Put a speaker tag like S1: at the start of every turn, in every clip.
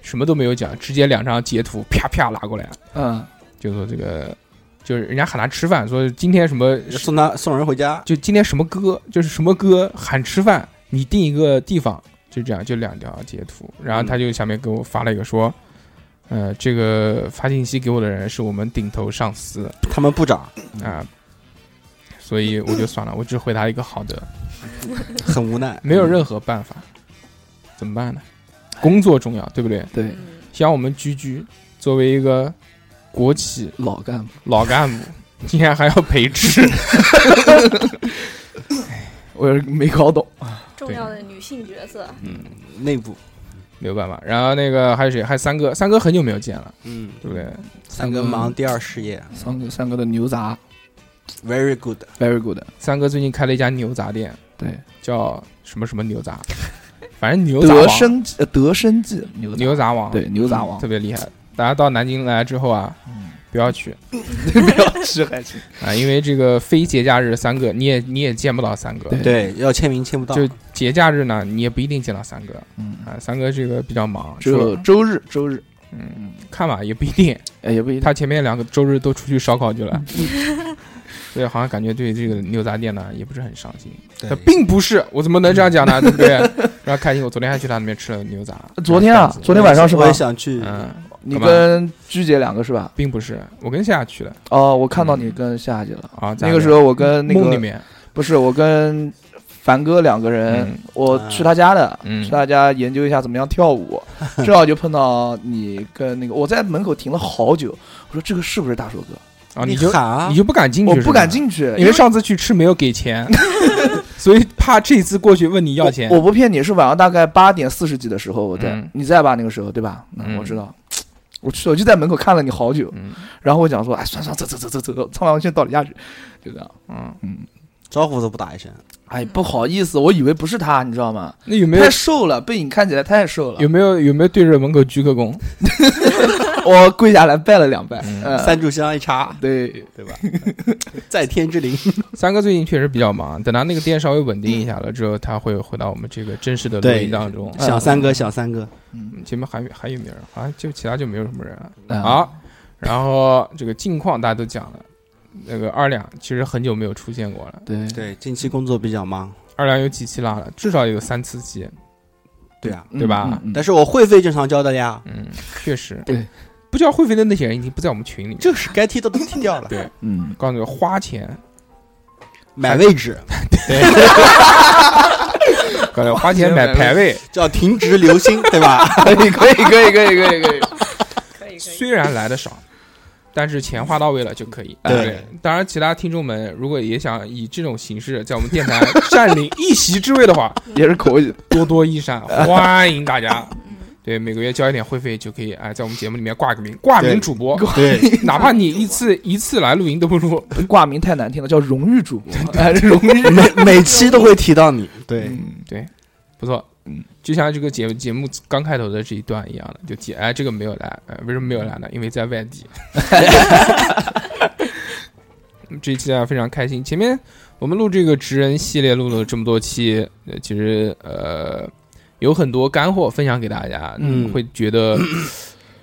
S1: 什么都没有讲，直接两张截图啪啪拉过来，
S2: 嗯，
S1: 就说这个就是人家喊他吃饭，说今天什么
S3: 送他送人回家，
S1: 就今天什么歌，就是什么歌喊吃饭，你定一个地方，就这样，就两条截图。然后他就下面给我发了一个说，呃，这个发信息给我的人是我们顶头上司
S3: 他们部长
S1: 啊、所以我就算了，我只回答一个好的，
S3: 很无奈，
S1: 没有任何办法，怎么办呢？工作重要，对不对？
S2: 对，
S4: 嗯
S1: 像我们居居作为一个国企
S2: 老干部，
S1: 老干部， 竟然还要陪 吃，
S2: 我也是没搞懂。
S4: 重要的女性角色，
S1: 嗯
S3: 嗯内部，
S1: 没有办法。然后那个还有谁？还有三哥，三哥很久没有见了，
S3: 嗯，
S1: 对不对？
S3: 三哥忙第二事业
S2: 三哥，三哥的牛杂
S3: ，very good，
S2: ，very good。
S1: 三哥最近开了一家牛杂店，
S2: 对，
S1: 叫什么什么牛 杂，反正牛杂
S2: 德
S1: 王，
S2: 生记，呃德生记，牛杂，
S1: 牛杂王，嗯
S2: 对，牛杂王
S1: 特，别厉害。大家到南京来之后啊，
S2: 嗯
S1: 不要去
S2: 不 要吃还行。
S1: 啊，因为这个非节假日三个你也你也见不到三个，
S2: 对
S3: 对，要签名签不到，
S1: 就节假日呢你也不一定见到三个
S2: 嗯，
S1: 啊，三哥这个比较忙，
S2: 只
S1: 说
S2: 有周日，周日，
S1: 嗯
S2: 嗯，
S1: 看吧也不一定，
S2: 哎，也不一定。
S1: 他前面两个周日都出去烧烤去了， 所以好像感觉对这个牛杂店呢也不是很上心。
S3: 对
S1: 他并不是，我怎么能这样讲 呢？对不对？然后开心，我昨天还去他那边吃了牛杂。
S2: 昨天啊
S1: 然后
S2: 昨天晚上是吧
S3: 我也想去，
S1: 嗯，
S2: 你
S1: 干嘛
S2: 跟鞠姐两个是吧？
S1: 并不是，我跟夏夏去的
S2: 哦，我看到你
S1: 嗯
S2: 跟夏姐了。
S1: 啊。咱
S2: 那
S1: 俩
S2: 个时候我跟那个
S1: 梦里面，
S2: 不是，我跟凡哥两个人，
S1: 嗯
S2: 我去他家的，
S1: 嗯
S2: 去他家研究一下怎么样跳舞，正好就碰到你跟那个，我在门口停了好久，我说这个是不是大硕哥？
S1: 啊，你
S3: 你
S1: 就
S3: 喊啊
S1: 你，就不敢进去，
S2: 我不敢，进去，
S1: 因为上次去吃没有给钱， 所以怕这次过去问你要钱
S2: 我。我不骗你，是晚上大概八点四十几的时候，我在、
S1: 嗯
S2: 你在吧？那个时候对吧？嗯，
S1: 嗯
S2: 我知道。我去，我就在门口看了你好久，
S1: 嗯
S2: 然后我讲说，哎，算算，走走走走走，唱完先到你家去，就这样。
S1: 嗯，
S3: 招呼都不打一声，
S2: 哎，不好意思，我以为不是他，你知道吗？
S1: 那有没有
S2: 太瘦了，背影看起来太瘦了。
S1: 有没有有没有对着门口鞠个躬？
S2: 我跪下来拜了两拜，
S1: 嗯
S2: 嗯，
S3: 三炷香一插，
S2: 对，
S3: 对吧？在天之灵，
S1: 三哥最近确实比较忙，等他那个店稍微稳定一下了之后，他会回到我们这个正式的录
S3: 对
S1: 音当中。
S3: 想三哥，想三哥，
S1: 嗯前面还有还有没有人？好啊像就其他就没有什么人了。
S3: 啊
S2: 嗯
S1: 好，然后这个近况大家都讲了，那个二两其实很久没有出现过了。
S2: 对
S3: 对，近期工作比较忙，
S1: 二两有几期拉了？至少有三四期。
S3: 对啊，
S1: 对吧
S2: 嗯嗯
S3: 但是我会费正常交的呀，
S1: 嗯，确实。
S2: 对，
S1: 不交会费的那些人已经不在我们群里面。
S3: 就是该踢的都踢掉了，
S1: 对，
S2: 嗯，
S1: 告诉你，花钱，
S3: 买位置
S1: 告诉你，花钱买排位。
S3: 叫停职留薪，对吧？
S2: 可以，可以，可以，可以，可以，可以，
S4: 可以可以，
S1: 虽然来的少，但是钱花到位了就可以。
S3: 对
S1: 对，当然，其他听众们如果也想以这种形式在我们电台占领一席之位的话，
S2: 也是口语。
S1: 多多益善，欢迎大家。
S4: 嗯，
S1: 对，每个月交一点会费就可以，哎，在我们节目里面挂个名，挂名
S3: 对
S1: 主播，
S3: 对，
S1: 哪怕你一次一次来录音都不录，
S2: 挂名太难听了，叫荣誉主 播，哎，荣誉。
S3: 每每期都会提到你，对，
S2: 嗯
S1: 对，不错，嗯，就像这个节节目刚开头的这一段一样的，就提哎这个没有来，呃，为什么没有来呢？因为在外地。这一期啊非常开心，前面我们录这个职人系列录了这么多期，呃其实呃有很多干货分享给大家，
S3: 嗯
S1: 会觉得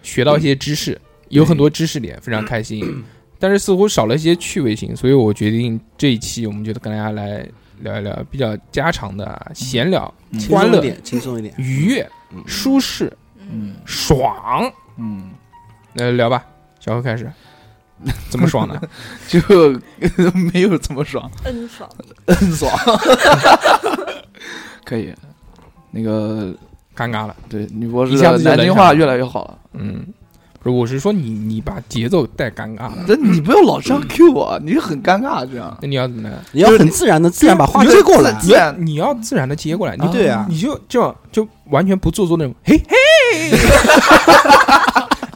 S1: 学到一些知识，有很多知识点，非常开心。但是似乎少了一些趣味性，所以我决定这一期我们就跟大家来聊一聊比较家常的啊闲聊、
S2: 嗯
S3: 轻
S1: 欢
S3: 松一
S1: 乐、
S3: 点，轻松一点，
S1: 愉悦、
S3: 嗯
S1: 舒适、
S4: 嗯
S2: 嗯
S1: 爽。
S2: 嗯，
S1: 来聊吧，小何 开始，怎么爽呢？
S2: 就没有这么爽，
S4: 嗯爽，
S2: 很爽。 可以，那个
S1: 尴尬了，
S2: 对女博士
S1: 一下子
S2: 的
S1: 就
S2: 南
S1: 冷
S2: 京
S1: 场
S2: 话
S1: 了
S2: 越来越好了。
S1: 嗯，不是，我是说你你把节奏带尴尬了，
S2: 那你不要老这样 Q 我，你很尴尬这样。
S1: 那你要怎么呢？
S3: 你要很自然的自然把话
S2: 就
S3: 接
S2: 是
S3: 过来
S2: 自，自然
S1: 你要自然的接过来，你
S2: 啊
S1: 就
S3: 对啊
S1: 你就这样就完全不做作那种，嘿嘿。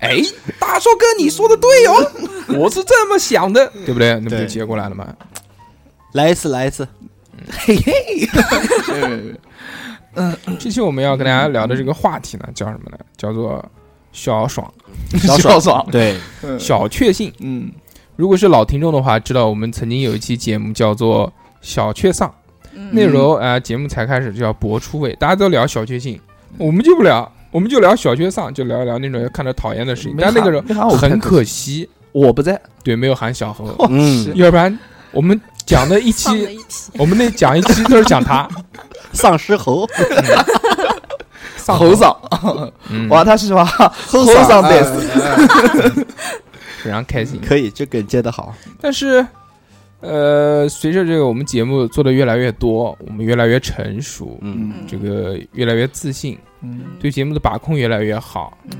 S1: 哎，大硕哥，你说的对哦，我是这么想的，对不对？那不就
S3: 对
S1: 接过来了吗？
S3: 来一次，来一次，
S2: 嘿嘿，没有没有没有
S1: 这期我们要跟大家聊的这个话题呢，叫什么呢？叫做小爽、
S3: 小
S2: 小
S3: 爽
S2: 爽，
S3: 对，
S2: 嗯
S1: 小确幸。
S2: 嗯
S1: 如果是老听众的话，知道我们曾经有一期节目叫做《小确丧》，
S4: 嗯
S1: 那时候啊、呃节目才开始就叫博出位，大家都聊小确幸，
S2: 嗯
S1: 我们就不聊，我们就聊小确丧，就聊一聊那种看着讨厌的事情。
S2: 没
S1: 但那
S2: 喊
S1: 个时
S2: 没喊
S1: 候
S2: 我
S1: 很
S2: 太可
S1: 可惜，
S2: 我不在，
S1: 对，没有喊小何，
S3: 嗯，
S1: 要不然我们讲的一
S4: 放了
S1: 期，
S4: 一批，
S1: 我们那讲一期都是讲 他
S3: 丧尸 猴，
S1: 丧
S2: 猴嗓，
S1: 嗯，
S2: 哇，他是吧？
S3: 猴
S2: 猴嗓得死
S3: 死，
S1: 非常开心。
S3: 可以，这梗接的好，
S1: 但是，呃，随着这个我们节目做的越来越多，我们越来越成熟，
S3: 嗯，
S1: 这个越来越自信，
S2: 嗯，
S1: 对节目的把控越来越好，
S4: 嗯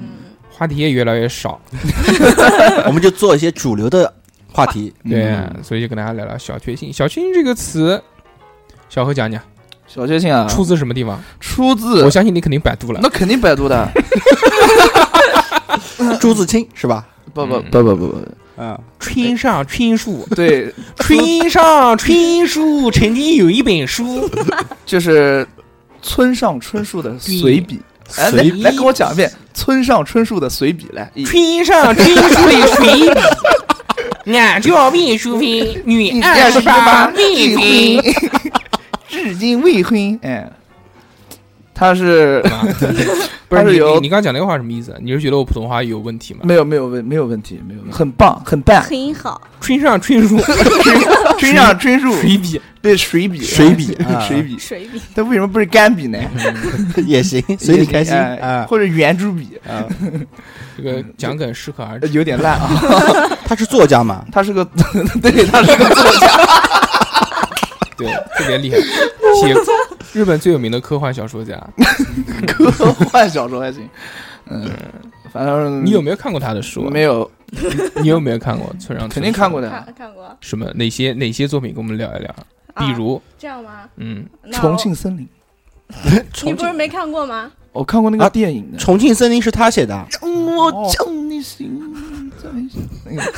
S1: 话题也越来越少，
S3: 嗯我们就做一些主流的话题，
S1: 对，所以就跟大家聊聊小确幸。小确幸这个词，小何讲讲
S2: 小确幸啊，
S1: 出自什么地方？
S2: 出自
S1: 我相信你肯定百度了。
S2: 那肯定百 度的，
S3: 朱自清是吧？
S2: 不不
S1: 嗯
S2: 不不不不，
S3: 嗯，
S1: 春上春树，
S2: 对，
S1: 哎春上春树曾经有一本书，
S2: 就是村上春树的随笔。哎，来
S3: 随笔
S2: 来跟我讲一遍村上春树的随笔来。一
S1: 春上春树的随笔，俺叫魏淑芬，女二十八，未婚。
S2: 未婚，至今未婚。哎，他是
S1: 不是
S2: 它是
S1: 哎你
S2: 由
S1: 你你刚讲那个话什么意思？你是觉得我普通话有问题吗？
S2: 没有没有问没有问题，没有问题很棒很 棒。
S4: 很好，
S1: 春上春 树，嗯
S2: 村上春树
S1: 随笔，
S2: 对水笔
S3: 水笔啊
S2: 水笔，
S4: 水笔，
S2: 他为什么不是干笔呢？
S3: 也 行，随你开心
S2: 哎
S3: 啊。
S2: 或者圆珠笔，
S3: 啊，
S1: 这个讲梗适可而
S2: 呃
S1: 止。
S2: 有点烂啊。
S3: 他是作家嘛？
S2: 他是个， 对，他是个作家。
S1: 对，特别厉 害，写日本最有名的科幻小说家。
S2: 嗯科幻小说还行，嗯，反正
S1: 你有没有看过他的书啊？
S2: 没有？
S1: 你有没有看过《村上春树》？
S2: 肯定看过的。
S1: 啊
S2: 啊
S4: 看看过，
S1: 什么？哪些哪些作品？跟我们聊一聊。
S4: 啊
S1: 比如，
S4: 这样吗？
S1: 嗯，
S4: 那
S2: 重
S4: 我
S2: 庆森林，
S4: 你
S3: 重
S4: 不是
S3: 庆，
S4: 没看过吗？
S2: 我哦看过那个
S3: 啊
S2: 电影的。
S3: 重庆森林是他写的，
S2: 我将你心在那个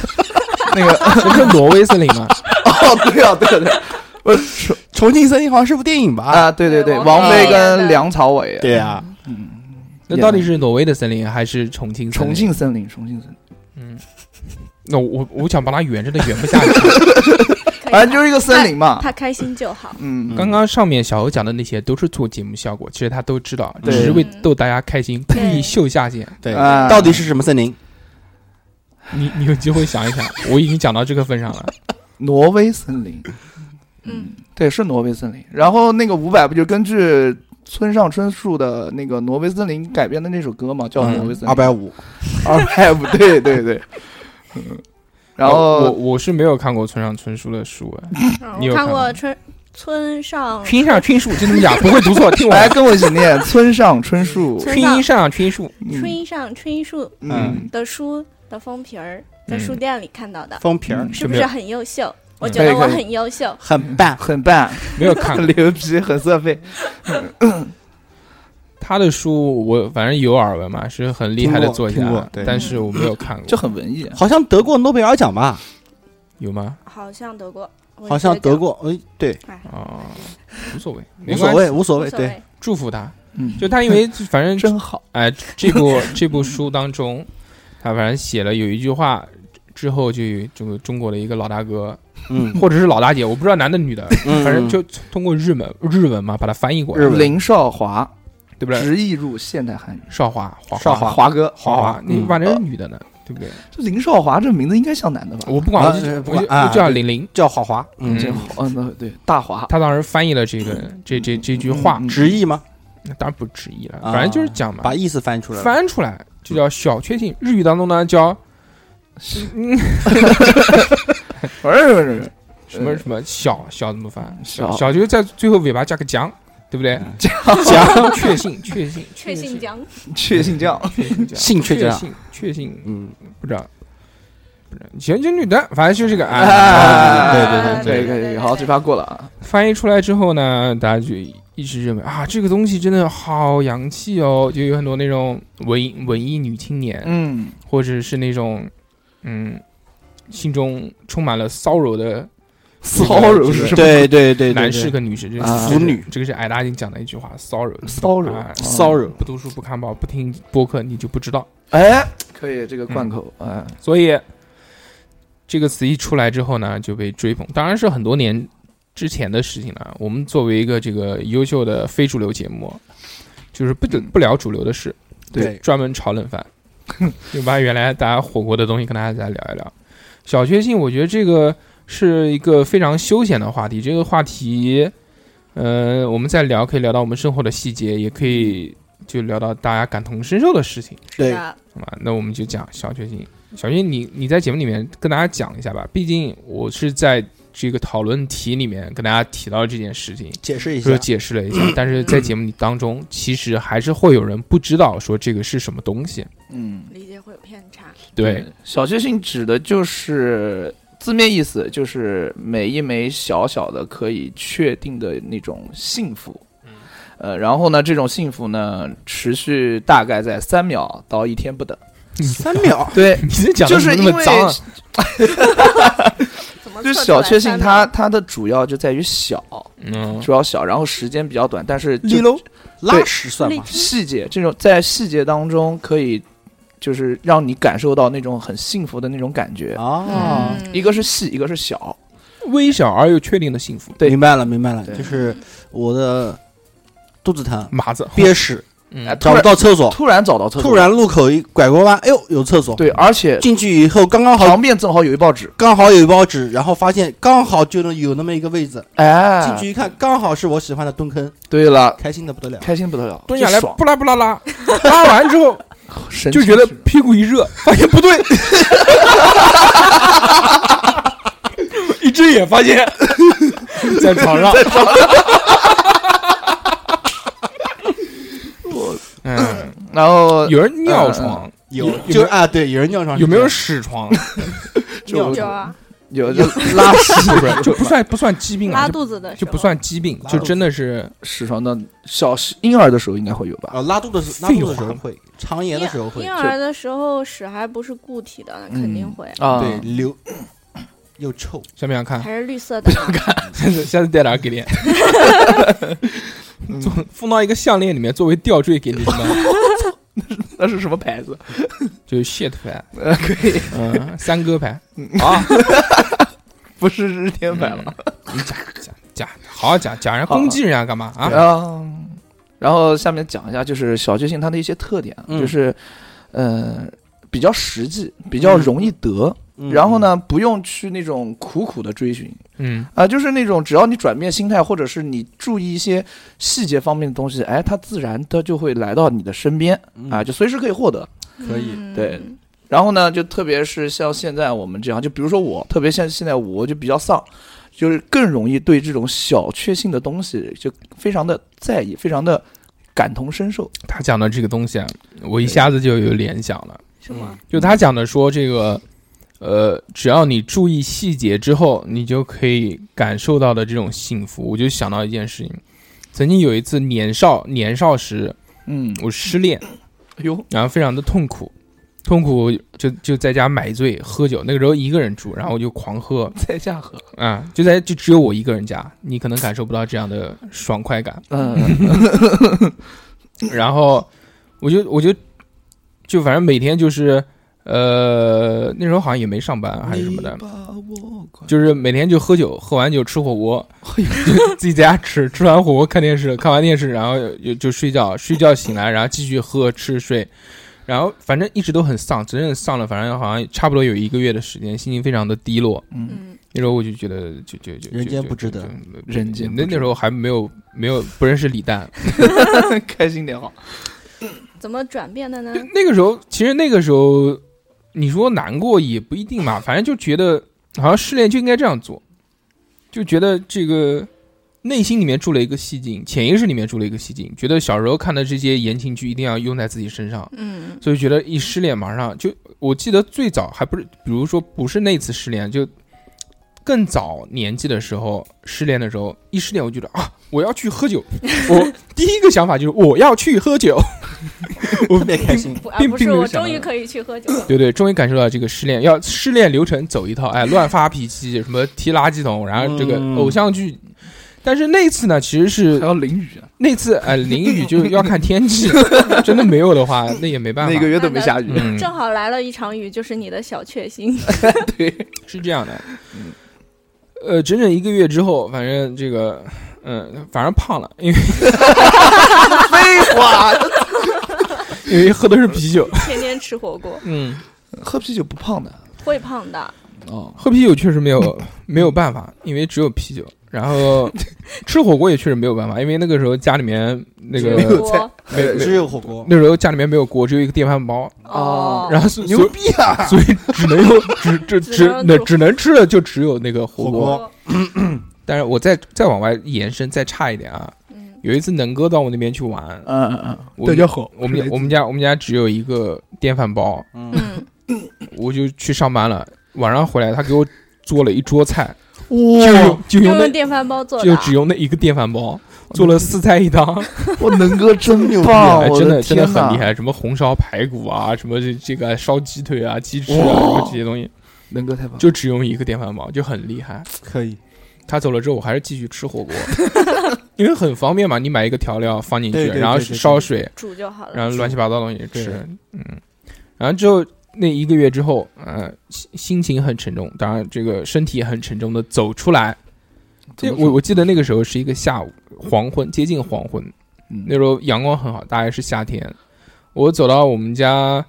S2: 那个
S1: 这不是挪威森林吗？
S2: 哦，对啊，对啊对啊，我说
S3: 重庆森林好像是部电影吧？
S2: 啊，对对对，
S4: 王
S2: 王
S4: 菲演
S2: 菲
S4: 的
S2: 跟梁朝伟，啊
S3: 对啊呀，
S1: 那到底是挪威的森林还是重庆森林？
S2: 重。庆森林，重庆森林，
S1: 嗯，那我我想把它圆，真的圆不下去。 啊
S4: 可以
S2: 反
S4: 吧
S2: 正啊就是一个森林嘛。
S4: 他开心就好，
S2: 嗯，
S1: 刚刚上面小欧讲的那些都是做节目效果，其实他都知道，只
S3: 对
S1: 是为逗大家开心，故意秀下限。
S3: 对，
S2: 啊
S3: 到底是什么森林？
S1: 你你有机会想一想，我已经讲到这个份上了。
S2: 挪威森林，
S4: 嗯，
S2: 对，是挪威森林。然后那个伍佰不就根据村上春树的那个《挪威森林》改编的那首歌嘛，叫《挪威森林》。
S3: 嗯二百五，
S2: 二百五，对对对。嗯，然
S1: 我
S2: 后
S1: 我是没有看过村上春树的书，哎
S4: 嗯
S1: 你有
S4: 我
S1: 看
S4: 看
S1: 过
S4: 过村村上
S1: 村上春树就这么讲，不会读错，听我
S2: 来
S1: 的。
S2: 跟我一起念村上春树。
S4: 村
S1: 春上春树，
S2: 嗯
S4: 春上春树
S2: 嗯，
S4: 的书的封皮儿，在
S1: 嗯
S4: 书店里看到的，
S3: 封皮儿
S1: 嗯
S4: 是不是很优秀？我
S1: 嗯
S4: 觉得
S2: 可以
S4: 我
S2: 可以
S4: 很优秀，
S3: 很棒，
S2: 很棒，
S1: 没有看过
S2: 很牛皮，很色费。
S1: 他的书我反正有耳闻嘛，是很厉害的作
S5: 听过听
S1: 家
S5: 过，对
S1: 但是我没有看过，
S2: 就很文艺。
S3: 好像得过诺贝尔奖吧？
S1: 有吗？
S4: 好像得过，文
S3: 好像
S4: 学
S3: 得
S4: 奖，
S3: 过，哎，对，
S1: 哦，无所谓，
S3: 无
S1: 没
S3: 所
S1: 关
S3: 谓，
S1: 系，
S3: 无所
S4: 无
S6: 哎
S3: 谓，
S4: 所
S3: 对，
S4: 谓，
S1: 祝福他。
S2: 嗯，
S1: 就他，因为反正
S2: 真好。
S1: 哎，这部 这部书当中，他反正写了有一句话，之后就有这个中国的一个老大哥，
S3: 嗯，
S1: 或者是老大姐，我不知道男的女的，
S3: 嗯
S1: 反正就通过日文日文嘛把它翻译过来，
S2: 林少华
S1: 对不对？
S2: 直译入现代汉语，
S1: 少华，华华，
S2: 华哥，
S1: 华华，你
S3: 嗯
S1: 反正是女的呢，对不对？
S2: 这林少华这名字应该像男的吧？
S1: 我不管，我
S3: 啊
S1: 就
S3: 呃不
S1: 我就
S3: 管啊
S1: 我就叫玲玲。
S3: 叫华华，嗯，
S2: 这好，嗯，那对，大华，
S1: 他当时翻译了这个这这这句
S2: 嗯
S1: 话，
S2: 嗯
S3: 直译吗？
S1: 当然不质疑了，
S3: 啊
S1: 反正就是讲嘛
S3: 把，意思翻出来了，
S1: 翻出来就叫小确幸。日语当中呢叫
S2: 不是不是
S1: 什
S3: 呃
S1: 么什么小小怎么翻？
S2: 小
S1: 小就是在最后尾巴加个奖，对不对？
S3: 嗯讲，
S1: 确幸确幸
S4: 确信奖，
S2: 不是，确信酱，
S1: 确幸 奖
S3: 兴趣
S1: 确
S3: 这样，
S1: 幸确幸
S3: 嗯，
S1: 不知道不知道前前女的，反正就是这个
S2: 哎
S1: 啊，
S3: 对对
S2: 可以可以可以，好，这发过了啊，
S1: 翻译出来之后呢，大家就一直认为啊，这个东西真的好洋气哦，就有很多那种文艺文艺女青年，
S2: 嗯，
S1: 或者是那种嗯，心中充满了骚扰的
S2: 骚扰是什么？
S3: 对对对，对
S1: 男士，跟女士，这
S2: 啊
S1: 是
S3: 腐女，
S1: 这个是矮大金讲的一句话，骚扰
S2: 骚扰
S1: 啊
S3: 骚扰
S1: 不读书不看报不听播客你就不知道，
S2: 哎，可以这个贯口，哎，
S1: 所以这个词一出来之后呢，就被追捧，当然是很多年之前的事情了。我们作为一个这个优秀的非主流节目，就是不得不聊主流的事，
S3: 对
S1: 专门炒冷饭，就把原来大家火锅的东西跟大家再聊一聊。小确幸，我觉得这个是一个非常休闲的话题。这个话题，呃，我们再聊可以聊到我们生活的细节，也可以就聊到大家感同身受的事情。
S4: 是
S3: 对
S4: 的，
S1: 好吧，那我们就讲小确幸。小确幸，你你在节目里面跟大家讲一下吧，毕竟我是在这个讨论题里面跟大家提到这件事情，
S3: 解释一下
S1: 就是，解释了一下。但是在节目里当中，其实还是会有人不知道说这个是什么东西。
S2: 嗯，
S4: 理解会有偏差，
S1: 对，，
S2: 小确幸指的就是。字面意思就是每一枚小小的可以确定的那种幸福，呃，然后呢，这种幸福呢，持续大概在三秒到一天不等。
S3: 三 秒，
S2: 对，
S1: 你这讲的
S2: 就
S1: 怎
S2: 是
S1: 么那
S2: 因
S1: 么
S2: 为
S1: 脏啊？
S4: 怎么测
S2: 就是
S4: 出
S2: 小
S4: 来
S2: 确幸
S4: 三
S2: 它，它
S4: 秒
S2: 的主要就在于小，
S1: 嗯，
S2: 主要小，然后时间比较短，但是
S3: 立
S2: 就
S3: 喽，拉屎算
S4: 立
S3: 吗？
S2: 细节这种在细节当中可以，就是让你感受到那种很幸福的那种感觉。
S3: 啊，
S4: 嗯
S2: 一个是细，一个是小，
S1: 微小而又确定的幸福，
S2: 对
S3: 明白了明白了，
S2: 对
S3: 就是我的肚子疼，
S1: 麻子，
S3: 憋屎，
S1: 嗯
S2: 哎，突
S3: 找不
S2: 然
S3: 到厕
S6: 哦
S3: 所，
S2: 突然找到厕所，
S3: 突然路口一拐过弯，哎呦，有厕所，
S2: 对，而且
S3: 进去以后刚刚好
S2: 旁边正好有一报纸，
S3: 刚好有一包纸，然后发现刚好就能有那么一个位置，进
S2: 哎，
S3: 去一看，刚好是我喜欢的蹲坑，
S2: 对了，
S3: 开心的不得了。
S2: 开心不得了，
S1: 蹲下来，
S2: 就爽，
S1: 布拉布拉拉，拉完之后
S2: 神
S1: 就
S2: 清
S1: 觉 得
S2: 气
S1: 屁股一热，发现不对，一只眼发现在床上，嗯，
S2: 然后
S1: 有人尿床，有有
S3: 就啊，对，有人尿床，
S1: 有没有屎床？
S3: 尿
S4: 有
S3: 床？
S4: 啊，
S2: 有
S3: 有
S2: 有拉屎
S1: 不是，就不算不算疾病啊，
S4: 拉
S1: 就
S4: 肚子的
S1: 就
S4: 时
S1: 不
S4: 候
S1: 算疾病，就真的是
S2: 屎床的小婴儿的时候应该会有吧？
S3: 啊，拉肚子时拉
S1: 废
S3: 肚子的时
S1: 话
S3: 候会，肠炎的时候会
S4: 婴，
S2: 就
S4: 儿的时候屎还不是固体的，肯定
S2: 嗯
S4: 会，
S2: 啊，
S3: 对，流又臭，
S1: 想不想看？
S4: 还是绿色的呢。
S1: 下次下次带点儿给你，做放到一个项链里面作为吊坠给你们，
S2: 那是什么牌子？
S1: 就是 shit 牌，
S2: 呃， 可以，
S1: 嗯，三哥牌，
S2: 不是日天版了
S1: 你讲讲讲，好好讲讲人家攻击人家干嘛啊？
S2: 啊。然后下面讲一下，就是小确幸它的一些特点啊，
S3: 嗯
S2: 就是，呃，比较实际，比较容易得。
S3: 嗯
S2: 然后呢，不用去那种苦苦的追寻
S1: 嗯，
S2: 啊、就是那种只要你转变心态，或者是你注意一些细节方面的东西，哎，它自然它就会来到你的身边啊、，就随时可以获得。
S3: 可以
S4: 嗯
S2: 对然后呢，就特别是像现在我们这样，就比如说我，特别像现在我就比较丧，就是更容易对这种小确幸的东西就非常的在意，非常的感同身受。
S1: 他讲的这个东西啊，我一下子就有联想了，
S4: 是吗？
S1: 就他讲的说这个。呃，只要你注意细节之后，你就可以感受到的这种幸福，我就想到一件事情。曾经有一次年少年少时，
S2: 嗯，
S1: 我失恋，
S2: 哎呦，
S1: 然后非常的痛苦，痛苦就就在家买醉喝酒，那个时候一个人住，然后我就狂喝
S2: 在下河，
S1: 啊、就在就只有我一个人家，你可能感受不到这样的爽快感。
S2: 嗯，
S1: 然后我就我就就反正每天就是呃那时候好像也没上班啊还是什么的
S2: 你，把我关
S1: 就是每天就喝酒，喝完酒吃火锅，就自己在家吃，吃完火锅看电视，看完电视然后就就睡觉，睡觉醒来然后继续喝吃睡，然后反正一直都很丧，真正丧了，反正好像差不多有一个月的时间，心情非常的低落。
S2: 嗯，
S4: 嗯，
S1: 那时候我就觉得就就就
S3: 人间
S1: 就
S3: 不值得
S1: 就就
S2: 人间不
S1: 那
S2: 值得
S1: 那时候还没有没有不认识李诞，
S2: 开心点好，哦
S4: 怎么转变的呢？
S1: 哎那个时候，其实那个时候，你说难过也不一定嘛，反正就觉得好像失恋就应该这样做，就觉得这个内心里面住了一个戏精，潜意识里面住了一个戏精，觉得小时候看的这些言情剧一定要用在自己身上，
S4: 嗯
S1: 所以觉得一失恋马上就，我记得最早还不是，比如说不是那次失恋，就更早年纪的时候失恋的时候，一失恋我觉得啊，我要去喝酒，我第一个想法就是我要去喝酒，我
S3: 特别开心。
S4: 不啊
S1: 并
S4: 不
S1: 并
S4: 是，
S1: 没有
S4: 我
S1: 想
S4: 终于
S1: 到
S4: 可以去喝酒了。
S1: 对对，终于感受到这个失恋要失恋流程走一套，哎，乱发脾气，什么踢垃圾桶，然后这个
S3: 嗯
S1: 偶像剧。但是那次呢，其实是
S2: 还要淋雨啊，
S1: 那次哎淋雨就要看天气， 真的没有的话，那也没办法。
S2: 那个月都没下雨，
S1: 嗯，
S4: 正好来了一场雨，就是你的小确幸。
S2: 对，
S1: 是这样的，呃，整整一个月之后，反正这个，嗯、反正胖了，因为
S2: 废话，
S1: 因为喝的是啤酒，
S4: 天天吃火锅
S1: 嗯，
S2: 喝啤酒不胖的
S4: 会胖的，
S2: 哦，
S1: 喝啤酒确实没有没有办法，因为只有啤酒。然后吃火锅也确实没有办法，因为那个时候家里面那个
S4: 吃火锅
S1: 没没
S3: 只有火锅，
S1: 那时候家里面没有锅，只有一个电饭煲，
S4: 哦，
S1: 然后所
S2: 牛逼啊！
S1: 所以只能用只只
S4: 只
S1: 只
S4: 能
S1: 那
S4: 煮
S1: 只能吃的就只有那个火
S3: 火
S1: 锅。
S3: 锅
S4: 锅，
S1: 但是我再再往外延伸再差一点啊，
S4: 嗯，
S1: 有一次能哥到我那边去玩，
S2: 嗯嗯嗯，
S1: 我们
S6: 好
S1: 我们家我们家我们家只有一个电饭煲，
S3: 嗯，
S4: 嗯，
S1: 我就去上班了，晚上回来他给我做了一桌菜，
S2: 嗯
S1: 就
S6: 哇，
S1: 用就
S4: 就
S1: 用那
S4: 用电饭煲做
S1: 嗯
S4: 的
S1: 就
S4: 啊，
S1: 只用那一个电饭
S2: 哦
S1: 煲做了四菜一汤。
S2: 我能哥真
S3: 牛逼
S2: 棒，
S1: 哎
S2: 哦我
S1: 真的真
S2: 天呐
S1: 的很厉。害，什么红烧排骨啊，什么这这个烧鸡腿啊、鸡翅啊，
S2: 哇
S1: 什么这些东西，
S2: 能哥太棒，
S1: 就只用一个电饭煲，就很厉害。
S3: 可以，
S1: 他走了之后，我还是继续吃火锅， 因为很方便嘛，你买一个调料放进去，
S3: 对对对
S1: 然后
S3: 对对
S1: 烧水，
S4: 煮就好了。
S1: 然后乱七八糟东西吃
S3: 对，
S1: 嗯，然后之后那一个月之后，呃，心心情很沉重，当然这个身体也很沉重的走出来。这我我记得那个时候是一个下午黄昏，接近黄昏，那
S2: 那
S1: 时候阳光很好，大概是夏天。我走到我们家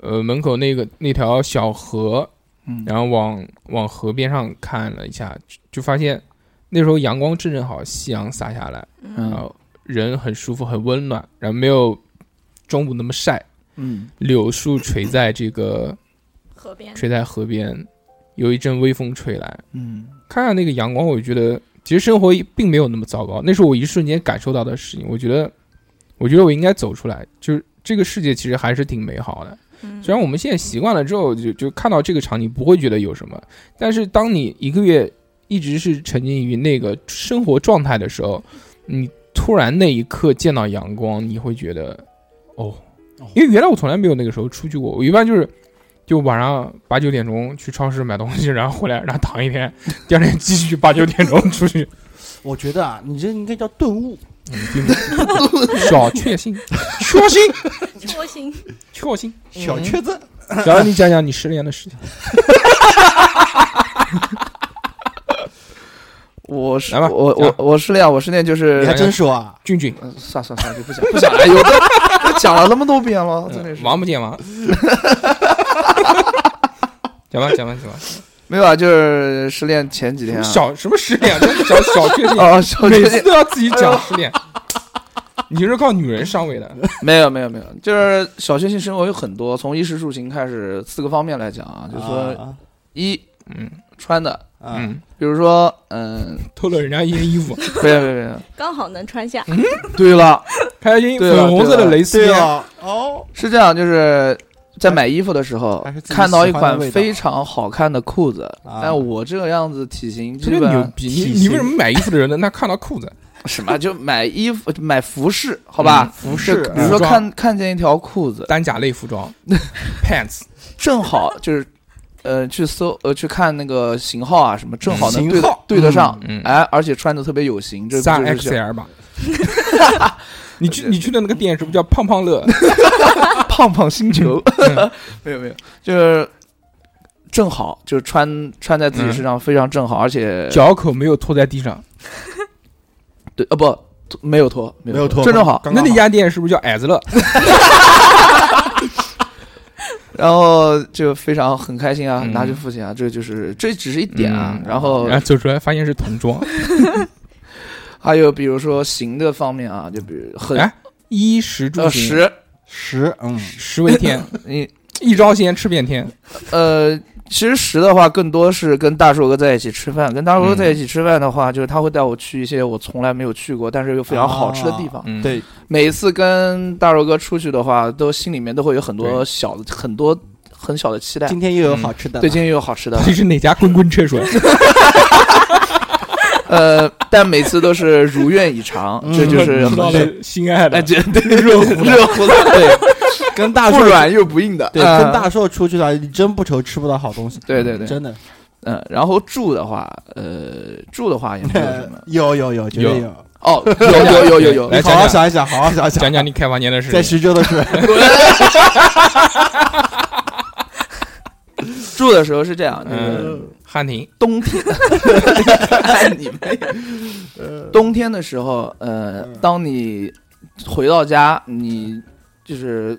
S1: 呃门口那个那条小河，
S2: 嗯
S1: 然后往往河边上看了一下，就就发现那时候阳光正正好，夕阳洒下来，然
S2: 嗯
S1: 后人很舒服，很温暖，然后没有中午那么晒。
S2: 嗯，
S1: 柳树垂在这个
S4: 河边，
S1: 垂在河边，有一阵微风吹来，
S2: 嗯，
S1: 看看那个阳光，我觉得其实生活并没有那么糟糕。那是我一瞬间感受到的事情。我觉得，我觉得我应该走出来，就是这个世界其实还是挺美好的。
S4: 嗯
S1: 虽然我们现在习惯了之后，就就看到这个场景不会觉得有什么，但是当你一个月一直是沉浸于那个生活状态的时候，你突然那一刻见到阳光，你会觉得哦，因为原来我从来没有那个时候出去过，我一般就是。就晚上八九点钟去超市买东西，然后回来，然后躺一天，第二天继续八九点钟出去，
S3: 我觉得啊，你这应该叫顿悟，
S1: 嗯并不小确幸，确 幸，
S4: 戳心，
S1: 确幸。
S3: 小瘸子，
S1: 然后你讲讲你失恋的事情，
S2: 我是
S1: 来吧
S2: 我我我失恋，我失恋就是
S3: 你还真说啊？
S1: 俊俊，
S2: 呃算算算，就不讲不讲了，有的都讲了那么多遍了，哦真的
S1: 嗯
S2: 是
S1: 王不见 王。讲吧讲吧讲吧，
S2: 没有啊，就是失恋前几
S1: 什
S2: 天
S1: 么
S2: 啊，
S1: 小什么失恋，这是小小确幸，
S2: 哦，小
S1: 每
S2: 确
S1: 次
S2: 幸哎
S1: 都要自己讲失恋。你是靠女人上位的，
S2: 没有没有没有，就是小确幸生活有很多，从衣食住行开始四个方面来讲啊，就是说
S3: 啊
S2: 一
S1: 嗯
S2: 穿的，
S3: 啊
S1: 嗯，
S2: 比如说嗯，
S1: 偷了人家一件衣 服，
S2: 没有没有没有，
S4: 刚好能穿
S1: 嗯
S4: 下，
S2: 对了，
S1: 还有一件
S2: 对了
S1: 粉红色的蕾丝
S3: 对
S1: 边，
S3: 啊，哦，
S2: 是这样，就是在买衣服的时候
S3: 还是自己
S2: 看到一
S3: 喜欢的
S2: 款
S3: 味道
S2: 非常好看的裤子，
S3: 啊
S2: 但我这个样子体型
S1: 特
S2: 基
S1: 别
S2: 本
S1: 牛逼。你
S3: 体
S1: 你
S3: 型
S1: 为什么买衣服的人呢？那看到裤子，
S2: 什么就买衣服、买服饰，好吧？
S3: 嗯
S1: 服饰
S2: 比如
S1: 服
S2: 说
S1: 装
S2: 看看见一条裤子，
S1: 单甲类服 装 pants，
S2: 正好就是， 呃，去搜呃去看那个型号啊什么，正好能
S3: 型
S2: 对得
S3: 号
S2: 对得上，
S1: 嗯嗯
S2: 哎，而且穿的特别有型，这
S1: 三
S2: 不就是
S1: XL 吧。你去你去的那个店是不是叫胖胖乐？
S2: 胖胖星球
S1: 嗯？
S2: 没有没有，就是正好就是穿穿在
S3: 嗯
S2: 自己身上非常正好，而且
S1: 脚口没有拖在地上。
S2: 哦对呃不没有脱没
S3: 没有脱
S2: 正正好。
S1: 那那家店是不是叫矮子乐？
S2: 然后就非常很开心啊，
S1: 嗯
S2: 拿去付钱啊，这就是这只是一点啊
S1: 嗯。
S2: 然后
S1: 然后走出来发现是童装。
S2: 还有比如说行的方面啊，就比如很
S1: 哎，衣食住
S2: 呃
S1: 行，
S2: 食，
S3: 十，嗯，
S1: 食为天，
S2: 你
S1: 一招鲜吃遍 天。
S2: 呃，其实食的话更多是跟大硕哥在一起吃饭，跟大硕哥
S1: 嗯
S2: 在一起吃饭的话，就是他会带我去一些我从来没有去过，但是又非
S3: 哦
S2: 常好吃的地方。
S1: 嗯，
S3: 对，
S2: 每一次跟大硕哥出去的话，都心里面都会有很多
S1: 对
S2: 小的很多很小的期待。
S3: 今天又有好吃的了，
S2: 嗯对，今天又有好吃的
S1: 到，底是哪家棍棍车水？
S2: 呃，但每次都是如愿以偿，这 就是
S1: 知道了心爱
S2: 哎，
S1: 的。
S2: 这 对热乎热乎的，对，
S3: 跟大
S2: 不
S3: 硕
S2: 软又不硬的，
S3: 对，
S2: 呃
S3: 跟大硕出去了，你真不愁吃不到好东西。
S2: 对对对
S3: 真的，
S2: 嗯，然后住的话，呃，住的话也没有 什么
S3: 有有有，绝对
S1: 有
S3: 有。
S2: 哦，有有有有有，
S6: 哎
S1: 来
S3: 你好好想一想，好好想一想，
S1: 讲讲你开房间的事
S3: 在
S1: 情。
S3: 徐州的 时候，
S2: 住的时候是这样，那个
S1: 嗯，汉庭
S2: 冬天， 你妹！冬天的时候，呃，
S3: 嗯
S2: 当你回到家，你就是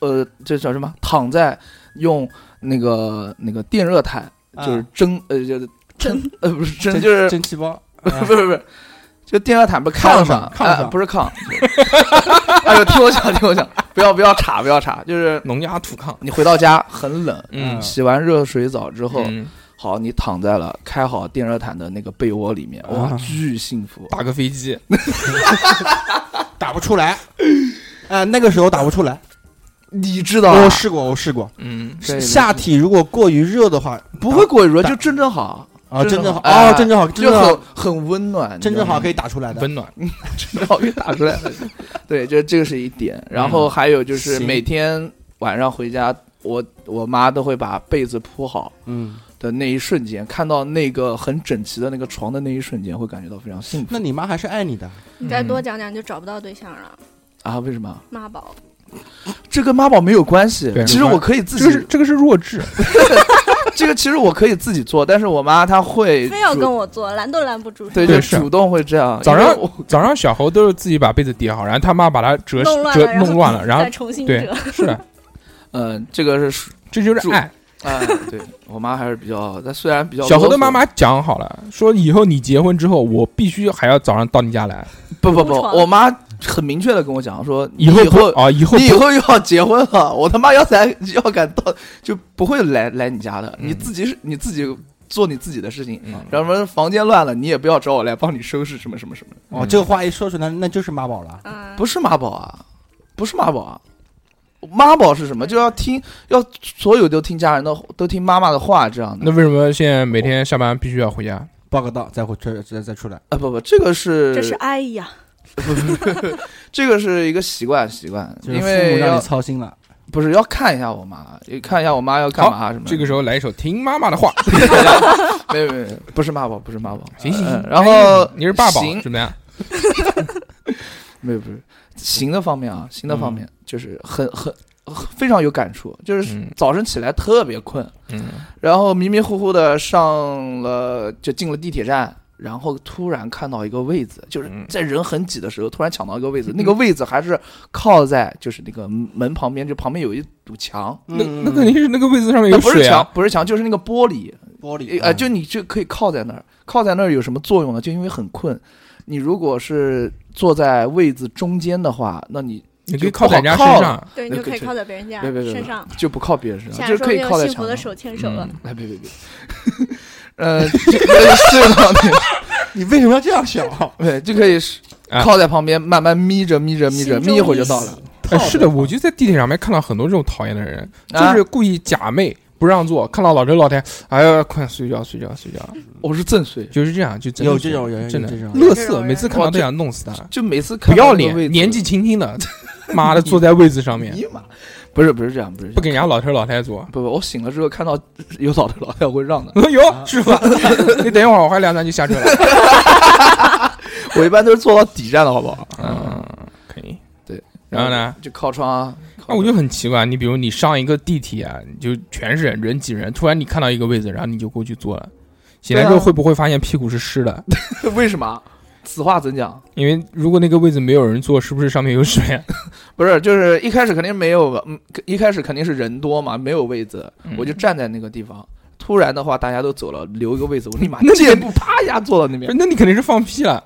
S2: 呃，这叫什么？躺在用那个那个电热毯，就是蒸呃，就是
S4: 蒸
S2: 呃，不是蒸，
S3: 啊蒸
S2: 就是
S3: 蒸汽包， 啊
S2: 不是不是，就电热毯不是开了吗？
S3: 炕上炕上
S2: 呃不是 炕。哎呦，听我讲，听我讲，不要不要吵，不要吵，就是
S1: 农家土炕。
S2: 你回到家很冷，
S1: 嗯
S2: 洗完热水澡之后，
S1: 嗯
S2: 好，你躺在了开好电热毯的那个被窝里面，
S3: 啊
S2: 哇，巨幸福。
S1: 打个飞机，
S3: 打不出来。啊，那个时候打不出 来，
S2: 你知道吧
S3: 我试过，我试过。
S1: 嗯，
S2: 啊对
S3: 下体如果过于热的话，
S2: 不会过热，
S3: 打
S2: 就正正好，
S3: 啊，真正好，
S2: 哎
S3: 哦，真正好，真
S2: 就
S3: 正
S2: 很
S3: 好，
S2: 很温暖，
S3: 真正好可
S2: 以
S3: 以打出来的。
S1: 温暖。
S2: 真正好 给打出来。对，这这个是一点。然后还有就是
S3: 行
S2: 每天晚上回家，我我妈都会把被子铺好。
S3: 嗯，
S2: 的那一瞬间，看到那个很整齐的那个床的那一瞬间，会感觉到非常幸福
S3: 那你妈还是爱你的。
S4: 你再多讲讲就找不到对象了，
S2: 啊！为什么？
S4: 妈宝。
S2: 这跟妈宝没有关系
S1: 对。
S2: 其实我可以自
S1: 这个是
S2: 己，
S1: 这个是弱智，
S2: 这个其实我可以自己做，但是我妈她会
S4: 非要
S2: 主
S4: 跟我做，拦都拦不住。
S2: 对，
S1: 对
S2: 就是主动会这样。
S1: 早上
S2: 因为我
S1: 早上小猴都是自己把被子叠好，然后他妈把它折
S4: 弄乱
S1: 折
S4: 了，
S1: 弄乱了，然
S4: 再
S1: 后
S4: 重新
S1: 对
S4: 折。，
S1: 是 的，
S2: 呃，这个是属
S1: 这就是
S2: 住
S1: 爱。
S2: 啊、对我妈还是比较，她虽然比较
S1: 小猴
S2: 啰
S1: 的
S2: 嗦
S1: 妈妈讲好了，说以后你结婚之后，我必须还要早上到你家来，
S2: 不不不，
S4: 铺床
S2: 我妈很明确的跟我讲说，你
S1: 以后
S2: 以
S1: 不
S2: 后
S1: 啊，以后
S2: 你以
S1: 不
S2: 后又要结婚了，我他妈要敢 要敢到就不会来来你家的，你
S1: 嗯
S2: 自己是你自己做你自己的事情。
S1: 嗯
S2: 然后什么房间乱了，你也不要找我来帮你收拾什么什么什
S6: 嗯
S2: 么的，
S3: 哦，这个话一说出来，那就是妈宝了。
S4: 嗯，
S2: 不是妈宝啊，不是妈宝啊，妈宝是什么？就要听，要所有都听家人的，都听妈妈的话这样的
S1: 那。为什么现在每天下班必须要回家？
S3: 报个到，再回再再再出来。
S2: 啊不不，这个是
S4: 这是哎呀，
S2: 这个是一个习惯习惯，
S3: 就是
S2: 因
S3: 父母
S2: 为
S3: 让你
S2: 要
S3: 操心了。
S2: 不是要看一下我妈，也看一下我妈要干嘛什么的。
S1: 这个时候来一首《听妈妈的话》，
S2: 嗯没有没有，没有不是妈宝，不是妈宝。
S1: 行行
S2: 嗯
S1: 行，
S2: 然后
S1: 你是爸宝
S2: 行
S1: 怎么样？
S2: 没有不是行的方面啊，行的方面就是很很很非常有感触，就是
S1: 嗯
S2: 早晨起来特别困，
S1: 嗯，
S2: 然后迷迷糊糊的上了就进了地铁站。然后突然看到一个位子，就是
S1: 嗯
S2: 在人很挤的时候，突然抢到一个位子。那个位子还是靠在就是那个门旁边，就旁边有一堵墙，
S1: 那
S3: 嗯
S1: 那肯定是那个位子上面
S2: 那
S1: 有
S2: 不是
S1: 水
S2: 墙
S1: 啊，，
S2: 不是墙，就是那个玻璃。
S3: 玻璃嗯
S2: 哎、呃就你就可以靠在那儿，靠在那儿有什么作用呢？就因为很困。你如果是坐在位子中间的话，那你
S1: 你可以靠在人家身上。
S4: 对
S2: 那
S4: 你就
S2: 个
S4: 可以
S2: 这
S4: 靠在别人家
S2: 别别别
S4: 身上，
S2: 就不靠别人身上，
S4: 假
S2: 就
S4: 如
S2: 是可
S4: 说
S2: 以靠
S4: 用
S2: 在
S4: 幸福
S2: 墙
S4: 的
S2: 上。
S4: 手牵手了
S1: 嗯，
S2: 哎，别别别，呃， 就可以睡到那个，
S3: 你为什么要这样想？
S2: 对，就可以是
S1: 啊
S2: 靠在旁边，慢慢眯着眯着眯着，
S4: 心中
S2: 眯一会儿就到了。
S1: 哎，是的，我就在地铁上面看到很多这种讨厌的人，就
S2: 啊
S1: 是故意假寐，不让座，看到老周老太，哎呀，快睡觉睡觉睡觉，
S2: 我是正睡，
S1: 就是这样，就真的
S3: 有
S1: 是
S3: 这种人，有
S1: 真
S3: 这
S1: 的
S3: 种人。
S1: 乐色，每次看到都想弄死他，
S2: 就每次看
S1: 不要
S2: 到那个
S1: 脸，
S2: 位置
S1: 年纪轻轻 的，妈的坐在位置上面，
S2: 尼玛，不是不是这样，不是这样
S1: 不给人家老头老太坐。
S2: 不不，我醒了之后看到有老头老太，我会让的。
S1: 哟，师傅，你等一会儿，我还两站就下车了。
S2: 我一般都是坐到底站的，好不好？
S1: 嗯，可以。
S2: 对，
S1: 然后呢？
S2: 就靠窗啊。
S1: 那我就很奇怪，你比如你上一个地铁啊，你就全是人人挤人，突然你看到一个位置，然后你就过去坐了，醒来之后
S2: 对啊
S1: 会不会发现屁股是湿的？
S2: 就为什 么？此话怎讲？
S1: 因为如果那个位置没有人坐，是不是上面有水啊？
S2: 不是，就是一开始肯定没有，嗯，一开始肯定是人多嘛，没有位子，我就站在那个地方。突然的话，大家都走了，留一个位子，我立马
S1: 那你
S2: 箭步啪一下坐到那
S1: 不是
S2: 边，
S1: 那你肯定是放屁了，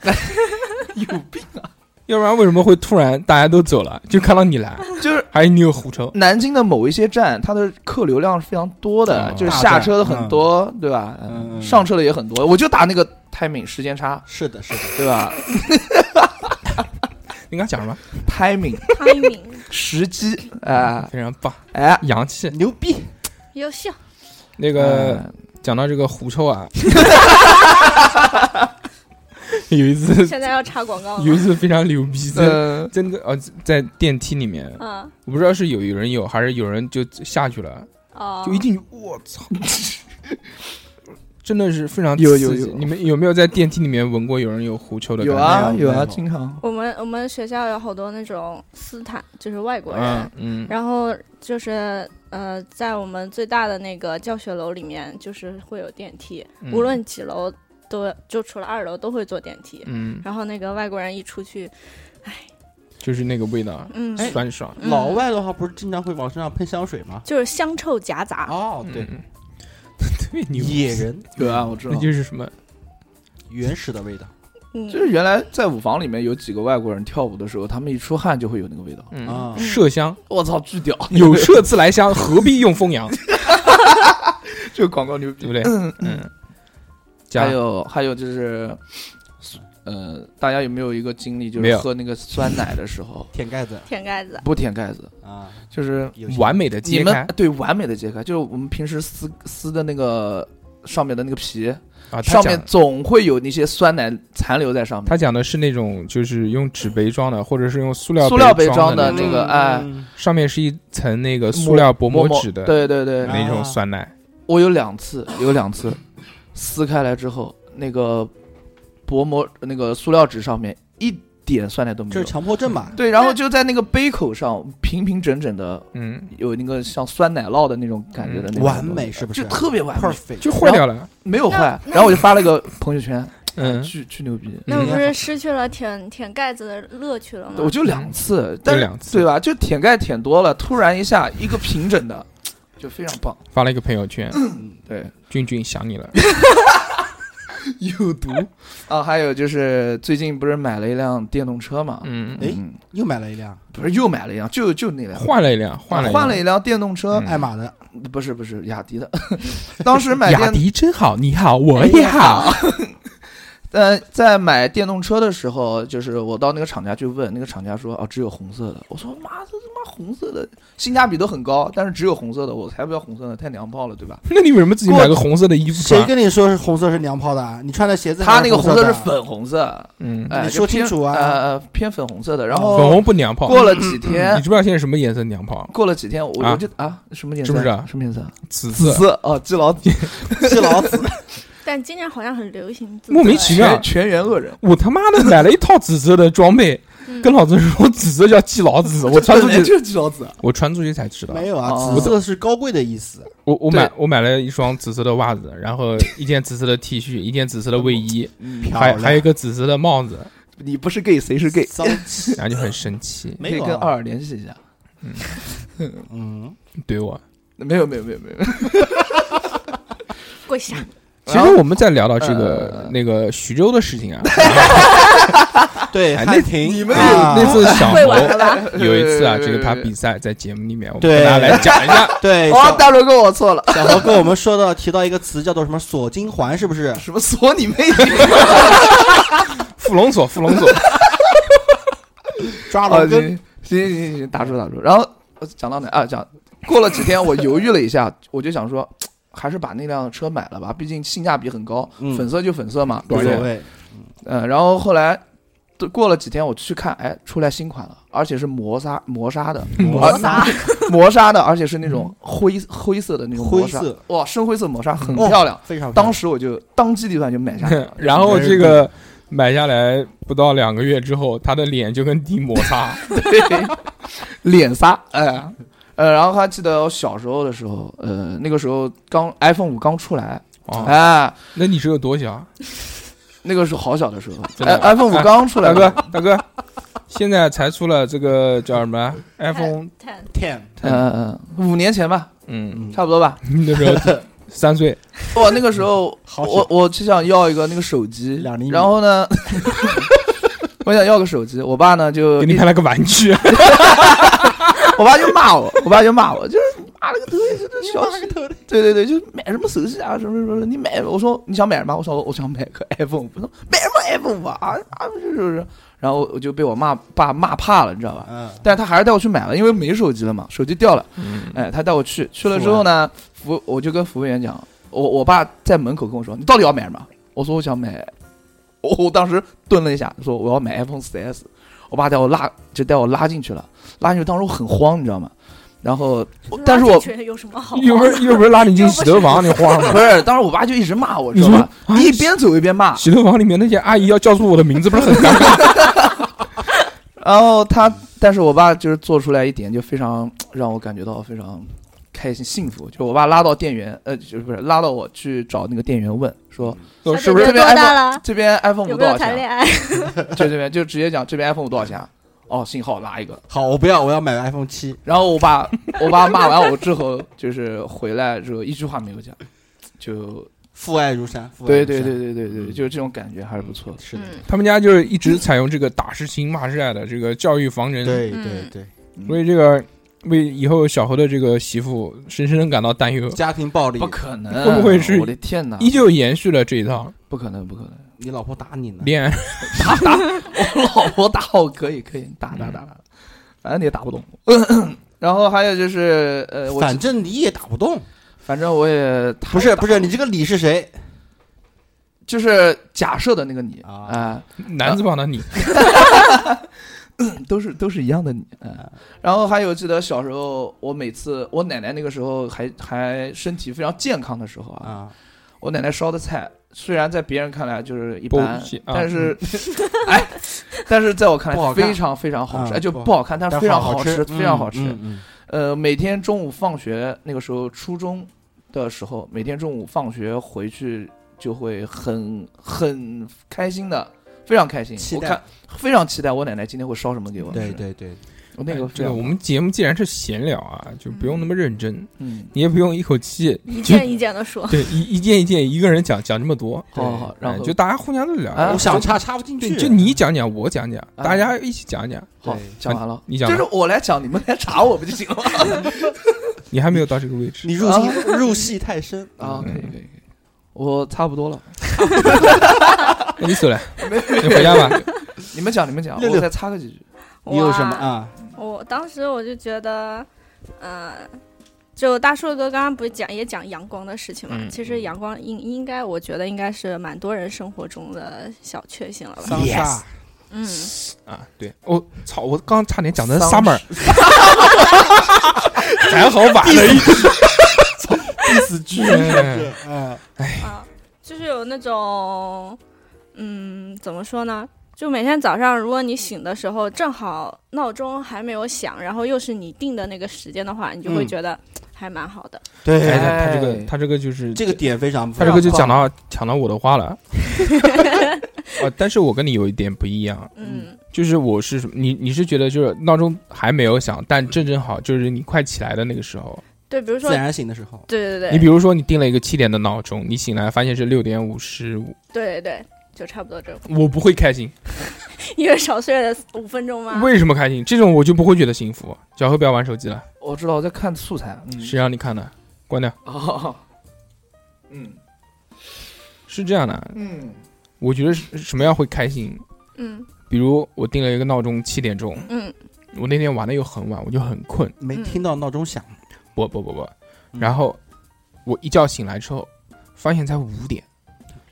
S2: 有病啊！
S1: 要不然为什么会突然大家都走了，就看到你来，
S2: 就是
S1: 还有你有狐臭？
S2: 南京的某一些站，它的客流量是非常多的，
S1: 哦
S2: 就是
S3: 大
S2: 下
S3: 站
S2: 车的很多，对吧？
S3: 嗯嗯
S2: 上车的也很多。我就打那个 timing 时间 差，
S3: 是的，是的，
S2: 对吧
S1: 你刚讲什么？
S2: ？timing
S4: 苍蝇
S2: 时机，哎
S1: 非常棒，
S2: 哎，
S1: 洋气。
S3: 牛逼！
S4: 优秀，
S1: 那个
S2: 呃
S1: 讲到这个狐臭啊，有一次
S4: 现在要插广告
S1: 有一
S4: 了。
S1: 次非常牛逼，在
S2: 呃，
S1: 真的呃，在电梯里面，
S4: 嗯
S1: 我不知道是有人有还是有人就下去了，
S4: 哦，
S1: 就一进去，我操！真的是非常
S2: 有有
S1: 刺激
S2: 有
S1: 你们有没有在电梯里面闻过有人有狐臭的感
S2: 有
S1: 觉？
S2: 啊
S3: 没有
S2: 有
S3: 没
S2: 啊，
S3: 有
S2: 经常
S4: 我们我们学校有好多那种斯坦，就是外国人，
S1: 嗯嗯，
S4: 然后就是呃，在我们最大的那个教学楼里面，就是会有电梯，
S1: 嗯
S4: 无论几楼都就除了二楼都会坐电梯。
S1: 嗯，
S4: 然后那个外国人一出去，
S1: 就是那个味道，
S4: 嗯，
S1: 酸爽。
S4: 嗯
S3: 老外的话不是经常会往身上喷香水吗？
S4: 就是香臭夹杂，
S3: 哦，对，
S1: 嗯，特别牛，
S3: 野人
S2: 有啊，我知 道
S1: 那。就是什么？
S3: 原始的味道
S4: 嗯，
S2: 就是原来在舞房里面有几个外国人跳舞的时候，他们一出汗就会有那个味道。
S1: 嗯，
S3: 啊，
S1: 麝香
S2: 我操，巨 屌！
S1: 有麝自来香，何必用风扬？
S2: 这个广告牛
S1: 对
S2: 逼。
S1: 不对？嗯，加
S2: 还
S1: 油！
S2: 有还有就是，呃，大家有没有一个经历，就
S1: 没
S2: 是
S1: 有
S2: 喝那个酸奶的时候
S3: 舔盖子
S4: 舔盖
S1: 嗯
S4: 子，
S2: 不舔盖子，
S3: 啊，
S2: 就是
S3: 有些
S1: 完美的
S2: 你
S1: 揭
S2: 们
S1: 开
S2: 对完美的揭开，就是我们平时撕撕的那个上面的那个皮，
S1: 啊，他
S2: 上
S1: 讲
S2: 面总会有那些酸奶残留在上面
S1: 他。讲的是那种就是用纸杯装的，或者是用塑料
S2: 塑料杯
S1: 杯装
S2: 装的
S1: 那
S2: 这
S1: 种，
S2: 个
S3: 嗯
S2: 哎
S3: 嗯
S1: 上面是一层那个塑料薄膜纸的
S2: 对对对，
S1: 那种
S3: 啊
S1: 酸奶，
S2: 我有两次，有两次撕开来之后，那个薄膜那个塑料纸上面一点酸奶都没
S3: 这
S2: 有
S3: 嗯是。强迫症吧？
S2: 对，然后就在那个杯口上平平整整的，
S1: 嗯，
S2: 有那个像酸奶酪的那种感
S6: 嗯
S2: 觉的那种
S3: 完美嗯是不
S2: 就是特别完美，
S3: ？perfect
S1: 就坏掉了。
S2: 没有坏。
S4: 那
S2: 然后我就发了个朋友圈，
S1: 嗯，
S2: 巨巨牛逼。
S4: 那
S3: 嗯
S4: 不是失去了舔舔盖子的乐趣了吗？
S2: 我就两
S3: 嗯
S2: 次，
S1: 这
S2: 但是
S1: 两次
S2: 对吧？就舔盖舔多了，突然一下一个平整的，就非常棒。
S1: 发了一个朋友圈，
S2: 对，
S1: 君君想你了，
S2: 有毒啊！还有就是最近不是买了一辆电动车嘛？
S1: 嗯，
S3: 哎又买了一辆
S2: 不是又买了一辆，就就那辆。
S1: 换了一辆，换了
S2: 啊
S1: 一辆
S2: 换了一辆电动车，
S1: 嗯
S3: 爱玛的，
S2: 不是不是雅迪的， 当时买
S1: 雅
S2: 电，
S1: 迪真好，你好，我也好，
S2: 呃，在买电动车的时候，就是我到那个厂家去问，那个厂家说哦，只有红色的。我说妈，这他妈红色的性价比都很高，但是只有红色的，我才不要红色的，太娘炮了，对吧？
S1: 那你为什么自己买个红色的衣服
S3: 谁
S1: 穿？
S3: 跟你说是红色是娘炮的啊？你穿的鞋子
S2: 他
S3: 还
S2: 那个
S3: 红
S2: 红色
S3: 的啊
S2: 是，粉红色，
S1: 嗯，
S2: 哎，
S3: 你
S2: 就
S3: 说清
S2: 偏
S3: 楚啊
S2: 呃呃，偏粉红色的。然后
S1: 粉红不娘炮。
S2: 哦过了几天
S1: 你，知不知道现在什么颜色娘炮？
S2: 过了几天，我
S1: 嗯啊
S2: 我就啊，什么颜色？
S1: 是不是啊
S2: 什么颜色？
S1: 紫
S2: 紫
S1: 色，
S2: 色哦，基佬 底
S3: 是老子
S4: 但今年好像很流行自
S1: 莫名
S4: 慰
S1: 其妙
S2: 全。全员恶人。
S1: 我他妈的买了一套紫色的装备，
S4: 嗯
S1: 跟老子说紫色叫季老 子，我穿出去，
S2: 就是基佬紫，
S1: 我穿出去才知道。
S3: 没有啊，
S2: 哦
S3: 紫色是高贵的意思，
S1: 我我买
S2: 对
S1: 我买了一双紫色的袜子，然后一件紫色的 T 恤，一件紫色的卫衣，
S2: 嗯
S3: 漂
S1: 还
S3: 亮，
S1: 还有一个紫色的帽子，
S2: 你不是 gay 谁是 gay？
S3: 骚气，
S1: 然后就很生气，
S2: 可
S3: 没
S2: 以
S3: 有
S2: 跟
S3: 啊
S2: 二联系一下。
S3: 嗯，
S1: 怼我。
S2: 没有没有没有没有，
S4: 跪下，
S1: 其实我们在聊到这个
S2: 嗯呃
S1: 那个徐州的事情 啊，
S3: 对，
S1: 哎
S3: 汉庭，
S2: 你们
S3: 啊
S1: 那次小
S4: 跪完
S1: 侯
S4: 了吧？
S1: 有一次啊，
S2: 对
S1: 这个他
S2: 对
S1: 比赛在节目里面，我们
S3: 对
S1: 跟 大家来讲一下，
S3: 对
S2: 哦，
S3: 小
S2: 大刘哥，我错了，
S3: 小何跟我们说到提到一个词叫做什么锁金环，是不是？
S2: 什么锁你妹！
S1: 富隆索，富隆索，，
S3: 抓
S2: 哦，
S3: 了
S2: 行
S3: 根
S2: 啊哦行行行，打住打住。然后呃讲到哪啊？讲过了几天，我犹豫了一下， 我就想说，还是把那辆车买了吧，毕竟性价比很高，
S3: 嗯
S2: 粉色就粉色嘛，对
S3: 无
S2: 不
S3: 所
S2: 对？
S3: 谓，
S2: 嗯，然后后来。都过了几天，我去看，哎，出来新款了，而且是磨砂磨砂的，
S3: 磨
S2: 砂磨砂的，而且是那种灰灰色的那种磨砂
S3: 灰色，
S2: 哇，深灰色磨砂很
S3: 哦
S2: 漂亮。
S3: 非常
S2: 当时我就当机立断就买下来 了
S1: 然后这个买下来不到两个月之后，他的脸就跟地摩擦，
S2: 对，脸仨， 哎，呃，然后还记得我小时候的时候，呃，那个时候刚 iPhone 五刚出来，
S1: 哦，
S2: 哎，
S1: 那你是有多小？
S2: 那个是好小的时候，
S1: 真
S2: 哎
S1: 的
S2: ，iPhone 五刚出来
S1: 大哥
S2: 嘛，，
S1: 大哥，现在才出了这个叫什么
S2: 哎
S1: iPhone，
S4: 太
S3: ten，
S2: 嗯嗯嗯，五年前吧，
S1: 嗯，
S2: 差不多吧。
S1: 那时候三 岁，
S2: 哇，那个时
S1: 嗯
S2: 候
S3: 好小
S2: 我我就想要一个那个手机
S3: 两厘，米
S2: 然后呢， 我想要个手机，我爸呢就
S1: 给你
S2: 一
S1: 买了个玩具，
S2: 我爸就骂我，我爸就骂我，就是你妈了个头，这这小气，对对对，就是买什么手机啊，什么什么，你买，我说你想买什么？我说我想买个 iPhone，我说买什么 iPhone 吧啊啊，是是是，然后我就被我骂爸骂怕了，你知道吧？
S3: 嗯，
S2: 但是他还是带我去买了，因为没手机了嘛，手机掉了，
S1: 嗯
S2: 哎，他带我去，去了之后呢，服我就跟服务员讲，我我爸在门口跟我说，你到底要买什么？我说我想买，我我当时顿了一下，说我要买 iPhone 4S，我爸带我拉就带我拉进去了，拉进去当时我很慌，你知道吗？然后，但是我
S4: 有什么好？
S1: 又不是又不是拉你进洗头房，你慌 吗？
S2: 不是，当时我爸就一直骂我，
S1: 你
S2: 知
S1: 说
S2: 道 吧？
S1: 啊
S2: 一边走一边骂，
S1: 洗头房里面那些阿姨要叫出我的名字，不是很尴尬？
S2: 然后他，但是我爸就是做出来一点，就非常让我感觉到非常开心幸福。就我爸拉到店员，呃，就是不是拉到我去找那个店员问说，
S1: 都 是
S4: 小
S1: 不
S4: 姐
S1: 是
S4: 姐
S2: 这
S4: 多
S2: 边 iPhone-
S4: 大了？
S2: 这边 iPhone
S4: 有
S2: 五
S4: 没
S2: 多
S4: 有
S2: 少
S4: 谈
S2: 钱？
S4: 恋爱？
S2: 就这边就直接讲这边 iPhone 五多少钱啊？哦，幸好拉一个。
S3: 好，我不要，我要买 iPhone 七，
S2: 然后我爸我爸骂完我之后，就是回来之后一句话没有讲，就
S3: 父爱如山，父爱
S2: 对
S3: 如山
S2: 对对，对对
S3: 嗯
S2: 对，就这种感觉还是不错 的。
S3: 是的，
S4: 嗯，
S1: 他们家就是一直采用这个打是亲骂是爱的这个教育防人，
S3: 对
S4: 嗯
S3: 对对，
S1: 所以这个为以后小何的这个媳妇深深感到担忧，
S3: 家庭暴力
S2: 不，可能，啊
S1: 会不会是
S2: 我的天哪，
S1: 依旧延续了这一套
S2: 不可能，不可能。
S3: 你老婆打你呢？
S1: 恋爱。
S2: 打打，我老婆打我可以可以打打打
S3: 嗯
S2: 打，反正你也打不动。 然后还有就是呃，我
S3: 反正你也打不动，
S2: 反正我也打
S3: 不是
S2: 打
S3: 不是，你这个理是谁？
S2: 就是假设的那个你
S3: 啊
S2: 啊、
S1: 男子旁的你，
S2: 都是都是一样的你。
S3: 啊
S2: 呃然后还有记得小时候，我每次我奶奶那个时候还还身体非常健康的时候啊，
S3: 啊，
S2: 我奶奶烧的菜虽然在别人看来就是一
S1: 不
S2: 般
S1: 喜，啊
S2: 但是哎，但是在我看
S3: 不好
S2: 来
S3: 看
S2: 非常非常好吃，
S3: 啊
S2: 哎就
S3: 不好
S2: 不好看，但是
S3: 但
S2: 非常
S3: 好
S2: 吃，非常好吃。
S3: 嗯嗯
S2: 呃，每天中午放学，那个时候初中的时候，每天中午放学回去就会很很开心的，非常开心。
S3: 期
S2: 我
S3: 待
S2: 看非常期待我奶奶今天会烧什么给我
S3: 嗯，
S2: 吃。
S3: 对对对，
S2: 我哦那个
S1: 哎这
S2: 非
S1: 个
S2: 常
S1: 我们节目既然是闲聊啊，就不用那么认真，
S2: 嗯，
S1: 你也不用一口气
S4: 一
S1: 就
S4: 件一件的说。
S1: 对一一件一件一个人讲讲这么多，
S2: 好好好，然
S1: 哎
S2: 后
S1: 就大家互相都聊，
S2: 啊
S3: 我想插插不进
S1: 对
S3: 去，
S1: 就你讲讲，我讲讲，
S2: 啊
S1: 大家一起讲讲，
S2: 好
S3: 对
S2: 讲完了，
S1: 你讲
S2: 就
S1: 吧
S2: 是我来讲，你们来查我不就行了吗？
S1: 你还没有到这个位置
S3: 你，入戏入戏太深
S2: 啊，可以
S1: 嗯
S2: 可以可以，我差不多了，
S1: 那你走 了，你回家吧。
S2: 你们讲你们讲，
S3: 六
S2: 我
S3: 六
S2: 再插个几句。
S3: 你有什么
S4: 哇
S3: 啊？
S4: 我当时我就觉得，呃，就大树哥刚刚不是讲也讲阳光的事情嘛？
S1: 嗯
S4: 其实阳光应应该，我觉得应该是蛮多人生活中的小确幸了吧？
S3: 桑莎，
S4: 嗯，
S1: 啊，对，我、操，我刚差点讲成
S2: 丧
S1: summer，还好
S2: 啊
S1: 晚了一
S3: 第四句
S1: 嗯
S3: 嗯，
S4: 啊，就是有那种，嗯，怎么说呢？就每天早上，如果你醒的时候正好闹钟还没有响，然后又是你定的那个时间的话，你就会
S3: 嗯
S4: 觉得还蛮好的。
S1: 哎，
S3: 对，
S1: 他他这
S2: 哎
S1: 个他这个就是
S3: 这个点非常，
S1: 他这个就讲到抢到我的话了。啊，但是我跟你有一点不一样，
S4: 嗯
S1: 就是我是什么？你你是觉得就是闹钟还没有响，但正正好就是你快起来的那个时候。
S4: 对，比如说
S3: 自，然醒的时候，
S4: 对对
S1: 你
S4: 对
S1: 比，如说你定了一个七点的闹钟，你醒来发现是六点五十五，
S4: 对对对，就差不多这种，
S1: 我不会开心。
S4: 因为少睡了五分钟嘛。
S1: 为什么开心？这种我就不会觉得幸福。小何不要玩手机了，
S2: 我知道我在看素材，嗯
S1: 谁让你看的？关掉。
S2: 哦，嗯
S1: 是这样的，
S2: 嗯
S1: 我觉得是什么样会开心？
S4: 嗯
S1: 比如我定了一个闹钟七点钟，
S4: 嗯
S1: 我那天玩的又很晚，我就很困，
S3: 没听到闹钟响，
S1: 不不不不，然后我一觉醒来之后，发现才五点。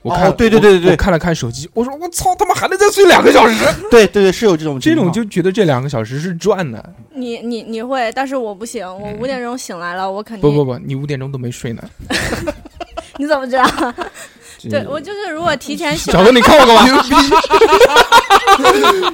S1: 我看、
S3: 哦对对对对
S1: 我
S3: 对
S1: 我看了看手机，我说我操，他妈还能再睡两个小时，
S3: 嗯对对对，是有这种
S1: 这
S3: 情
S1: 种
S3: 况
S1: 就觉得这两个小时是赚的。
S4: 你你你会，但是我不行，我五点钟醒来了，我肯定
S1: 不不不，你五点钟都没睡呢。
S4: 你怎么知道？ 对
S1: 这
S4: 我就是如果提前醒
S1: 嗯小何，你看我干嘛？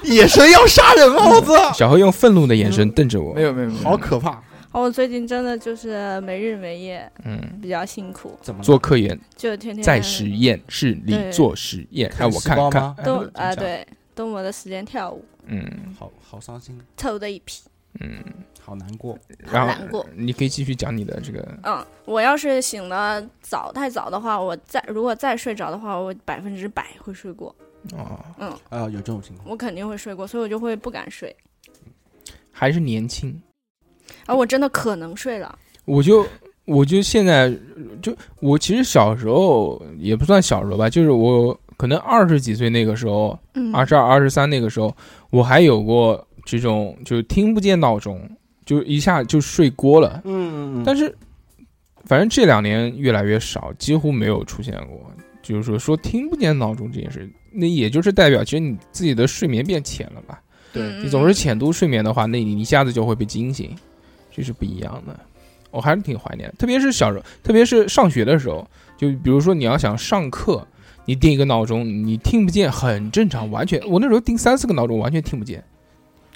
S3: 野神要杀人了，我操！
S1: 小何用愤怒的眼神瞪着我
S2: 没。有没有没有，
S3: 好可怕，
S4: 哦，我最近真的就是没日没夜，
S1: 嗯，
S4: 比较辛苦，
S3: 怎么
S1: 做科研，
S4: 就天天
S1: 在实验室里
S4: 嗯对
S1: 做实验，
S3: 看
S1: 让我
S3: 细
S1: 看
S3: 胞
S1: 看
S3: 吗。
S1: 哎
S4: 都啊，，对，都没得时间跳舞，
S1: 嗯
S3: 好好伤心，
S4: 臭的一批，
S1: 嗯，
S3: 好难过。
S1: 然
S4: 难
S1: 后
S4: 过
S1: 你可以继续讲你的这个，
S4: 嗯，我要是醒的早太早的话，我再如果再睡着的话，我百分之百会睡过，嗯
S1: 哦，
S3: 啊、有这种情况，
S4: 我肯定会睡过，所以我就会不敢睡，
S1: 还是年轻。
S4: 啊，我真的可能睡了，
S1: 我就我就现在就我其实小时候也不算小时候吧，就是我可能二十几岁那个时候，
S4: 嗯，
S1: 二十二、二十三那个时候，我还有过这种就听不见闹钟，就一下就睡过了。
S3: 嗯嗯
S1: 但是反正这两年越来越少，几乎没有出现过。就是说说听不见闹钟这件事，那也就是代表其实你自己的睡眠变浅了吧？
S4: 嗯
S1: 你总是浅度睡眠的话，那你一下子就会被惊醒，这是不一样的。我还是挺怀念的，特别是小时候，特别是上学的时候，就比如说你要想上课，你定一个闹钟，你听不见很正常，完全。我那时候定三四个闹钟，完全听不见。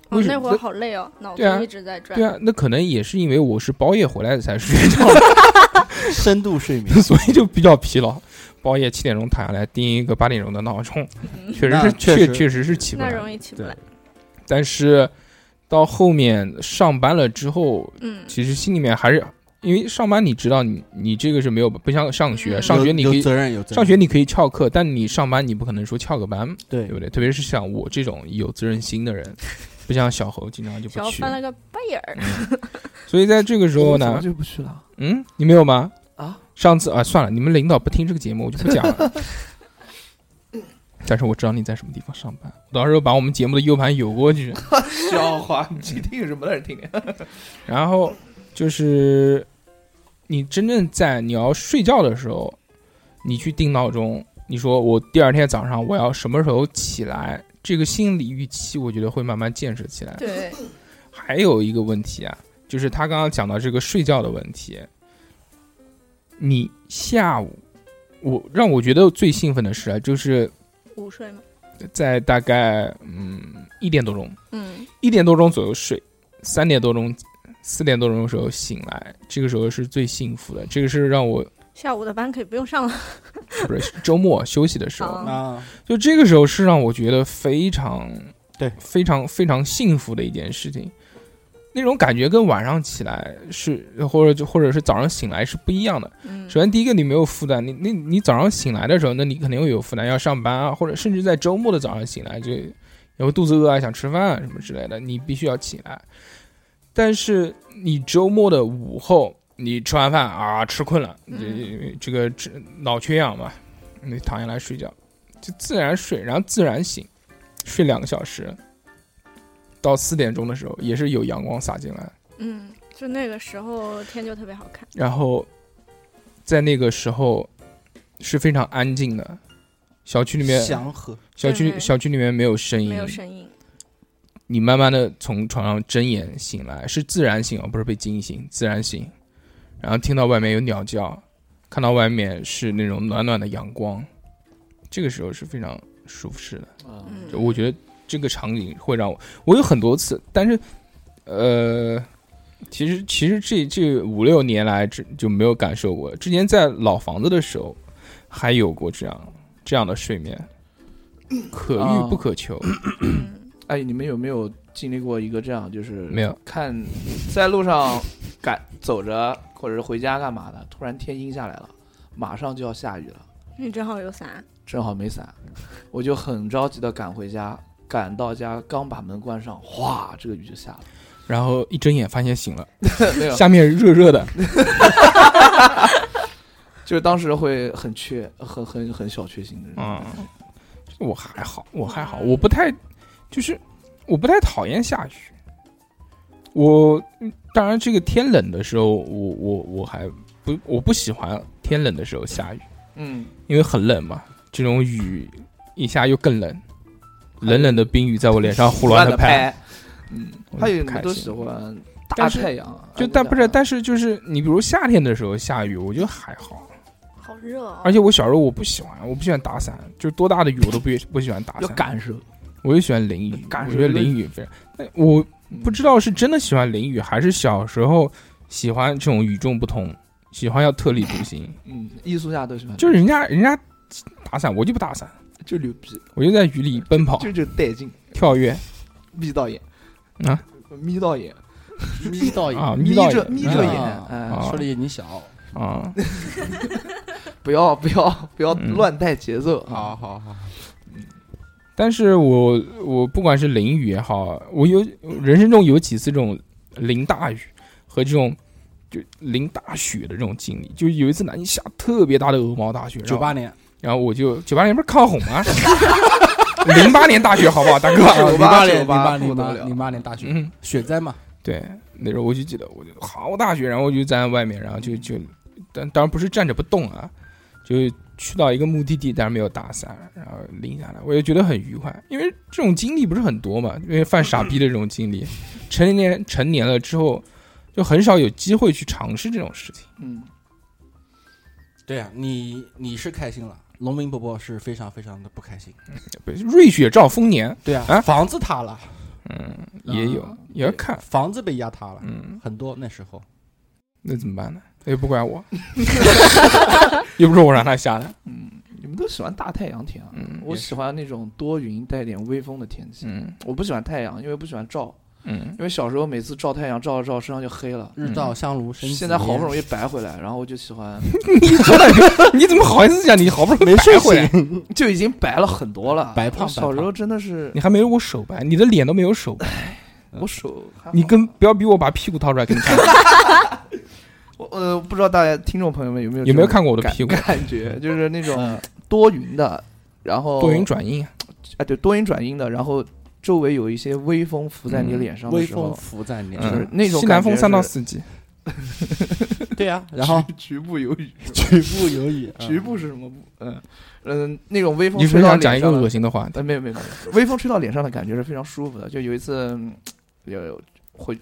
S4: 我
S1: 为什
S4: 那会儿
S1: 么？
S4: 好累哦，脑
S1: 对啊
S4: 子一直在转。
S1: 对啊，那可能也是因为我是包夜回来才睡觉
S3: 嗯，深度睡眠
S1: 的， 所以就比较疲劳。包夜七点钟躺下来，定一个八点钟的闹钟， 确实
S3: 那
S1: 是
S3: 确
S1: 确
S3: 实
S1: 确实是起不
S4: 嗯那
S1: 来。
S4: 容易起不
S3: 对
S4: 来。
S1: 但是到后面上班了之后，
S4: 嗯，
S1: 其实心里面还是因为上班，你知道你你这个是没有不像上学，
S4: 嗯
S1: 上学你
S3: 有
S1: 可
S3: 有
S1: 以
S3: 责任有责任，
S1: 上学你可以翘课，但你上班你不可能说翘个班，
S3: 对
S1: 对不对？特别是像我这种有责任心的人，不像小猴经常就
S4: 小
S1: 不去
S4: 翻。了个白眼 儿。
S1: 所以在这个时候
S2: 我早
S1: 呢，
S2: 就不去了
S1: 嗯，你没有吗？
S2: 啊。
S1: 上次啊，算了，你们领导不听这个节目，我就不讲了。但是我知道你在什么地方上班，我到时候把我们节目的 U 盘邮过去。
S2: 笑话，你这个听什么在这听？
S1: 然后就是你真正在你要睡觉的时候，你去定闹钟，你说我第二天早上我要什么时候起来，这个心理预期，我觉得会慢慢建设起来。
S4: 对，
S1: 还有一个问题啊，就是他刚刚讲到这个睡觉的问题，你下午，我让我觉得最兴奋的事啊，就是
S4: 午睡嘛。
S1: 在大概嗯一点多钟，
S4: 嗯，
S1: 一点多钟左右睡，三点多钟、四点多钟的时候醒来，这个时候是最幸福的。这个是让我
S4: 下午的班可以不用上了。
S1: 不是是周末休息的时
S6: 哦
S1: 候，
S4: 啊
S3: 啊，
S1: 就这个时候是让我觉得非常
S3: 对
S1: 非常非常幸福的一件事情。那种感觉跟晚上起来是，或者就或者是早上醒来是不一样的。
S4: 嗯，
S1: 首先，第一个你没有负担，你你你早上醒来的时候，那你肯定会有负担，要上班啊，或者甚至在周末的早上醒来就也会肚子饿啊，想吃饭啊什么之类的，你必须要起来。但是你周末的午后，你吃完饭啊，吃困了，这
S4: 嗯
S1: 这个这脑缺氧嘛，你躺下来睡觉，就自然睡，然后自然醒，睡两个小时，到四点钟的时候也是有阳光洒进来，
S4: 嗯，就那个时候天就特别好看。
S1: 然后在那个时候是非常安静的，小区里面
S3: 祥和，
S1: 小区
S4: 对
S1: 小区里面没有声音
S4: 没，有声音。
S1: 你慢慢的从床上睁眼醒来，是自然醒而不是被惊醒，自然醒，然后听到外面有鸟叫，看到外面是那种暖暖的阳光，这个时候是非常舒适的。
S2: 啊
S4: 嗯，
S1: 我觉得这个场景会让我，我有很多次，但是，呃，其实其实这这五六年来只就没有感受过。之前在老房子的时候，还有过这样这样的睡眠，可遇不可求。
S4: 嗯
S2: 哎，你们有没有经历过一个这样，就是
S1: 没有
S2: 看在路上赶走着，或者是回家干嘛的，突然天阴下来了，马上就要下雨了，
S4: 你正好有伞，
S2: 正好没伞，我就很着急的赶回家，赶到家刚把门关上，哗，这个雨就下了，
S1: 然后一睁眼发现醒了，
S2: 没有，
S1: 下面热热的，
S2: 就是当时会很缺，很很很小确幸的人，
S1: 嗯，我还好，我还好，我不太，就是我不太讨厌下雨。我嗯当然，这个天冷的时候，我我我还不我不喜欢天冷的时候下雨，
S2: 嗯，
S1: 因为很冷嘛，这种雨一下又更冷，冷冷的冰雨在我脸上胡乱
S2: 乱
S1: 的
S2: 的
S1: 拍，
S2: 拍，嗯，
S1: 我
S2: 还有
S1: 就
S2: 你
S1: 开
S2: 们都
S1: 心
S2: 喜欢大
S1: 但是
S2: 太阳啊，
S1: 就
S2: 那
S1: 但
S2: 个
S1: 不是，但是就是你比如夏天的时候下雨，我觉得还好。
S4: 好热哦
S1: 而且我小时候我不喜欢，我不喜欢打伞，就是多大的雨我都不不喜欢打
S2: 要
S1: 伞，
S2: 感受，
S1: 我就喜欢淋雨。
S2: 感
S1: 我
S2: 受
S1: 觉得淋雨非常，但我不知道是真的喜欢淋雨，还是小时候喜欢这种与众不同，喜欢要特立独行。
S2: 嗯，艺术家都喜欢，
S1: 就是人家人家打伞，我就不打伞，
S2: 就牛逼，
S1: 我就在雨里奔 跑、
S2: 就就带劲，
S1: 跳跃
S2: 眯到眼
S1: 啊，
S2: 眯到眼，
S6: 眯到眼，
S1: 啊，
S2: 眯
S1: 到
S2: 着眯着眼，
S6: 啊
S2: 哎
S1: 啊
S6: 说的你小，
S1: 啊，
S2: 不要不要不要
S1: 嗯
S2: 乱带节奏啊！
S3: 好好好，
S1: 但是我我不管是淋雨也好，我有人生中有几次这种淋大雨和这种就淋大雪的这种经历。就有一次南京下特别大的鹅毛大雪，然后
S6: 九八，年，
S1: 然后我就九八年不是抗洪吗？啊 零八年大雪好不好，大哥？
S6: 啊
S2: 九
S6: 零
S2: 八
S6: 八年，零八
S2: 八
S6: 零
S2: 不得
S6: 八
S2: 了
S6: 零八年大雪，
S1: 嗯，
S6: 雪灾嘛，
S1: 对，那时候我就记得，我就好大雪，然后我就站在外面，然后就就，但当然不是站着不动啊，就去到一个目的地，但是没有打伞，然后淋下来，我也觉得很愉快，因为这种经历不是很多嘛，因为犯傻逼的这种经历，成年成年了之后，就很少有机会去尝试这种事情。
S2: 嗯，
S6: 对
S3: 啊
S6: 呀，你你是开心了，农民伯伯是非常非常的不开心，
S1: 瑞雪兆丰年
S6: 对啊
S1: 啊，
S6: 房子塌了，
S1: 也有，
S6: 啊
S1: 也要看，
S6: 房子被压塌了，
S1: 嗯，
S6: 很多那时候，
S1: 那怎么办呢？又不怪我， 又不是我让他下的，
S2: 你们都喜欢大太阳天啊，
S1: 嗯，
S2: 我
S1: 也是
S2: 喜欢那种多云带点微风的天气，
S1: 嗯
S2: 我不喜欢太阳，因为不喜欢照，
S1: 嗯
S2: 因为小时候每次照太阳照着照身上就黑了。
S6: 日照香炉生紫
S2: 现在好
S6: 烟
S2: 不容易白回来，然后我就喜欢，
S1: 你怎么好意思讲？你好不容易没
S6: 睡
S1: 回来，
S2: 就已经白了很多了。
S6: 白胖
S2: 我小时
S6: 白
S2: 候
S6: 胖
S2: 真的是
S1: 你，还没有我手白，你的脸都没有手 白，
S2: 我手还好，
S1: 你跟不要逼我把屁股掏出来给你 看，
S2: 我呃不知道大家听众朋友们有没有
S1: 有没有
S2: 这种
S1: 看过我的
S2: 感
S1: 屁股？
S2: 感觉，就是那种
S6: 嗯，
S2: 多云的，然后
S1: 多云转阴，啊
S2: 哎对多云转阴的，然后周围有一些微风拂在你
S1: 嗯
S2: 脸上的
S6: 微
S2: 时
S6: 风
S2: 候，
S6: 拂在脸
S2: 就
S6: 上，
S2: 是
S1: 嗯
S2: 那种
S1: 西
S2: 感
S1: 南风
S2: 觉
S1: 三到
S2: 是
S1: 四级，
S6: 对呀，然后
S2: 局 局部有雨，
S6: 局部有雨，嗯
S2: 局部是什么部？嗯嗯，那种微风
S1: 你是不
S2: 吹
S1: 是
S2: 到
S1: 想讲
S2: 脸
S1: 一个
S2: 上
S1: 恶
S2: 的，
S1: 心的话？
S2: 呃，没有没有没有，微风吹到脸上的感觉是非常舒服的。就有一次嗯有回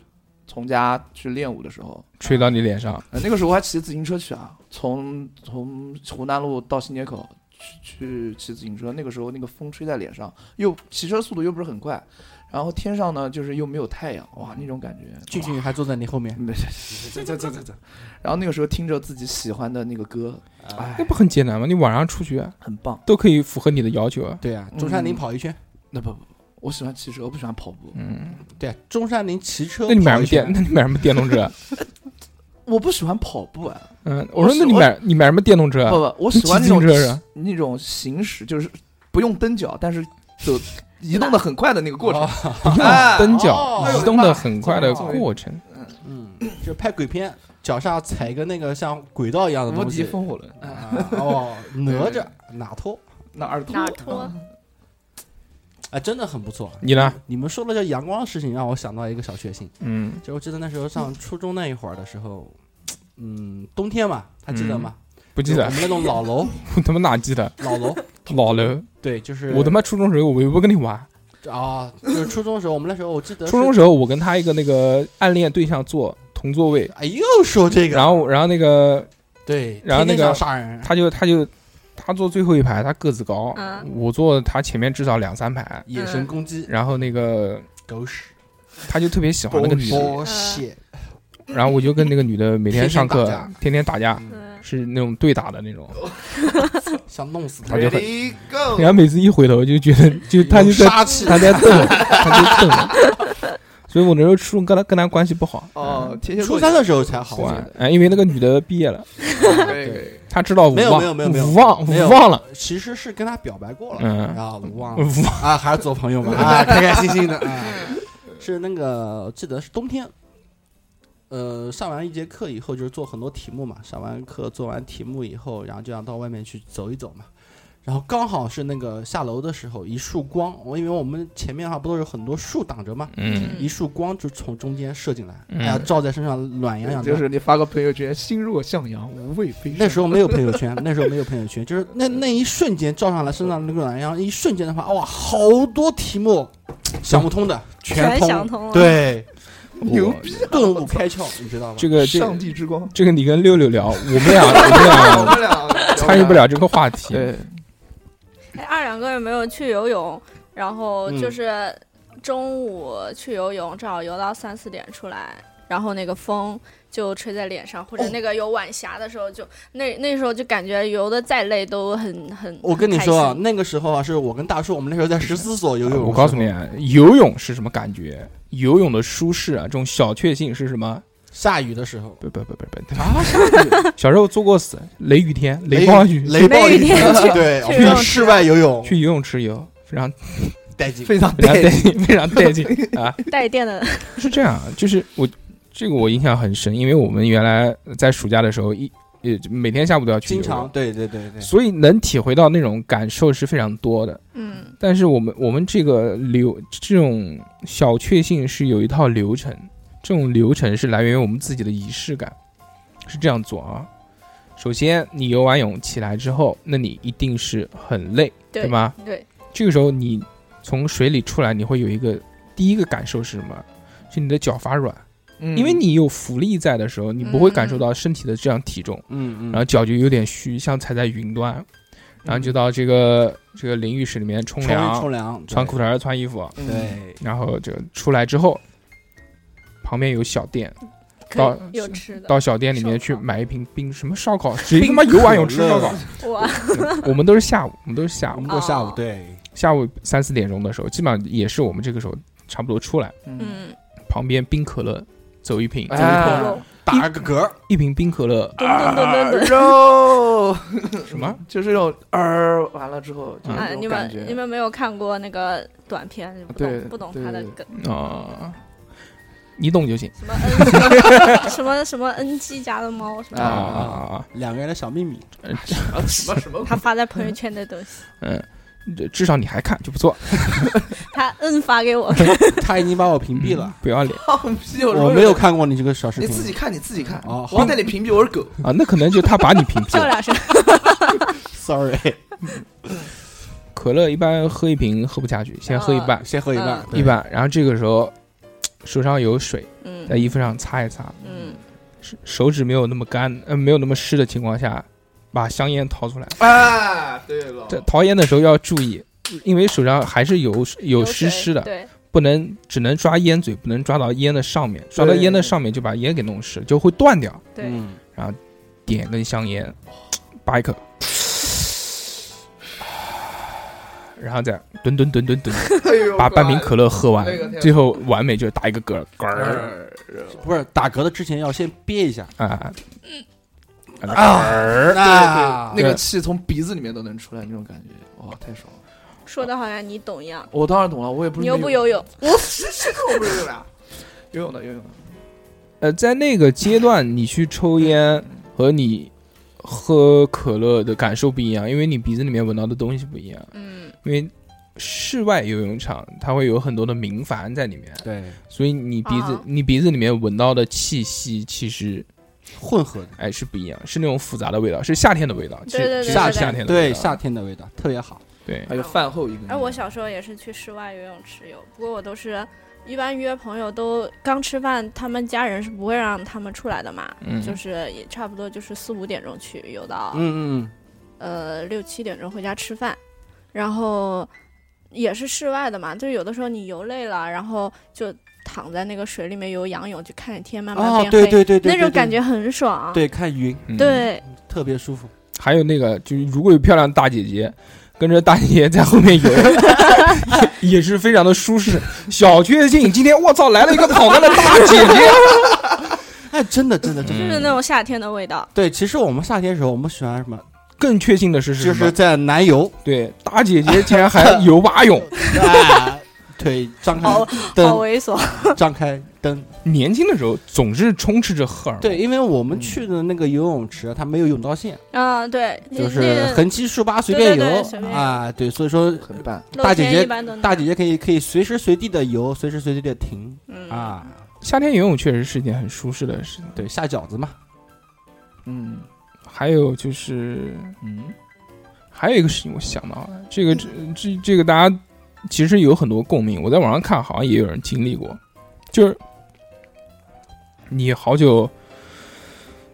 S2: 从家去练舞的时候，
S1: 吹到你脸上，哎
S2: 呃那个时候我还骑自行车去啊，从从湖南路到新街口去去骑自行车，那个时候那个风吹在脸上，又骑车速度又不是很快，然后天上呢就是又没有太阳，哇，那种感觉。
S6: 俊俊还坐在你后面，
S2: 没事，这这这这这，然后那个时候听着自己喜欢的那个歌，哎
S1: 那，不很简单吗？你晚上出去
S2: 很棒。
S1: 都可以符合你的要求啊。
S6: 对呀，中山陵
S2: 嗯
S6: 跑一圈，
S2: 那不不，我喜欢骑车，我不喜欢跑步。
S1: 嗯，
S6: 对呀，中山陵骑车，
S1: 那你买什么 电？？那你买什么电动车？啊
S2: 我不喜欢跑步啊，
S1: 嗯，我哦说那你买你买什么电动车
S2: 不？不，我
S1: 你
S2: 喜
S1: 啊骑
S2: 欢
S1: 自
S2: 那
S1: 行
S2: 种
S1: 车是吧？
S2: 那种行驶，就是不用蹬脚，但是走移动的很快的那个过
S1: 哦
S6: 啊
S2: 程。
S1: 不
S2: 哎
S1: 用蹬脚
S6: 哦，
S1: 移动的很快的
S2: 这么好
S1: 过程。
S6: 嗯，就拍鬼片，脚下踩一个那个像轨道一样的
S2: 无
S6: 东
S2: 敌
S6: 西，
S2: 风火轮，
S6: 啊哦，哪吒哪托
S2: 哪儿脱
S4: 哪儿脱？
S6: 啊，真的很不错。
S1: 你呢？
S6: 你们说了这阳光的事情，让我想到一个小确幸。
S1: 嗯
S6: 就我记得那时候上初中那一会儿的时候，嗯，冬天嘛，还记得吗？
S1: 不嗯记
S6: 我
S1: 得，
S6: 们那种老 楼，
S1: 我他妈哪记得？
S6: 老楼，
S1: 老了，
S6: 对，就是
S1: 我他妈初中时候我又不跟你玩。
S6: 啊，就是初中时候，我们那时候我记得
S1: 初中
S6: 时
S1: 时候，我跟他一个那个暗恋对象坐同座位，
S6: 候，哎，又说这个，
S1: 然后然后那个
S6: 对，
S1: 然后那个
S6: 天天想杀人，
S1: 他就他就他坐最后一排，他个子高，
S4: 嗯
S1: 我坐他前面至少两三排，
S6: 野生攻击，
S1: 然后那个
S6: 狗屎，
S1: 他就特别喜欢那个女的，
S6: 波蟹，
S1: 然后我就跟那个女的每天上课
S6: 天天打
S1: 天天打架，哦
S4: 嗯，
S1: 是那种对打的那种，
S6: 想弄死他
S1: 他，就很，
S2: Ready
S1: 然后每次一回头就 觉得就他就在
S6: 杀气，
S1: 他在瞪我，他就瞪我，所以我那时候初中跟他跟他关系不好，
S2: 哦，天蝎
S6: 初
S2: 座
S6: 三的时候才好
S1: 好玩
S6: 玩。，
S1: 哎，因为那个女的毕业了，
S2: 可以可以
S1: 他知道我
S6: 没有
S1: 忘
S6: 没有没有没有
S1: 我忘
S6: 没有
S1: 我忘了，
S6: 其实是跟他表白过了，
S1: 嗯
S6: 然后忘
S1: 我
S6: 了
S1: 忘
S6: 啊，还是做朋 友嘛，啊，开开心心的啊。是那个，我记得是冬天，呃，上完一节课以后，就是做很多题目嘛。上完课做完题目以后，然后就想到外面去走一走嘛。然后刚好是那个下楼的时候，一束光，我因为我们前面的话不都有很多树挡着吗？
S1: 嗯，
S6: 一束光就从中间射进来，
S1: 嗯
S6: 哎呀，照在身上暖洋洋的。
S2: 就是你发个朋友圈，心若向阳，无畏悲伤。
S6: 那时候没有朋友圈，那时候没有朋友圈，就是那那一瞬间照上来身上那个暖洋，一瞬间的话，哇，好多题目想不通的，
S4: 全
S6: 通，
S4: 想通了。，
S3: 对，
S2: 牛逼，啊
S6: 顿悟开窍，你知道吗？
S1: 这个这
S2: 上
S1: 个
S2: 帝之光。啊
S1: 这个你跟六六聊，我们俩我们 俩
S2: 俩
S1: 参与不。了这个话题。
S2: 对，
S4: 哎，二两哥有没有去游泳？然后就
S6: 嗯
S4: 是中午去游泳，正好游到三四点出来，然后那个风就吹在脸上，或
S6: 哦
S4: 者那个有晚霞的时候就，那那时候就感觉游的再累都很很。
S6: 我跟你
S4: 很开
S6: 说啊，
S4: 心
S6: 那个时候啊，是我跟大叔，我们那时候在十四所 游泳的时候。
S1: 我告诉你啊，游泳是什么感觉？游泳的舒适啊，这种小确幸是什么？
S6: 下雨的时候，
S1: 不不不不不 啊！小时候做过死，雷雨天、暴雨，
S6: 雷暴雨
S4: 雷雨天去
S6: 对，
S4: 去游泳池
S6: 室外游泳
S1: 去游泳池游，非 常
S6: 带劲。
S2: 非常
S1: 非常
S2: 带
S1: 带劲，非常带劲啊！
S4: 带 电的，
S1: 是这样，啊就是我这个我印象很深，因为我们原来在暑假的时候一呃每天下午都要去游
S6: 经
S1: 泳，
S6: 常对对对对，
S1: 所以能体会到那种感受是非常多的。
S4: 嗯，
S1: 但是我们我们这个流这种小确幸是有一套流程，这种流程是来源于我们自己的仪式感，是这样做啊。首先，你游完泳起来之后，那你一定是很累，
S4: 对
S1: 对吗？
S4: 对，
S1: 这个时候你从水里出来，你会有一个第一个感受是什么？是你的脚发软，
S2: 嗯
S1: 因为你有浮力在的时候，你不会感受到身体的这样体重，
S6: 嗯嗯，
S1: 然后脚就有点虚，像踩在云端，然后就到这个这个淋浴室里面嗯冲
S6: 冲
S1: 凉，
S6: 冲凉，
S1: 穿裤衩儿穿衣服，
S2: 嗯
S6: 对，
S1: 然后就出来之后，旁边有小店，
S4: 可以有吃的。
S1: 到小店里面去
S4: 烧烤
S1: 买一瓶冰什么烧烤，谁他妈游完泳吃烧 烤？
S4: 哇，
S1: 我们都是下午，我们都是下
S6: 我
S1: 午
S6: 们，过下午
S4: 哦
S6: 对，
S1: 下午三四点钟的时候，基本上也是我们这个时候差不多出来。
S2: 嗯，
S4: 嗯，
S1: 旁边冰可乐走一瓶，
S4: 可
S2: 哎
S4: 乐，
S6: 打个嗝儿，
S1: 一瓶冰可乐
S4: 噔噔 噔噔噔。
S2: 肉
S1: 什么？
S2: 就是那种呃，完了之后就
S1: 嗯
S2: 是那
S4: 哎，
S2: 种
S4: 你
S2: 感
S4: 们你
S2: 觉。
S4: 们没有看过那个短片，不
S2: 对
S4: 懂不懂
S2: 对
S4: 他的
S2: 对
S4: 梗，
S1: 啊、你懂就行
S4: 什么 N 什么 什么 NG 家的猫什么
S1: 啊
S4: 的，
S1: 啊啊！
S6: 两个人的小秘密，
S2: 啊什么什么
S4: 他发在朋友圈的东西，
S1: 嗯，这至少你还看就不错，
S4: 他嗯发给我，
S6: 他已经把我屏蔽了
S1: 嗯，不要脸
S2: 放屁？
S6: 我没有，看过嗯你这个小视
S2: 你
S6: 频，
S2: 自己看你自己看。
S6: 哦
S2: 我要带你屏蔽，我是狗。
S1: 啊！那可能就他把你 屏蔽
S4: 叫
S1: 了。
S4: 两声。
S6: ，sorry，
S1: 可乐一般喝一瓶喝不下去，先喝一半，
S6: 先喝一半
S4: 嗯，
S6: 对
S1: 一，半，然后这个时候嘖手上哎有水，
S4: 嗯
S1: 在衣服上擦一擦，
S4: 嗯，
S1: 手手指没有那么干，呃，没有那么湿的情况下，把香烟掏出来。
S2: 啊，对了
S1: 这掏烟的时候要注意，因为手上还是有有湿
S4: 水
S1: 湿的，
S4: 对，
S1: 不能只能抓烟嘴，不能抓到烟的上面，抓到烟的上面就把烟给弄湿，就会断掉。
S4: 对
S6: 嗯，
S1: 点根香烟，拔一口，然后再吨吨吨吨吨，
S2: 哎呦
S1: 把半瓶可乐喝完
S2: 那个天，
S1: 最后完美就是打一个嗝，嗝儿
S2: 呃
S6: 不是打嗝的之前要先憋一下，
S2: 嗯
S1: 啊，
S6: 啊，那
S2: 那个气从鼻子里面都能出来，那种感觉，哇，太爽了！
S4: 说的好像你懂一样。
S2: 我当然懂了，我也不是
S4: 你又不
S2: 游，
S4: 游泳，
S2: 我是是我不是游泳，游泳的游泳的，
S1: 呃，在那个阶段，你去抽烟和你喝可乐的感受不一样，因为你鼻子里面闻到的东西不一样，
S4: 嗯，
S1: 因为。室外游泳场，它会有很多的明矾在里面，
S6: 对，
S1: 所以你鼻子、
S4: 啊
S1: 你鼻子里面闻到的气息，其实
S6: 混合的，
S1: 哎是不一样，是那种复杂的味道，是夏天的味道，
S4: 对对对
S1: 是
S4: 对
S1: 夏
S4: 对
S1: 夏天的味
S6: 对，
S1: 道
S6: 夏天的味道特别好，
S1: 对
S2: 还有饭后一个。
S4: 哎，我小时候也是去室外游泳池游，不过我都是一般约朋友都刚吃饭，他们家人是不会让他们出来的嘛，
S1: 嗯
S4: 就是也差不多就是四五点钟去游到，
S6: 嗯嗯
S4: 呃六七点钟回家吃饭，然后也是室外的嘛，就是有的时候你游累了，然后就躺在那个水里面游仰泳，就看着天
S6: 嗯，
S4: 慢慢
S6: 哦
S4: 变，黑，
S6: 对对对对，
S4: 那
S6: 对
S4: 种
S6: 对
S4: 感觉很爽。
S6: 对，看云
S1: 嗯
S4: 对
S6: 特别舒服，
S1: 还有那个就是如果有漂亮大姐姐跟着大姐姐在后面游， 也也是非常的舒适。小确幸，今天我操来了一个跑男的大姐姐，
S6: 哎，真的真的真的，
S4: 就是那种夏天的味道。
S6: 对，其实我们夏天的时候，我们喜欢什么？
S1: 更确信的是什
S6: 就
S1: 么？
S6: 是在南 游，
S1: 对大姐姐竟然还游蛙泳，
S6: 啊，腿张开
S4: 好，
S6: 蹬
S4: 哦好猥琐，
S6: 张开，灯。
S1: 年轻的时候总是充斥着荷尔蒙，
S6: 对，，因为我们去的那个游泳池，它没有泳道线，
S4: 啊，对，
S6: 就
S4: 那
S6: 是
S4: 个
S6: 横七竖八随
S4: 对
S6: 便
S4: 对对
S6: 游
S4: 随便游
S6: 啊，对，所以说
S2: 很棒。
S4: 露
S6: 大
S4: 天
S6: 姐姐
S4: 一般都那
S6: 大
S4: 样
S6: 姐姐可以可以随时随地的游，随时随地的停
S4: 嗯
S6: 啊，
S1: 夏天游泳确实是一件很舒适的事情。
S6: 对，下饺子嘛，
S2: 嗯
S1: 还有就是
S2: 嗯，
S1: 还有一个事情，我想到了，这个这这这个大家其实有很多共鸣，我在网上看好像也有人经历过，就是你好久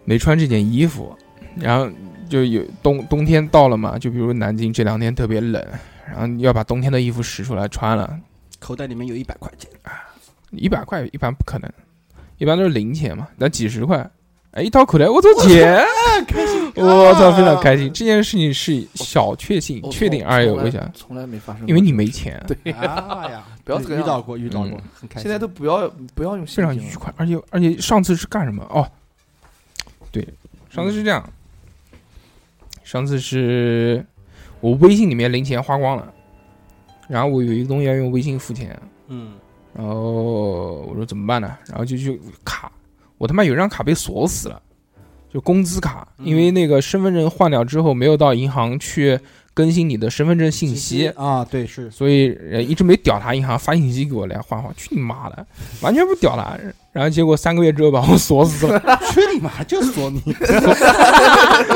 S1: 没穿这件衣服，然后就有冬冬天到了嘛，就比如南京这两天特别冷，然后你要把冬天的衣服拾出来穿了，
S6: 口袋里面有一百块钱，
S1: 一百块一般不可能，一般都是零钱嘛，那几十块，哎，一掏口袋，我操，啊钱， 我操，非常开心。这件事情是小确幸，确定而有为啥？
S2: 从来没发生过，
S1: 因为你没钱，对，
S6: 啊呀，
S2: 不要这
S6: 对
S2: 个
S6: 遇
S2: 样
S6: 到过遇到过
S1: 嗯，
S6: 很开心。
S2: 现在都不要不要用
S1: 非
S2: 现
S1: 常
S2: 金
S1: 愉
S2: 了
S1: 快，而且而且上次是干什么？哦，对，上次是这样，上次是我微信里面零钱花光了，然后我有一个东西要用微信付钱，
S6: 嗯，
S1: 然后我说怎么办呢？然后就去卡，我他妈有一张卡被锁死了，就工资卡，
S6: 嗯
S1: 因为那个身份证换掉之后，没有到银行去更新你的身份证信息，
S6: 啊，对是，
S1: 所以呃一直没屌他银行发信息给我来换换，去你妈的，完全不屌他。然后结果三个月之后把我锁死了，
S6: 去你妈就锁你，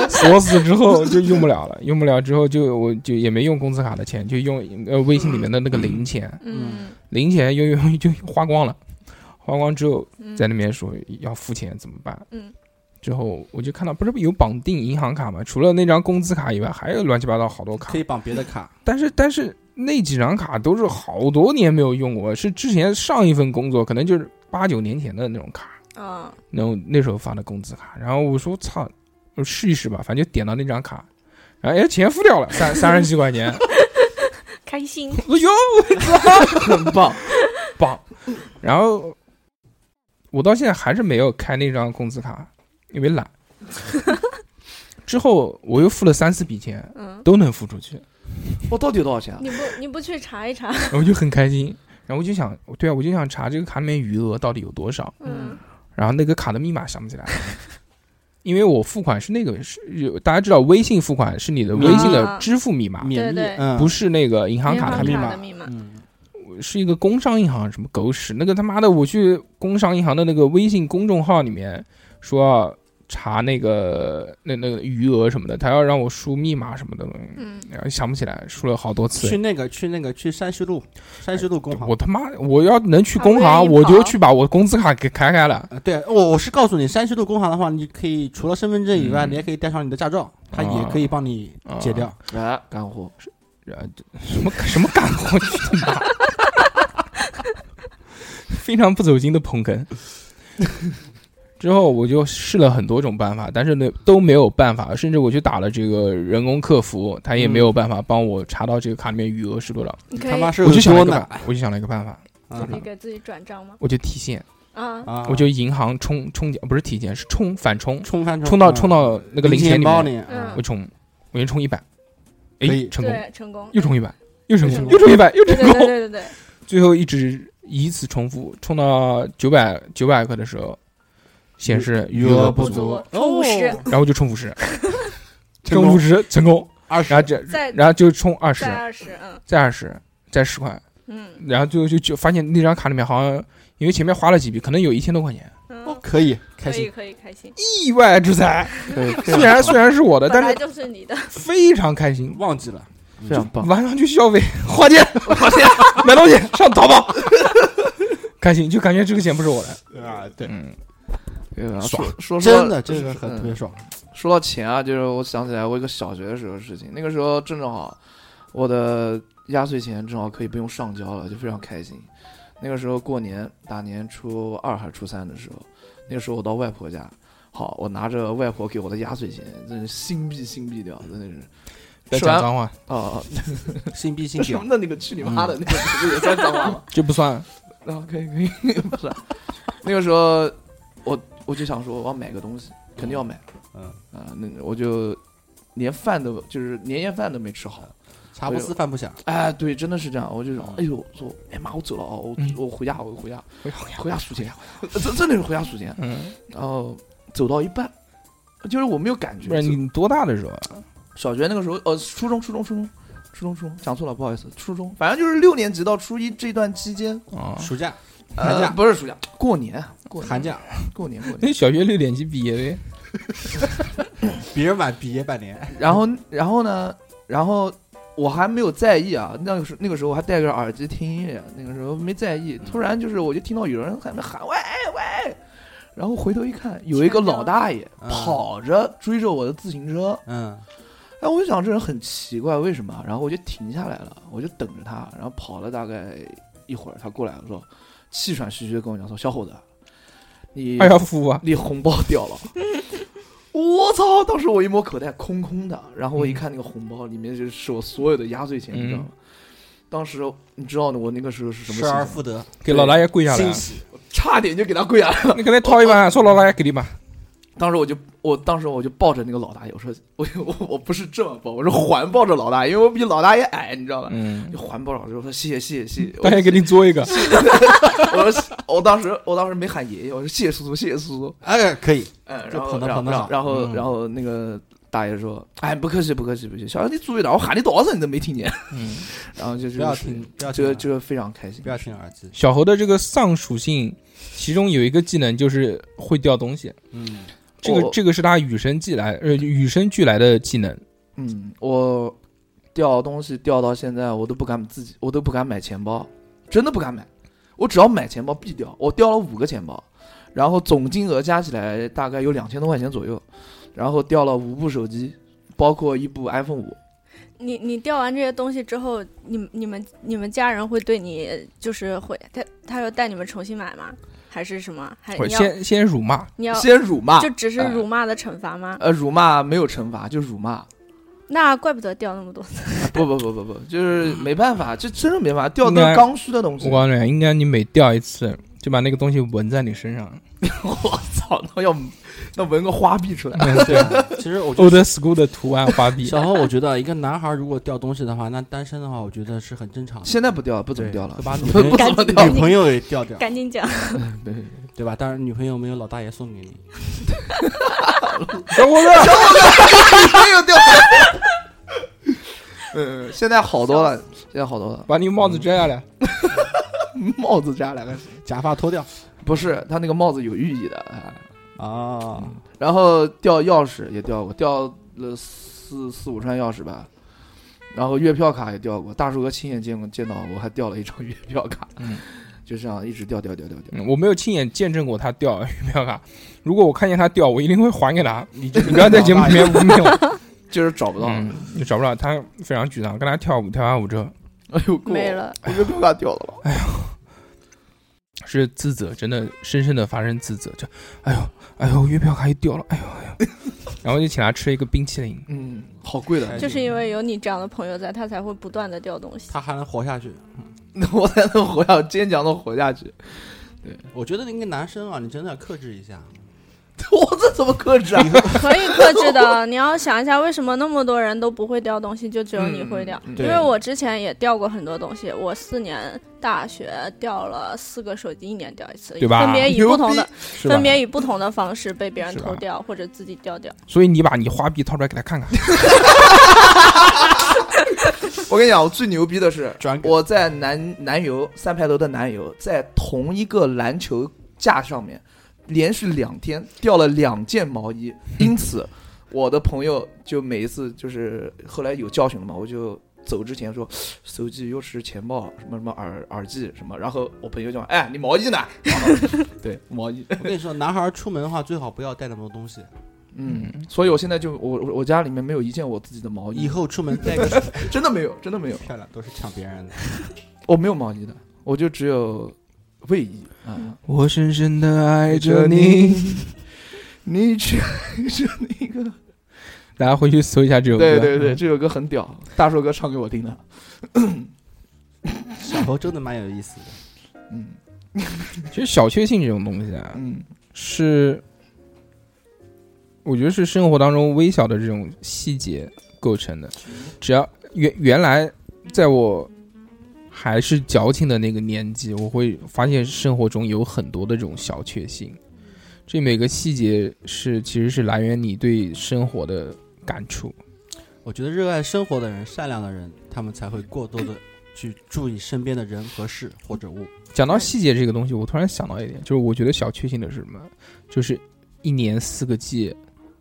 S1: 锁死之后就用不了了，用不了之后就我就也没用工资卡的钱，就用呃微信里面的那个零钱，
S4: 嗯
S1: 零钱用用就花光了，花光之后
S4: 嗯
S1: 在那边说要付钱怎么办？
S4: 嗯，
S1: 之后我就看到不是有绑定银行卡吗？除了那张工资卡以外，还有乱七八糟好多卡
S6: 可。以绑别的卡，
S1: 但是但是那几张卡都是好多年没有用过，是之前上一份工作可能就是八九年前的那种卡，
S4: 啊
S1: 那种那时候发的工资卡。然后我说操，我试一试吧，反正就点到那张卡。然后哎，钱付掉了，哎三三十几块 钱。
S4: 开 心，
S1: 我说哟，
S2: 很棒。
S1: 棒。然后我到现在还是没有开那张工资卡，因为懒。之后我又付了三四笔钱，
S4: 嗯，
S1: 都能付出去，
S2: 我到底有多少钱啊？
S4: 你不你不去查一查，
S1: 我就很开心。然后我就想，对啊，我就想查这个卡里面余额到底有多少，
S4: 嗯
S1: 然后那个卡的密码想不起来了， 因为我付款是那个是有大家知道，微信付款是你的微信的
S4: 啊
S1: 支付密码，
S6: 免疫
S4: 对对
S6: 嗯，
S1: 不
S6: 是，
S1: 是那个银行
S4: 银
S1: 卡的
S4: 行
S1: 密码。
S4: 卡
S6: 码
S4: 的密码，
S6: 嗯，
S1: 是一个工商银行什么狗屎，那个他妈的我去工商银行的那个微信公众号里面说要查那个那那个余额什么的，他要让我输密码什么的，
S4: 嗯
S1: 然后想不起来，输了好多
S6: 去
S1: 次。
S6: 那个去那个去山西路，山西路工行
S1: 我。他妈我要能去工
S4: 还
S1: 行，
S4: 不愿意
S1: 我
S4: 跑
S1: 就去把我工资卡给开开了。
S6: 啊，对我我是告诉你，山西路工行的话，你可以除了身份证以外，你也可以带上你的驾照，它也可以帮你解掉。
S2: 来，干货，
S1: 呃，什么什么干活去他妈！非常不走心的捧哏。之后我就试了很多种办法，但是呢都没有办法，甚至我去打了这个人工客服，他也没有办法帮我查到这个卡里面余额是多少。
S4: 你可
S6: 他
S4: 以
S6: 妈是
S1: 我就
S6: 有
S1: 想了
S6: 多
S1: 一个办
S6: 难
S1: 法，我就想了一个办法，
S6: 啊
S4: 你给自己转账吗？
S1: 我就提现，
S4: 啊，
S6: 啊！
S1: 我就银行充充钱，不是提现，是充反充，
S6: 冲翻
S1: 充到冲到那
S6: 那
S1: 嗯个零钱里
S6: 包
S1: 面，
S6: 里，
S4: 嗯
S1: 我充，我先充一百，
S6: 可
S1: 哎，
S6: 以
S1: 成功，
S4: 对，成 功，
S1: 又充一百，又成
S4: 成
S1: 功，
S4: 功
S1: 又充一百，又
S4: 对
S1: 成
S4: 对对
S1: 功。
S4: 对对对，
S1: 最后一直以此重复，冲到九百九百克的时候，显示余
S6: 余
S1: 额
S6: 额
S1: 不
S6: 不
S1: 足，
S6: 足哦
S4: 充五十，
S1: 然后我就冲五十，
S6: 成
S1: 五
S6: 功
S1: 十成功，
S6: 二十
S1: 然后这
S4: 再
S1: 然后就冲二十
S4: 再，二十，嗯
S1: 再二十，再十块，
S4: 嗯
S1: 然后最后就就发现那张卡里面好像因为前面花了几笔，可能有一千多块钱，
S6: 哦
S4: 嗯，
S6: 可以开
S4: 可以
S6: 心，
S4: 可以开心，
S1: 意外之财，
S2: 可以
S1: 虽然虽然是
S6: 呃
S1: 我的，
S4: 本
S1: 但
S4: 来
S1: 是
S4: 就是你的，
S1: 非常开心。
S6: 忘记了。
S2: 非常棒。
S1: 晚上去消费， 花钱，哦花钱 买东西，上淘宝， 开心就感觉这个钱不是我的，
S6: 啊，对，
S1: 嗯，
S2: 对吧
S1: 爽
S2: 说说
S6: 真的这个很
S2: 嗯
S6: 特别爽。
S2: 说到钱啊，就是我想起来我一个小学的时候的事情，那个时候正正好我的压岁钱正好可以不用上交了，就非常开心。那个时候过年大年初二还是初三的时候，那个时候我到外婆家，好，我拿着外婆给我的压岁钱，真是心币心币掉，真的是。
S1: 别
S2: 吃
S1: 讲
S2: 完
S1: 脏话，
S2: 哦，
S6: 新币新
S2: 那什
S6: 表
S2: 么，的那个去你
S1: 嗯
S2: 妈的，那个不是也算脏话吗？
S1: 这不算，
S2: 啊，可以可以， 不是，啊那个时候我我就想说我要买个东西，肯定要买，
S6: 嗯嗯
S2: 啊，那我就连饭都就是年夜饭都没吃好，
S6: 茶不思饭不想，
S2: 哎，对，真的是这样。我就
S6: 嗯
S2: 说，哎呦，说，哎妈，我走了哦，我、
S1: 嗯
S2: 我回家，我回家，
S1: 回家
S2: 回家数钱，呃真真的是回家数钱。
S1: 嗯，
S2: 然后走到一半，就是我没有感觉
S1: 不。是
S2: 走
S1: 你多大的时候啊？
S2: 小学那个时候，呃，初中，初中，初中，初中，初中，讲错了，不好意思，初中，反正就是六年级到初一这段期间，
S1: 啊，
S6: 暑假、寒
S2: 呃
S6: 假，
S2: 不是暑假，过年，过年
S6: 寒，假，
S2: 过年，过年。
S1: 哎那小学六年级毕业呗。
S6: 别人晚毕业半年，
S2: 然后，然后呢？然后我还没有在意啊，那个时候那个时候我还戴着耳机听音乐，啊那个时候没在意。突然就是，我就听到有人在那喊喂喂，然后回头一看，有一个老大爷
S6: 啊
S2: 跑着追着我的自行车。
S6: 嗯，
S2: 哎，我就想这人很奇怪，为什么？然后我就停下来了，我就等着他，然后跑了大概一会儿，他过来了，说气喘吁吁地跟我讲说：“小伙子，你
S1: 还要付啊？
S2: 你红包掉了。我操！当时我一摸口袋空空的，然后我
S1: 嗯
S2: 一看那个红包里面就是我所有的压岁钱，你知道吗？当时你知道我那个时候是什么
S6: 失
S2: 心
S6: 而
S2: 情？
S6: 复得，
S1: 给老大爷跪下来
S6: 欣
S1: 啊，
S6: 喜，
S2: 差点就给他跪下来了。
S1: 你给他掏一把，说老大爷给你吧。
S2: 当时我就，我当时我就抱着那个老大爷，我说我我 我不是这么抱，我是环抱着老大爷，因为我比老大爷矮，你知道吧？
S1: 嗯
S2: 就，环抱着，我说谢谢谢谢谢谢。
S1: 大爷给你做一个，
S2: 我说我当时我当时没喊爷爷，我说谢谢叔叔谢谢叔叔。
S6: 哎，可以，
S2: 嗯，
S6: 就
S2: 然后
S6: 捧得
S2: 然后
S6: 捧得
S2: 然后
S6: 好
S2: 然后
S6: 嗯
S2: 然后那个大爷说：“哎，不客气，不客气，不客气，小杨你注意点，我喊你多少次你都没听见。
S1: 嗯，”
S2: 然后就
S6: 不要
S2: 就是
S6: 听，不要
S2: 这个
S6: 听，
S2: 这个非常开心
S6: 不。要听耳机，
S1: 小猴的这个丧属性，其中有一个技能就是会掉东西，
S6: 嗯，
S1: 这个
S2: 我
S1: 这个是他与生俱来，呃，与生俱来的技能。
S2: 嗯，我掉东西掉到现在，我都不敢自己，我都不敢买钱包，真的不敢买。我只要买钱包必掉，我掉了五个钱包，然后总金额加起来大概有两千多块钱左右，然后掉了五部手机，包括一部 iPhone 五。
S4: 你你掉完这些东西之后，你你们你们家人会对你就是会他他要带你们重新买吗？还是什么？还
S1: 我
S4: 你要
S1: 先先辱骂，
S4: 你要
S2: 先辱骂
S4: 就，只是辱骂的惩罚吗？
S2: 呃，辱骂没有惩罚，就辱骂。
S4: 那怪不得掉那么多。
S2: 不不不不不，就是没办法，这真的没办法，掉
S1: 那
S2: 到刚需的东西。
S1: 我告诉你，应该你每掉一次，就把那个东西纹在你身上。
S2: 我操，那要那纹个花臂出来，
S1: 嗯对
S6: 啊其实我觉得。
S1: ，old school 的图案花臂。
S6: 小侯，我觉得一个男孩如果掉东西的话，那单身的话，我觉得是很正常的。
S2: 现在不掉了，不
S6: 不
S2: 怎么掉了，
S6: 把女
S2: 不不
S6: 朋
S2: 怎么
S6: 友
S2: 掉了
S6: 女。朋友也掉掉，
S4: 赶紧讲，
S2: 对 对
S6: 对吧？当然，女朋友没有老大爷送给你。
S1: 小伙子，
S2: 对又哎掉了。 嗯，现在好多了，现在好多了。
S1: 把你帽子摘下来。
S2: 帽子加两个，
S6: 假发脱掉
S2: 不是他那个帽子有寓意的。哎
S6: 啊，
S2: 然后掉钥匙也掉过，掉了四四五串钥匙吧。然后月票卡也掉过，大树哥亲眼见过见到我还掉了一张月票卡，
S1: 嗯
S2: 就这样一直掉掉掉掉掉。
S1: 嗯我没有亲眼见证过他掉月票卡，啊如果我看见他掉，我一定会还给他。
S6: 你就是
S1: 你不要在节目里面污蔑 我。
S2: 就是找不到了。
S1: 嗯，你找不到他，非常沮丧。跟他跳舞，跳完舞之后
S2: 哎呦，
S4: 没，了。
S2: 我这票卡掉了吧？
S1: 是自责，真的深深的发生自责，就哎呦哎呦，月票卡又掉了，哎呦哎 呦，然后就请他吃一个冰淇淋。
S2: 嗯，好贵的，
S4: 就是因为有你这样的朋友在，他才会不断的掉东西。
S6: 他还能活下去。
S2: 那我才能活下，坚强的活下去。
S6: 我觉得那个男生啊，你真的要克制一下。
S2: 我这怎么克制啊？
S4: 可以克制的，你要想一下，为什么那么多人都不会掉东西，就只有你会掉？
S2: 嗯嗯
S6: 对
S4: 因为我之前也掉过很多东西，我四年大学掉了四个手机，一年掉一次，
S1: 对吧
S4: 分别以
S2: 牛
S4: 不同的
S1: 是吧
S4: 分？别以不同的方式被别人
S1: 是吧
S4: 偷掉或者自己掉掉。
S1: 所以你把你花臂掏出来给他看看。
S2: 我跟你讲，我最牛逼的是，
S6: 转给
S2: 我在南南邮三牌楼的南邮，在同一个篮球架上面，连续两天掉了两件毛衣，因此我的朋友就每一次就是后来有教训了嘛，我就。走之前说，手机、钥匙、钱包，什么什么耳耳机什么，然后我朋友就讲，哎，你毛衣呢？ 对，毛衣。
S6: 我跟你说，男孩出门的话，最好不要带那么多东西。
S2: 嗯，所以我现在就我我我家里面没有一件我自己的毛
S6: 以
S2: 衣，
S6: 后出门带个
S2: 真的没有，真的没有，
S6: 漂亮，都是抢别人的。
S2: 我没有毛衣的，我就只有卫衣啊。
S1: 我深深的爱
S2: 爱着你，， 你却是那个。
S1: 大家回去搜一下这首歌。
S2: 对对对，这首歌很屌，大硕哥唱给我听的。
S6: 小猴真的蛮有意思的。
S2: 嗯
S1: 其实小确幸这种东西啊，
S2: 嗯，
S1: 是我觉得是生活当中微小的这种细节构成的。只要原原来在我还是矫情的那个年纪，我会发现生活中有很多的这种小确幸，这每个细节是其实是来源你对生活的感触。
S6: 我觉得热爱生活的人、善良的人，他们才会过多的去注意身边的人和事或者物。
S1: 讲到细节这个东西，我突然想到一点，就是我觉得小确幸的是什么？就是一年四个季，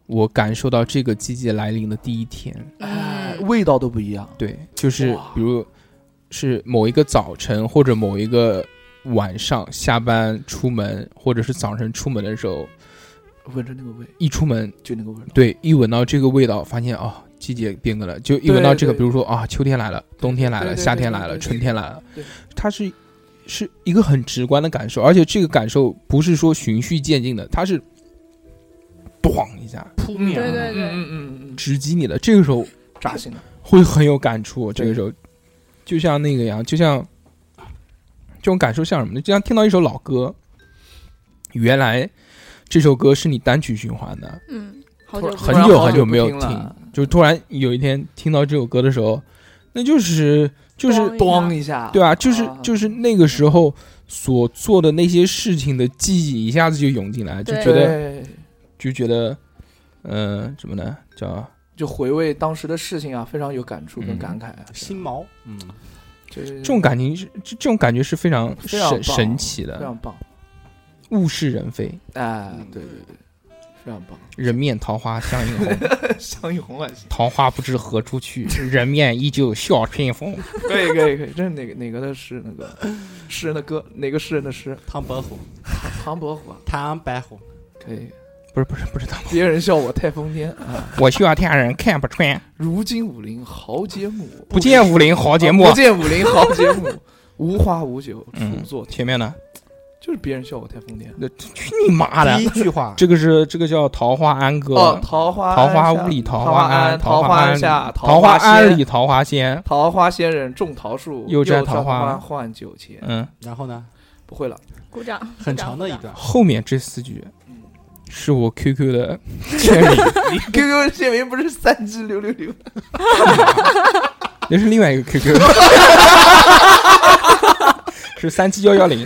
S1: 我感受到这个季节来临的第一天。
S2: 哎
S4: 嗯，
S2: 味道都不一样。
S1: 对，就是
S2: 哇
S1: 比如是某一个早晨或者某一个晚上下班出门，或者是早晨出门的时候，
S2: 闻着那个味，
S1: 一出门，
S2: 就那个味道。
S1: 对，一闻到这个味道，发现哦，季节变更了，就一闻到这个，
S2: 对对
S1: 比如说啊，秋天来了，冬天来
S2: 对
S1: 了，
S2: 对对
S1: 夏天来
S2: 对
S1: 了，
S2: 对
S1: 春天来了
S2: 对，
S1: 它是是一个很直观的感受，而且这个感受不是说循序渐进的，它是咣一下
S2: 扑面
S4: 对对对
S2: 嗯嗯嗯嗯，
S1: 直击你的，这个时候
S2: 炸醒了。
S1: 会很有感触。这
S2: 对
S1: 个时候，就像那个一样，就像这种感受像什么呢？就像听到一首老歌，原来这首歌是你单曲循环的，
S4: 嗯，好久不
S1: 很
S4: 见
S1: 久
S2: 好
S1: 很
S2: 久
S1: 久
S2: 不
S1: 没有
S2: 听了
S1: 就突然有一天听到这首歌的时候，那就是就是
S2: 咣一下，
S1: 对啊，就是
S2: 啊
S1: 就是那个时候所做的那些事情的记忆一下子就涌进来，就
S4: 对
S1: 觉得
S2: 对
S1: 就觉得，呃，怎么呢？叫
S2: 就回味当时的事情啊，非常有感
S1: 嗯
S2: 触跟感慨啊。
S6: 心毛，嗯，
S2: 这
S1: 这种感情是这这种感觉是非常
S2: 非常
S1: 神
S2: 棒
S1: 神奇
S2: 非
S1: 的，
S2: 常棒，
S1: 物是人非，
S2: 哎，
S1: 嗯
S2: 对对对，非常棒。
S1: 人面桃花相映 红，
S2: 相遇红鸾行，
S1: 桃花不知何处去，人面依旧笑春风。
S2: 可以可以可以，这是哪个哪个的诗？那个诗人的歌，哪个诗人的诗？
S6: 唐伯虎，
S2: 唐伯虎啊，
S6: 唐白虎，
S2: 可以。
S1: 不是不是不是，他们
S2: 别人笑我太疯癫啊！
S1: 我笑天人看不穿，
S2: 如今武林豪杰母，
S1: 不见武林好节目
S2: 啊不。见武林豪杰母， 无花无酒
S1: 嗯
S2: 锄作田。
S1: 前面呢？
S2: 就是别人笑我太疯癫。
S1: 那去你妈的
S6: 第！一句 话，
S1: 这个是这个叫桃花庵歌，
S2: 哦，桃花
S1: 桃花
S2: 花
S1: 坞里
S2: 桃
S1: 花
S2: 庵，
S1: 桃
S2: 花
S1: 庵
S2: 下，
S1: 桃
S2: 花
S1: 庵
S2: 仙
S1: 里桃花仙。
S2: 桃花仙人种桃树，
S1: 又
S2: 又
S1: 摘桃
S2: 桃
S1: 花
S2: 换酒钱。
S1: 嗯，
S6: 然后呢，
S2: 不会了，
S4: 啊鼓掌，
S6: 很长的一
S4: 个。
S6: 段，
S1: 后面这四句是我 QQ 的签 名，
S2: 你 QQ 签名不是三只六六六？
S1: 那是另外一个 QQ，是三七幺幺零。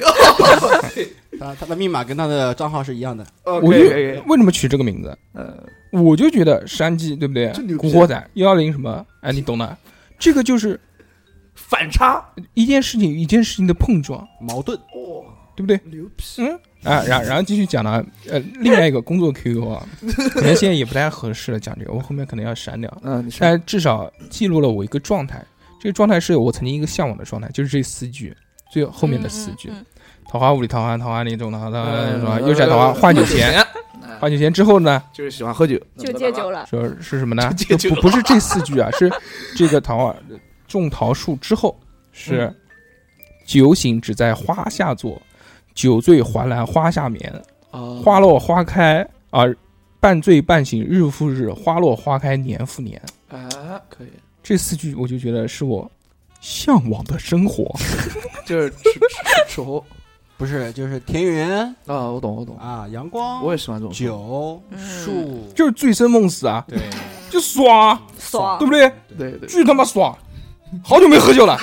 S6: 他他的密码跟他的账号是一样的，
S2: 我
S1: 我就为什么取这个名字？
S2: 呃，
S1: 我就觉得山鸡对不对
S2: 这牛？逼啊
S1: 古惑仔幺幺零什么？哎，你懂的。这个就是
S2: 反差，
S1: 一件事情与一件事情的碰撞，
S6: 矛盾，
S2: 哇，
S1: 对不对？
S2: 牛逼！
S1: 嗯啊，然然后继续讲了，呃，另外一个工作 QQ 啊， 可能现在也不太合适了，讲这个，我后面可能要删掉，
S2: 嗯，你说
S1: 但至少记录了我一个状态，这个状态是我曾经一个向往的状态，就是这四句，最后面的四句
S4: 嗯，嗯
S1: “桃花坞里桃花，桃花里种桃花，桃花里种桃花，
S2: 嗯
S1: 又摘桃花换酒钱，，
S2: 嗯
S1: 换酒钱”之后呢，
S2: 就是喜欢喝酒，
S4: 嗯就戒酒了。
S1: 说是什么呢？
S2: 就戒酒
S1: 不不是这四句啊，是这个桃花种桃树之后是“酒醒只在花下坐，酒醉还来花下眠”。
S2: 啊，
S1: 花落花开啊，半醉半醒，日复日，花落花开，年复年。
S2: 啊，可以，
S1: 这四句我就觉得是我向往的生活。
S2: 就是吃吃吃猴
S6: 不是就是田园
S2: 啊，我懂我懂，
S6: 啊，阳光，
S2: 我也喜欢这种
S6: 酒
S4: 嗯
S6: 树，
S1: 就是醉生梦死啊，
S6: 对，
S1: 就爽啊，
S4: 爽
S1: 对，不对？
S2: 对对，
S1: 巨他妈爽！好久没喝酒了，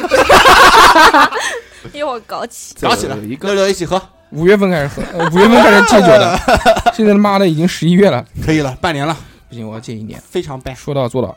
S4: 一会儿搞起。
S6: 搞起来
S2: 有一个
S6: 六六一起喝，
S1: 五月份开始喝，呃五月份开始戒酒的，现在他妈的已经十一月了，
S6: 可以了，半年了，
S1: 不行，我要戒一年。
S6: 非常掰，
S1: 说到做到。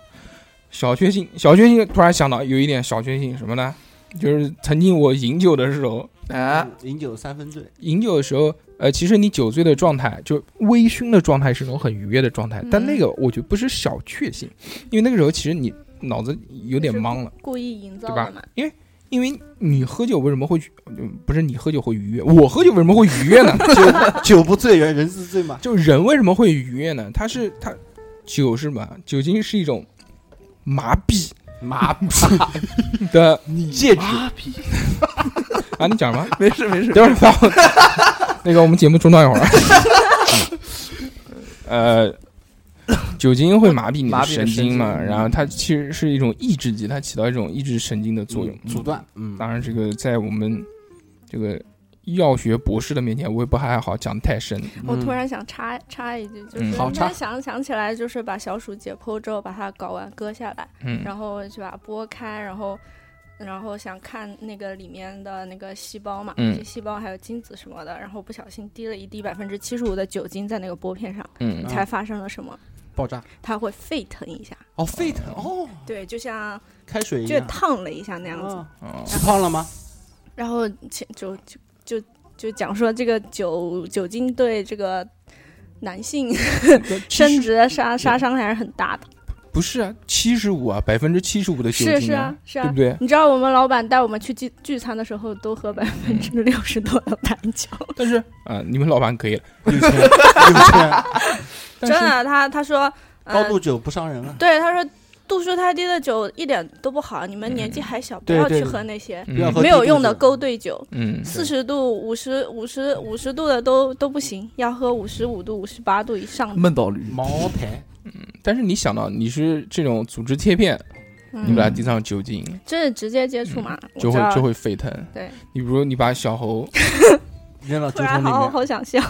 S1: 小确幸，小确幸，突然想到有一点小确幸什么呢？就是曾经我饮酒的时候，
S2: 啊，
S6: 嗯饮酒三分醉，
S1: 饮酒的时候，呃，其实你酒醉的状态，就微醺的状态是一种很愉悦的状态，但
S4: 嗯
S1: 那个我觉得不是小确幸，因为那个时候其实你脑子有点懵了，
S4: 故意营造
S1: 对
S4: 的
S1: 吧
S4: 嘛，？
S1: 因为因为你喝酒为什么会，嗯不是你喝酒会愉悦，我喝酒为什么会愉悦呢？
S6: 酒酒不醉人人自醉嘛，
S1: 就人为什么会愉悦呢？它是它酒是什么？酒精是一种麻痹
S6: 麻
S1: 的
S6: 戒指
S2: 妈逼，
S1: 啊！你讲什么？
S2: 没事没 事，
S1: 等会儿把我 那个我们节目中断一会儿。 呃，酒精会麻痹你
S2: 麻
S1: 的
S2: 痹你
S1: 神
S2: 的
S1: 经嘛，
S2: 神经
S1: 然后它其实是一种抑制剂，它起到一种抑制神经的作用。
S6: 阻断，嗯，
S1: 当然，这个在我们这个药学博士的面前，我也不还好讲太深。
S4: 我
S6: 嗯
S4: 突然想插插一句，就
S2: 嗯
S1: 嗯
S4: 是
S1: 好
S4: 突
S1: 插
S4: 然想想起来，就是把小鼠解剖之后，把它睾丸割下来，
S1: 嗯，
S4: 然后就把它剥开，然后然后想看那个里面的那个细胞嘛，
S1: 嗯
S4: 这些细胞还有精子什么的，然后不小心滴了一滴百分之七十五的酒精在那个玻片上，
S1: 嗯
S4: 你猜发生了什么？
S6: 爆炸
S4: 它会沸腾一下，
S6: 哦，沸腾哦，
S4: 对，就像
S6: 开水一
S4: 就
S6: 样，
S4: 烫了一下那样子。
S6: 啊
S1: 哦
S6: 起泡了吗？
S4: 然后前就就就就讲说这个酒酒精对这个男性 生殖的杀杀伤还是很大的。
S1: 不是啊，七十五啊，百分之七十五的酒精、
S4: 是是啊，是
S1: 对
S4: 啊
S1: 不。对？
S4: 你知道我们老板带我们去聚聚餐的时候，都喝百
S6: 嗯
S4: 分之六十多的白酒。
S1: 但是啊、你们老板可以了，
S6: 六千，六 千，
S1: 但
S4: 真
S1: 是
S4: 的，啊他他说，
S6: 高
S4: 呃，
S6: 度酒不伤人啊，
S4: 对，他说度数太低的酒一点都不好，你们年纪还小，不要
S6: 对
S4: 去
S6: 对
S4: 喝那些
S1: 嗯
S6: 不要喝
S4: 没有用的啊
S6: 低度
S4: 勾兑酒。
S1: 嗯，
S4: 四十度、五十、五十、五十度的都都不行，要喝五十五度、五十八度以上的。
S2: 闷到驴
S6: 酒，茅台，
S1: 但是你想到你是这种组织贴片，
S4: 嗯
S1: 你把它滴上酒精，
S4: 这是直接接触
S2: 嗯
S4: 嘛，我
S1: 就
S4: 知道
S1: 会就会沸腾。
S4: 对，
S1: 你比如你把小猴，
S6: 扔到
S4: 突
S6: 竹
S4: 然哦
S6: 筒里
S4: 好
S6: 面，
S4: 好想笑。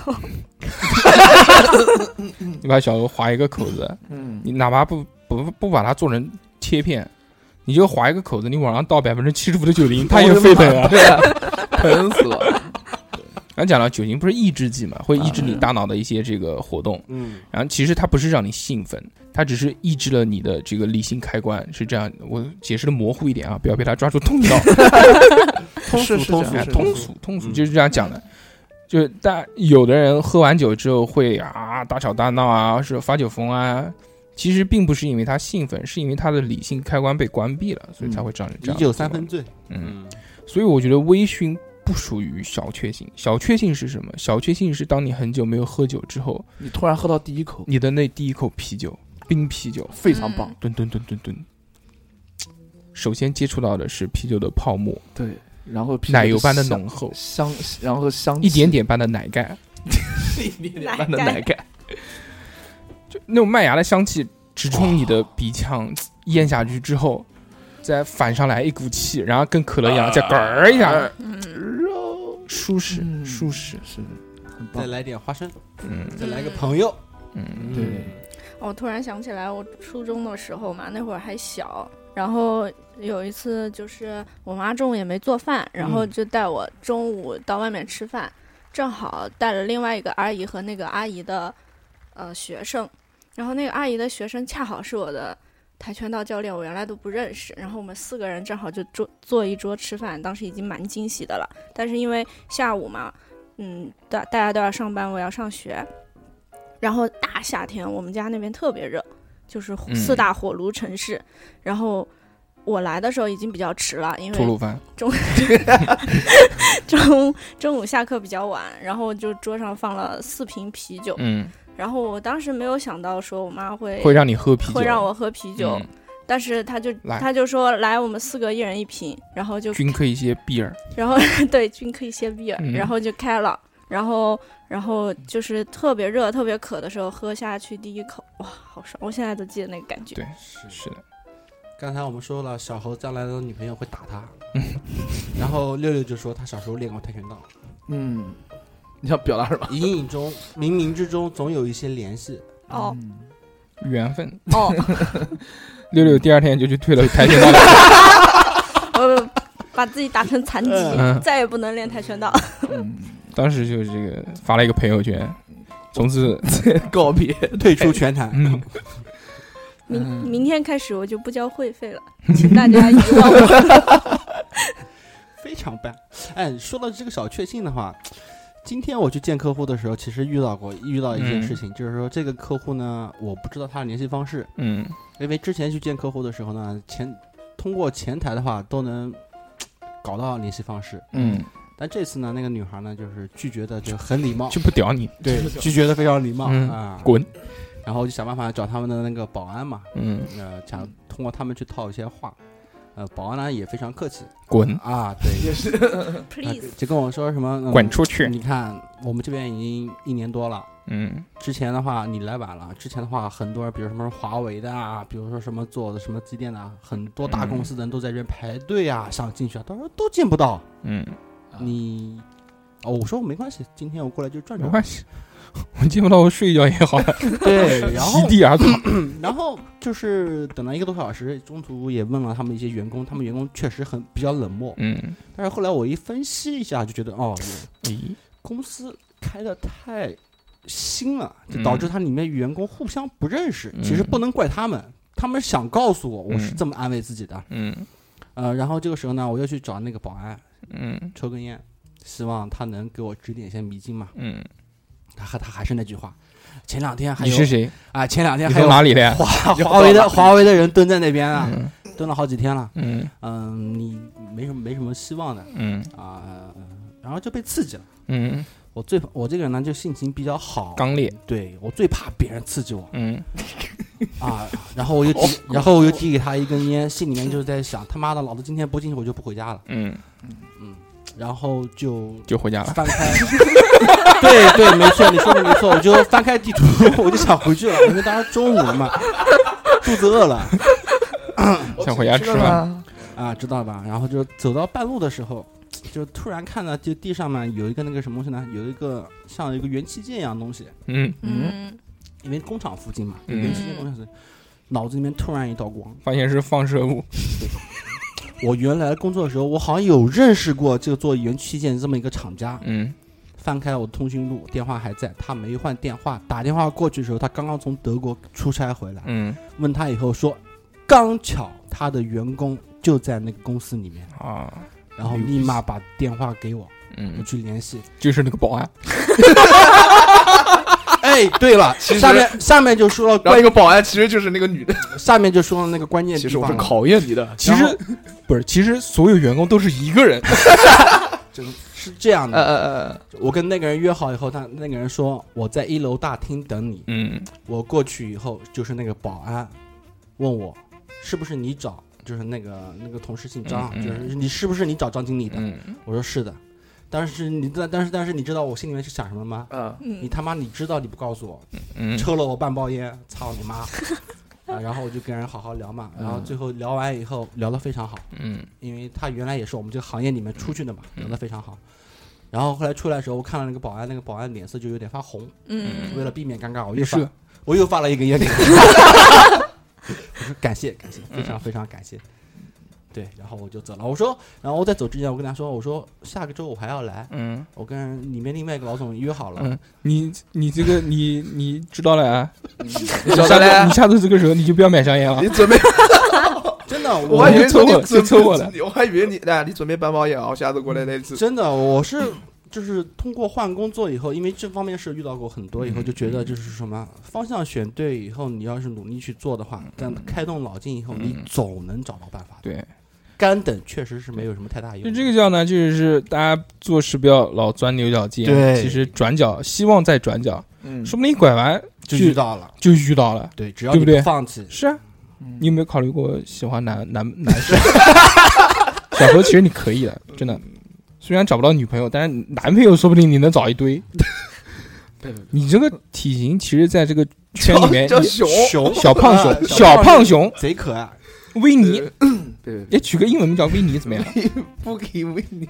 S4: 嗯
S1: 你把小猴划一个口子，
S2: 嗯，
S1: 你哪怕不不不把它做成切片，你就划一个口子，你往上倒百分之七十五的酒 精，它也沸腾啊。
S2: 对啊，疼死了。
S1: 刚讲了，酒精不是抑制剂嘛，会抑制你
S2: 嗯
S1: 大脑的一些这个活动。
S6: 嗯，
S1: 然后其实它不是让你兴奋，它只是抑制了你的这个理性开关，是这样。我解释的模糊一点啊，不要被它抓住痛脚。
S6: 通
S2: 是
S6: 俗通
S2: 是这
S6: 俗
S2: 样
S1: 哎
S2: 是
S1: 通
S6: 通
S1: 俗
S6: 俗，
S1: 通俗
S6: 嗯
S1: 就是这样讲的。就是大有的人喝完酒之后会啊大吵大闹啊，是发酒疯啊，其实并不是因为他兴奋，是因为他的理性开关被关闭了，所以才会让人这
S6: 一
S1: 样。
S6: 酒三分，醉，
S1: 嗯，
S6: 嗯，
S1: 所以我觉得微醺不属于小确幸。小确幸是什么？小确幸是当你很久没有喝酒之后，
S2: 你突然喝到第一口，
S1: 你的那第一口啤酒，冰啤酒，
S2: 非常棒。
S1: 吨吨吨吨吨。首先接触到的是啤酒的泡沫，
S2: 对，然后啤酒
S1: 奶油般的
S2: 香
S1: 浓厚，
S2: 香，然后香
S1: 一点
S2: 气
S1: 点般的奶盖，
S2: 一 点
S4: 奶
S2: 点般的
S4: 盖
S2: 奶盖。
S1: 就那种麦芽的香气直冲你的鼻腔，咽下去之后，再反上来一股气，然后跟可乐一样，再嗝儿一下，
S4: 嗯，
S2: 肉
S1: 舒适
S2: 嗯
S1: 舒适。
S2: 是很棒
S6: 再。来点花生，
S1: 嗯
S6: 再来个
S4: 嗯
S6: 朋友，
S1: 嗯，
S2: 对，
S4: 我突然想起来，我初中的时候嘛，那会儿还小，然后有一次就是我妈中午也没做饭，然后就带我中午到外面吃饭，正好带了另外一个阿姨和那个阿姨的呃学生，然后那个阿姨的学生恰好是我的。跆拳道教练，我原来都不认识，然后我们四个人正好就坐坐一桌吃饭，当时已经蛮惊喜的了。但是因为下午嘛，嗯，大大家都要上班，我要上学，然后大夏天，我们家那边特别热，就是
S1: 嗯
S4: 四大火炉城市。然后我来的时候已经比较迟了，因
S1: 吐
S4: 为
S1: 鲁番，
S4: 中 中中午下课比较晚，然后就桌上放了四瓶啤酒。
S1: 嗯，
S4: 然后我当时没有想到说我妈会
S1: 会让你喝啤酒，
S4: 会让我喝啤酒，
S1: 嗯
S4: 但是她就
S1: 来
S4: 她就说来我们四个一人一瓶，然后就
S1: 均可以些比尔，
S4: 然后对均可以歇逼尔，
S1: 嗯
S4: 然后就开了，然后然后就是特别热、特别渴的时候喝下去第一口，哇，好爽！我现在都记得那个感觉
S1: 对。是的，
S6: 刚才我们说了，小猴将来的女朋友会打他， 然后六六就说他小时候练过跆拳道，
S2: 嗯，你要表达什么？
S6: 隐隐中、冥冥之中总有一些联系。
S4: 哦
S2: 嗯
S1: 缘分。
S4: 哦，
S1: 六六第二天就去退了跆拳道了，
S4: 我把自己打成残疾，
S1: 嗯
S4: 再也不能练跆拳道。
S2: 嗯，
S1: 当时就这个发了一个朋友圈，从此
S2: 告别。
S6: 退出拳坛，
S1: 嗯，
S4: 明
S2: 嗯
S4: 明天开始我就不交会费了，请大家遗忘我。
S6: 非常棒。哎，说到这个小确幸的话，今天我去见客户的时候，其实遇到过遇到一件事情，就是说这个客户呢，我不知道他的联系方式，
S1: 嗯
S6: 因为之前去见客户的时候呢，前通过前台的话都能搞到联系方式，
S1: 嗯，
S6: 但这次呢，那个女孩呢就是拒绝的就很礼貌，
S1: 就不屌你，
S6: 对，拒绝的非常礼貌
S1: 嗯
S6: 啊，
S1: 滚，
S6: 然后就想办法找他们的那个保安嘛，
S1: 嗯，
S6: 呃，想通过他们去套一些话。呃，保安呢也非常客气
S1: 滚，
S6: 啊，对，
S4: Please，
S6: 就跟我说什么、嗯
S1: 滚出去，
S6: 你看，我们这边已经一年多了。
S1: 嗯
S6: 之前的话，你来晚了。之前的话，很多人，比如什么华为的啊，比如说什么做的什么机电的、啊，很多大公司的人都在这边排队啊，想进去啊，到时候都进不到。
S1: 嗯，
S2: 啊
S6: 你哦，我说我没关系，今天我过来就转
S1: 没
S6: 转。
S1: 关系， 我见不到我睡一觉也好了，
S6: 对，然后
S1: 席地而躺。
S6: 然后就是等了一个多小时，中途也问了他们一些员工，他们员工确实很比较冷漠。
S1: 嗯，
S6: 但是后来我一分析一下，就觉得哦，
S1: 咦，
S6: 公司开的太新了，就导致
S1: 嗯
S6: 它里面员工互相不认识。
S1: 嗯
S6: 其实不能怪他们，他们想告诉我，我是
S1: 嗯
S6: 这么安慰自己的。
S1: 嗯
S6: 呃，然后这个时候呢，我又去找那个保安
S1: 嗯
S6: 抽根烟，希望他能给我指点一些迷津嘛。
S1: 嗯，
S6: 他还他还是那句话，前两天还
S1: 你
S6: 有
S1: 是谁？
S6: 啊，前两天
S1: 你
S6: 还
S1: 从
S6: 有
S1: 哪里来？啊
S6: 华 华为的华为的人蹲在那边啊，
S1: 嗯
S6: 蹲了好几天了。
S1: 嗯
S6: 嗯，你没什么没什么希望的
S1: 嗯
S6: 啊、然后就被刺激了。
S1: 嗯，
S6: 我最我这个人呢，就性情比较好，
S1: 刚烈。
S6: 对我最怕别人刺激我
S1: 嗯
S6: 啊， 然后我就 递，然后我就递给他一根烟，心里面就是在想，他妈的，老子今天不进去我就不回家了，
S1: 嗯，
S6: 然后 就
S1: 就回家了。
S6: 翻开，对对，没错，你说的没错，我就翻开地图， 我就想回去了，因为当时中午了嘛，肚子饿了
S1: 想回家吃饭。
S2: 啊，
S6: 啊，知道吧？然后就走到半路的时候，就突然看到就地上面有一个那个什么东西呢，有一个像一个元器件一样的东西，
S1: 嗯，
S4: 嗯，
S6: 因为工厂附近嘛，
S1: 嗯
S6: 元器件工厂是，脑子里面突然一道光。
S1: 发现是放射物。
S6: 我原来工作的时候，我好像有认识过这个做元器件这么一个厂家。
S1: 嗯
S6: 翻开我的通讯录，电话还在，他没换电话。打电话过去的时候，他刚刚从德国出差回来。
S1: 嗯
S6: 问他以后说，刚巧他的员工就在那个公司里面，
S1: 啊
S6: 然后立马把电话给我，我
S1: 嗯，
S6: 去联系。
S1: 就是那个保安。
S6: 哎，对了，
S2: 其实
S6: 下面下面就说了
S2: 然后
S6: 关
S2: 一，个保安其实就是那个女的，
S6: 下面就说了那个关键
S2: 其
S6: 地
S2: 实我
S6: 方
S2: 是
S6: 了。
S2: 考验你的。
S1: 其实不是，其实所有员工都是一个人。
S6: 是这样
S2: 呃
S6: 的，
S2: 呃呃，
S6: 我跟那个人约好以后，他那个人说我在一楼大厅等你。
S1: 嗯
S6: 我过去以后，就是那个保安问我，是不是你找，就是那个那个同事姓张，啊
S1: 嗯嗯
S6: 就是你是不是你找张经理的？
S1: 嗯
S6: 我说是的。但是你但但是但是你知道我心里面是想什么吗？
S2: 嗯，
S6: 你
S4: 嗯，
S6: 他妈你知道你不告诉我，
S1: 嗯
S6: 抽了我半包烟，操你妈！啊，然后我就跟人好好聊嘛，
S2: 嗯
S6: 然后最后聊完以后聊得非常好，
S1: 嗯
S6: 因为他原来也是我们这个行业里面出去的嘛，
S2: 嗯
S6: 聊得非常好。然后后来出来的时候，我看到那个保安，那个保安脸色就有点发红，
S4: 嗯，
S6: 为了避免尴尬，我又
S1: 是
S6: 发我又发了一根烟给他，我说 感谢感谢，非
S2: 嗯
S6: 常非常感谢。对，然后我就走了。我说，然后我在走之前，我跟他说，我说下个周我还要来，
S1: 嗯。
S6: 我跟里面另外一个老总约好了，
S1: 嗯，你你这个你你知道了啊？
S2: 你
S1: 你
S2: 晓
S1: 下
S2: 得嘞
S1: 次你？下次这个时候你就不要买香烟了
S2: 你。准备，
S6: 真的，
S2: 我
S6: 我
S2: 还以为
S1: 你凑合
S2: 你准备
S1: 就凑合了，
S2: 我还以为你，哎，你准备搬包烟，然后下次过来来一次。
S6: 真的我是 就是通过换工作以后，因为这方面是遇到过很
S1: 嗯
S6: 多，以后就觉得就是什么方向选对以后，你要是努力去做的话，但开动脑筋以后，你总能找到办法的。
S1: 嗯对，
S6: 干等确实是没有什么太大用
S1: 就
S6: 处。
S1: 这个叫呢，就是大家做事不要老钻牛角尖，
S6: 对
S1: 其实转角希望在转角，
S2: 嗯
S1: 说不定拐弯
S6: 就遇到了，
S1: 就遇到了。
S6: 对，只要
S1: 对
S6: 你
S1: 不对
S6: 放弃，
S1: 是啊，
S2: 嗯
S1: 你有没有考虑过喜欢男男男生？ 小何，其实你可以的，真的。虽然找不到女朋友，但是男朋友说不定你能找一堆。你这个体型，其实在这个圈里面，
S2: 叫
S1: 也
S2: 熊，
S6: 熊
S1: 小胖
S6: 啊
S1: 熊、
S6: 小
S1: 小
S6: 胖
S1: 胖
S6: 熊
S1: 熊、
S6: 贼可爱，
S1: 维 尼，
S2: 对，
S1: 也取个英文名叫维尼怎么样？
S2: 不给为你。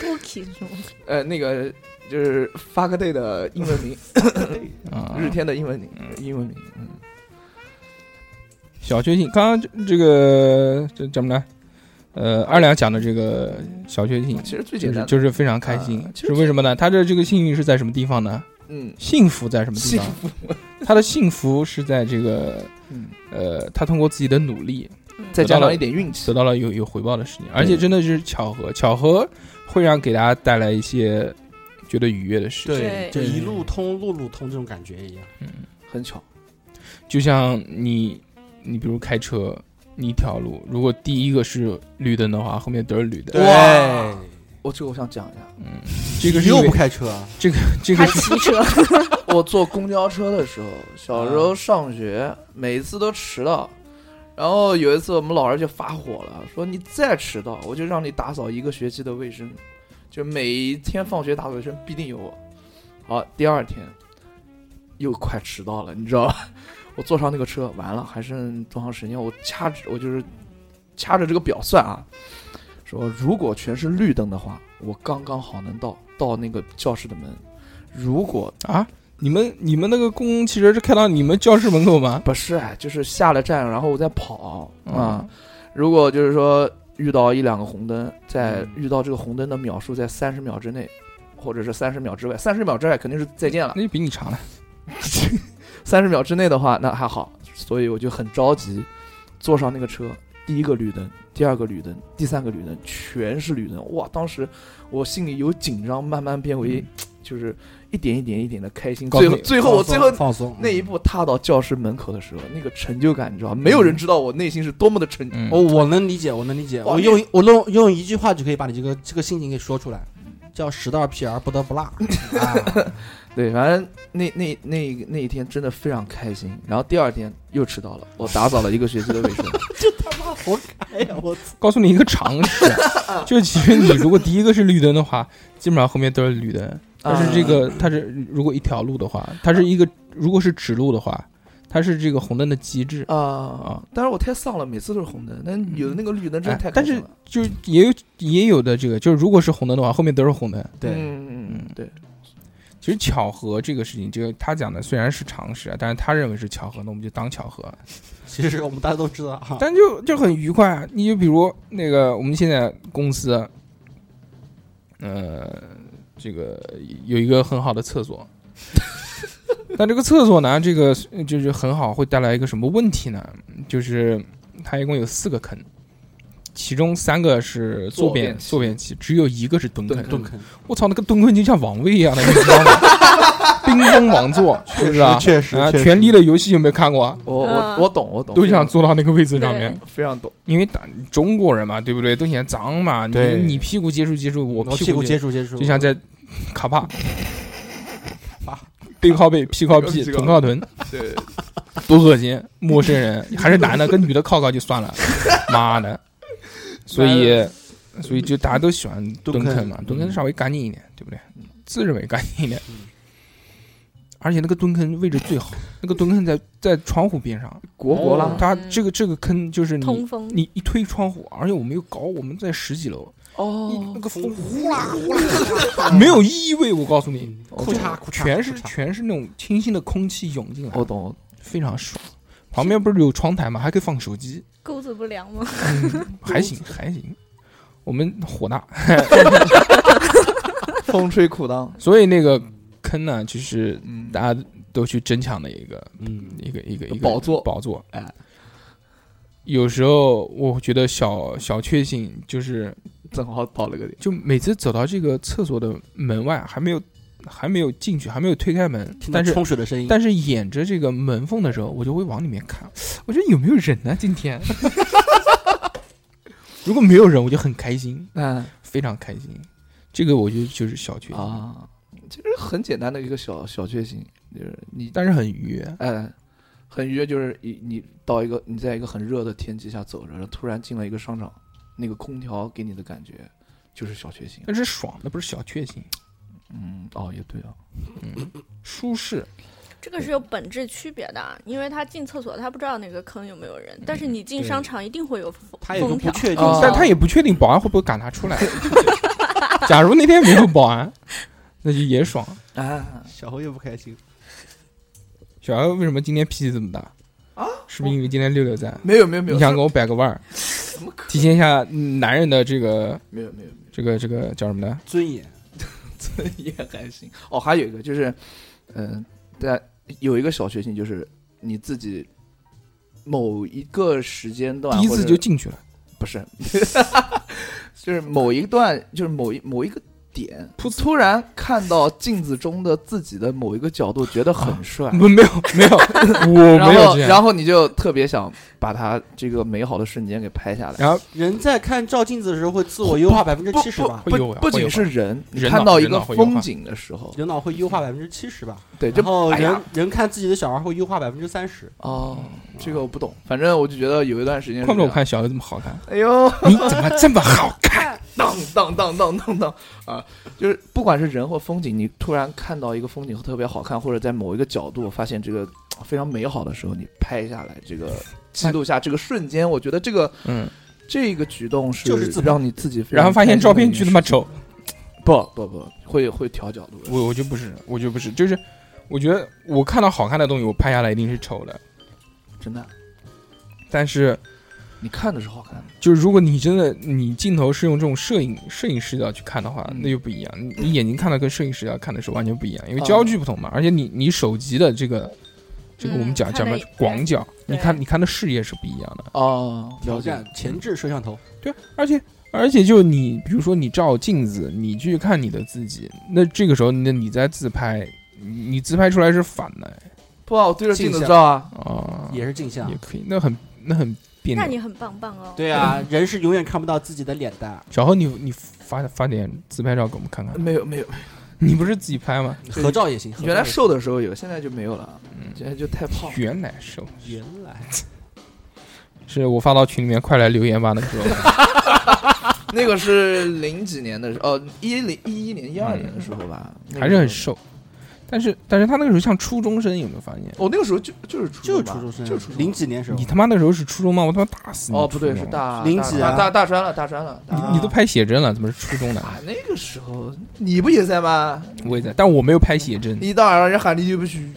S4: 不提什么，
S2: 呃，那个就是 Fuck Day 的英 文名，
S1: 啊，
S2: 日天的英文名，英文名。嗯，
S1: 小确幸。刚刚这这个这怎么呢？呃，二两讲的这个小确幸，
S2: 其实
S1: 嗯就
S2: 最简
S1: 是
S2: 单，
S1: 就是是非常开心
S2: 啊，其
S1: 是
S2: 实
S1: 为什么呢？他的这个幸运是在什么地方呢？
S2: 嗯，
S1: 幸福在什么地方
S2: 幸？
S1: 他的幸福是在这个
S2: 嗯，
S1: 呃，他通过自己的努力
S2: 再加
S1: 得到了
S2: 上一点运气
S1: 得。到了有有回报的事情，而且真的是巧合，巧合会让给大家带来一些觉得愉悦的事情。
S4: 对
S6: 就一路通路路通这种感觉一样。
S2: 很巧，
S1: 就像你，你比如开车，你一条路，如果第一个是绿灯的话，后面都是绿灯。
S6: 对，
S2: 我哦这个我想讲一下，
S1: 这个是因
S6: 又
S1: 为
S6: 不开车，
S1: 这个
S4: 他
S1: 是
S4: 骑车，
S2: 我坐公交车的时候，小时候上学，每次都迟到。然后有一次，我们老师就发火了，说你再迟到，我就让你打扫一个学期的卫生，就每一天放学打扫卫生必定有我。好，第二天又快迟到了，你知道吧？ 我坐上那个车，完了还剩多长时间？我掐指，我就是掐着这个表算啊，说如果全是绿灯的话，我刚刚好能到到那个教室的门。如果
S1: 啊，你们你们那个公共汽车是开到你们教室门口吗？
S2: 不是，就是下了站，然后我再跑
S1: 嗯
S2: 啊、如果就是说遇到一两个红灯，在遇到这个红灯的秒数在三十秒之内，或者是三十秒之外，三十秒之外肯定是再见了。
S1: 那就比你长了。
S2: 三十秒之内的话，那还好，所以我就很着急，坐上那个车，第一个绿灯，第二个绿灯，第三个绿灯，全是绿灯，哇！当时我心里有紧张，慢慢变为、就是一点一点一点的开心，
S1: 告诉你
S2: 最后最后我最后
S6: 放松
S2: 那一步踏到教室门口的时候，那个成就感，你知道吗，没有人知道我内心是多么的沉，
S1: 嗯，
S6: 哦我我能理解，我能理解，
S2: 哇
S6: 我用我用用一句话就可以把你这个这个心情给说出来，叫十道屁儿不得不 辣啊！
S2: 对，反正那那那那一天真的非常开心。然后第二天又迟到了，我打扫了一个学期的卫 生。
S6: 哎呀，我
S1: 告诉你一个常识，啊 就其实你如果第一个是绿灯的话，基本上后面都是绿灯。但是这
S2: 啊
S1: 个它是如果一条路的话，它是一个如果是指路的话，它是这个红灯的极致。
S2: 啊啊！但是我太丧了，每次都是红灯，但有的那个绿灯真
S1: 哎
S2: 的太开
S1: 但
S2: 心
S1: 是
S2: 了。
S1: 就也有也有的这个，就是如果是红灯的话，后面都是红灯。
S6: 对，
S2: 嗯嗯嗯，对，
S1: 其实巧合这个事情，这个他讲的虽然是常识，啊，但是他认为是巧合，那我们就当巧合。
S6: 其实我们大家都知道啊，
S1: 但就就很愉快。啊你就比如那个我们现在公司，呃，这个有一个很好的厕所， 但这个厕所呢，这个就是很好，会带来一个什么问题呢？就是它一共有四个坑，其中三个是坐
S2: 坐便
S1: 便
S2: 器
S1: 坐便器，只有一个是蹲坑
S2: 蹲。
S6: 蹲坑
S1: 我操，那个蹲坑就像王位一样的，你知道吗？ 冰封王座，是不是啊？
S6: 确实
S1: 啊，
S6: 确实
S1: 权力的游戏有没有看过啊？
S2: 我我
S4: 嗯
S2: 我懂我懂，
S1: 都想
S2: 非
S1: 坐到那个位置上面
S4: 对。，
S2: 常非常懂。
S1: 因为打中国人嘛，对不对？都嫌脏嘛，你
S6: 对
S1: 你屁股接触接触，我
S6: 我
S1: 屁
S6: 屁
S1: 股
S6: 股接触接触，
S1: 就像 在卡帕
S6: 啊，
S1: 背靠 背，屁靠屁，
S2: 屁
S1: 臀
S2: 靠
S1: 靠臀，
S2: 对，
S1: 多恶心！陌生 人还是男的，跟女的靠靠就算了，妈的！所以，所以就大家都喜欢蹲坑嘛，蹲
S6: 蹲坑嗯
S1: 坑稍微干净一点，对不对？自认为干净一点，而且那个蹲坑位置最好，那个蹲坑在在窗户边上，
S2: 国博啦，
S1: 它这个这个坑就是你
S4: 通风。
S1: 你一推窗户，而且我们又高，我们在十几楼，
S2: 哦
S1: 那，个风呼啦呼啦，没有异味，我告诉你，
S6: 啊嗯裤衩裤衩
S1: 全是
S6: 裤衩
S1: 全是那种清新的空气涌进来
S2: 我，懂，
S1: 非常爽。旁边不是有窗台吗？还可以放手机，
S4: 钩子不良吗？
S1: 还行还行。我们火大，
S2: 风吹裤裆，
S1: 所以那个坑呢，就是
S2: 嗯，
S1: 大家都去争抢的一个
S6: 嗯，
S1: 一个一个一个
S2: 宝座
S1: 宝座。
S2: 哎，
S1: 有时候我觉得小小确幸就是
S2: 正好到了个点，
S1: 就每次走到这个厕所的门外，还没有还没有进去，还没有推开门，
S6: 听到
S1: 但是
S6: 冲水的声音，
S1: 但是掩着这个门缝的时候，我就会往里面看，我觉得有没有人呢、今天 如果没有人，我就很开心，
S2: 嗯
S1: 非常开心。这个我觉得就是小确幸，
S2: 啊，其实很简单的一个小小确幸，就是你
S1: 但是很愉悦。
S2: 哎，很愉悦，就是你你到一个你在一个很热的天气下走着，然后突然进了一个商场，那个空调给你的感觉就是小确幸。
S1: 但是爽，那不是小确幸，
S2: 嗯，哦，也对啊，
S1: 舒适。
S4: 这个是有本质区别的啊，因为他进厕所他不知道那个坑有没有人，但
S1: 嗯
S4: 是你进商场一定会有风
S6: 他有个
S4: 风哦
S6: 不
S4: 条。
S6: 确定
S2: 啊
S6: 性，
S1: 但他也不确定保安会不会赶他出来。 假如那天没有保安，那就也爽。
S2: 啊，
S6: 小侯又不开心，
S1: 小艾为什么今天脾气这么大？啊，是不是因为今天六六在？
S2: 没有没有没有，
S1: 你想给我摆个腕儿，
S2: 怎么可
S1: 体现一下男人的这个
S2: 没有没有没有，
S1: 这个这个叫什么呢？
S6: 尊严，
S2: 这也还行。哦，还有一个就是，嗯、在有一个小确幸就是你自己某一个时间段
S1: 第一
S2: 或
S1: 次
S2: 者
S1: 就进去了，
S2: 不是， 就是某一段，就是某一某一个点，突然看到镜子中的自己的某一个角度，觉得很帅。
S1: 不啊没有没 有，我
S2: 然
S1: 没有
S2: 后，
S1: 这样。
S2: 然后你就特别想把它这个美好的瞬间给拍下来。
S1: 然后
S6: 人在看照镜子的时候会自我优化百分之
S2: 不
S6: 七十吧，
S1: 会有
S2: 不
S1: 啊
S2: 不
S1: 会有
S2: 仅是人，你
S1: 人
S2: 看
S1: 脑
S2: 到一
S1: 人
S2: 个
S1: 脑会有
S2: 风
S1: 啊
S2: 景的时候，
S6: 人脑会优化百分之七十吧，
S2: 对，这
S6: 然后
S2: 哎呀
S1: 哦
S6: 人人看自己的小孩会优化百分之三十，
S2: 哦，这个我不懂。反正我就觉得有一段时间是
S1: 怪不得我
S2: 这样，
S1: 看小的这么好看，
S2: 哎呦，
S1: 你怎么这么好看？
S2: 当当当当当当啊！就是不管是人或风景，你突然看到一个风景特别好看，或者在某一个角度发现这个呃非常美好的时候，你拍下来这个记录下这个瞬间，我觉得这个
S1: 嗯，
S2: 这个举动
S6: 就是是自拍
S2: 让你自己非常
S1: 然后发现
S2: 开心
S1: 照片
S2: 的一
S1: 巨他
S2: 件
S1: 妈
S2: 事情，
S1: 丑，
S2: 不不不，会会调角度的。
S1: 我我就不是，我就不是，就是我觉得我看到好看的东西，我拍下来一定是丑的。
S2: 真的，
S1: 但是，
S2: 你看的是好看的，
S1: 就是如果你真的你镜头是用这种摄影摄影视角去看的话，
S2: 嗯
S1: 那就不一样。你你眼睛看的跟摄影视角看的是完全不一样，因为
S2: 啊
S1: 焦距不同嘛。而且你你手机的这个这个我们
S4: 嗯
S1: 讲
S4: 看
S1: 讲
S4: 得
S1: 的
S4: 也
S1: 广角，
S4: 对
S1: 你看你看的视野是不一样的。
S2: 哦，
S6: 挑战前置摄像头，
S1: 对，而且而且就你，比如说你照镜子，你去看你的自己，那这个时候那你在自拍，你你自拍出来是反的
S2: 不，我对着
S6: 镜
S2: 镜子
S6: 像
S2: 照啊，
S1: 啊，
S6: 哦也是镜像
S1: 也。可以，那很那很别
S4: 那
S1: 扭。
S4: 你很棒棒哦。
S6: 对啊，人是永远看不到自己的脸的，
S1: 小何，你你发发点自拍照给我们看看，
S2: 没有没有，
S1: 你不是自己拍吗？
S6: 合照也行。
S2: 原
S6: 合
S2: 来
S6: 照也行
S2: 瘦的时候有，现在就没有了，
S1: 嗯
S2: 现在就太胖了。
S1: 原来瘦，
S6: 原来
S1: 是我发到群里面，快来留言吧，那个时候
S2: 那个是零几年的时候，哦，一零一一年、一二年的时候吧，那个时候
S1: 嗯还是很。瘦，但是但是他那个时候像初中生，有没有发现？
S2: 哦我那个时候就就是初
S6: 就是
S2: 吧
S6: 初中生，
S2: 就是初中
S6: 零几年时候
S1: 你，他妈那时候是初中吗？我他妈打死你！
S2: 哦，不对，
S1: 初
S2: 是
S1: 中，
S2: 大
S6: 零
S2: 大
S6: 几
S2: 大
S6: 啊
S2: 大大专了，大专了。大
S1: 你你都拍写真了，怎么是初中的？
S2: 啊，那个时候你不也在吗？
S1: 我也在，但我没有拍写真。
S2: 你一到晚上人喊你就不许，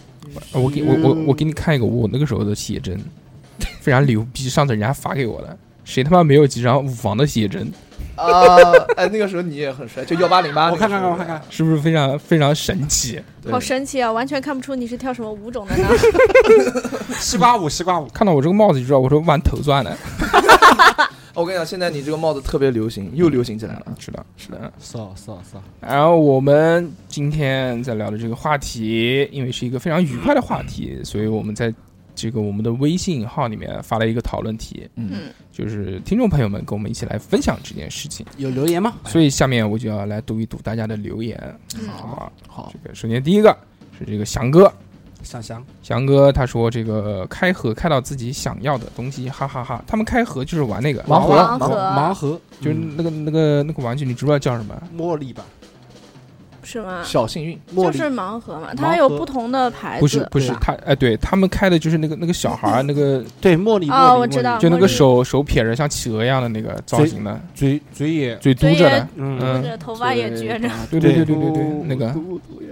S1: 我给我我我给你看一个我那个时候的写真，非常牛逼。上次人家发给我的，谁他妈没有几张五房的写真？
S2: 啊，哎，那个时候你也很帅，就幺八零八。
S6: 我看看看，我看看，
S1: 是不是非常非常神奇？
S2: 对
S4: 好神奇啊，完全看不出你是跳什么舞种 的呢。
S6: 西瓜舞，西瓜舞，
S1: 看到我这个帽子就知道，我说玩头钻的，
S2: 我跟你讲，现在你这个帽子特别流行，又流行起来了。
S1: 知道是的。
S6: 骚骚骚，
S1: 然后我们今天在聊的这个话题，因为是一个非常愉快的话题，所以我们在这个我们的微信号里面发了一个讨论题，
S2: 嗯，
S4: 嗯，
S1: 就是听众朋友们跟我们一起来分享这件事情。
S6: 有留言吗？
S1: 所以下面我就要来读一读大家的留言，
S4: 嗯
S1: 好不好？
S2: 好，
S1: 这个首先第一个是这个翔哥，
S6: 想想，
S1: 翔哥他说：“这个开盒开到自己想要的东西，哈哈哈他们开盒就是玩那个，
S2: 盲盒，
S4: 盲盒
S2: 盒，
S6: 盲盒
S1: 就是那个、那个那个玩具，你知不知道叫什么？
S6: 茉莉吧，
S4: 是吗？
S2: 小幸运，
S6: 茉
S4: 就
S6: 莉
S4: 是盲盒嘛，
S6: 盲
S4: 它
S6: 盒
S4: 有不同的牌子。
S1: 不是不是
S6: 对吧
S1: 他哎，对他们开的就是那个那个小孩儿，那个
S6: 对茉莉，
S4: 哦
S6: 茉莉
S4: 我知道
S6: 茉莉
S1: 就那
S4: 茉
S1: 个
S4: 莉
S1: 手手撇着像企鹅一样的那个造型的，
S6: 嘴嘴也，
S1: 嘴嘟着的，
S6: 嗯，
S1: 嗯
S4: 这头发也撅着，
S1: 对对对
S6: 对
S1: 对对对，那个
S2: 嘟嘟也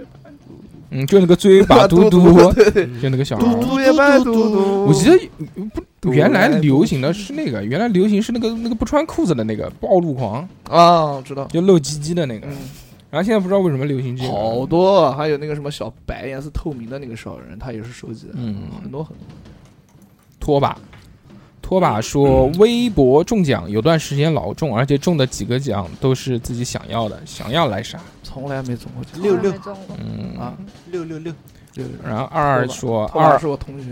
S1: 嗯，就那个追 把嘟
S2: 嘟
S1: 嘟，
S2: 嘟对对
S1: 就那个小孩
S2: 嘟
S1: 儿。
S2: 嘟也拜嘟嘟。
S1: 我记
S2: 哦得
S1: 得不，原来流行的是那个，原来流行是那个那个不穿裤子的那个暴露狂，
S2: 啊，知道，
S1: 就露鸡鸡的那个。
S2: 嗯，
S1: 然后现在不知道为什么流行这个，
S2: 好多，还有那个什么小白颜色透明的那个小人，他也是收集的，
S1: 嗯
S2: 很多很多。
S1: 拖把。拖把说，微博中奖有段时间老中，而且中的几个奖都是自己想要的，想要来啥。
S2: 从来没中过奖
S6: 六 六
S4: 从来没中过
S1: 嗯
S2: 啊，
S6: 六六六，
S2: 对对对，
S1: 然后二二说，
S2: 拖把托马
S1: 二
S2: 是我同学，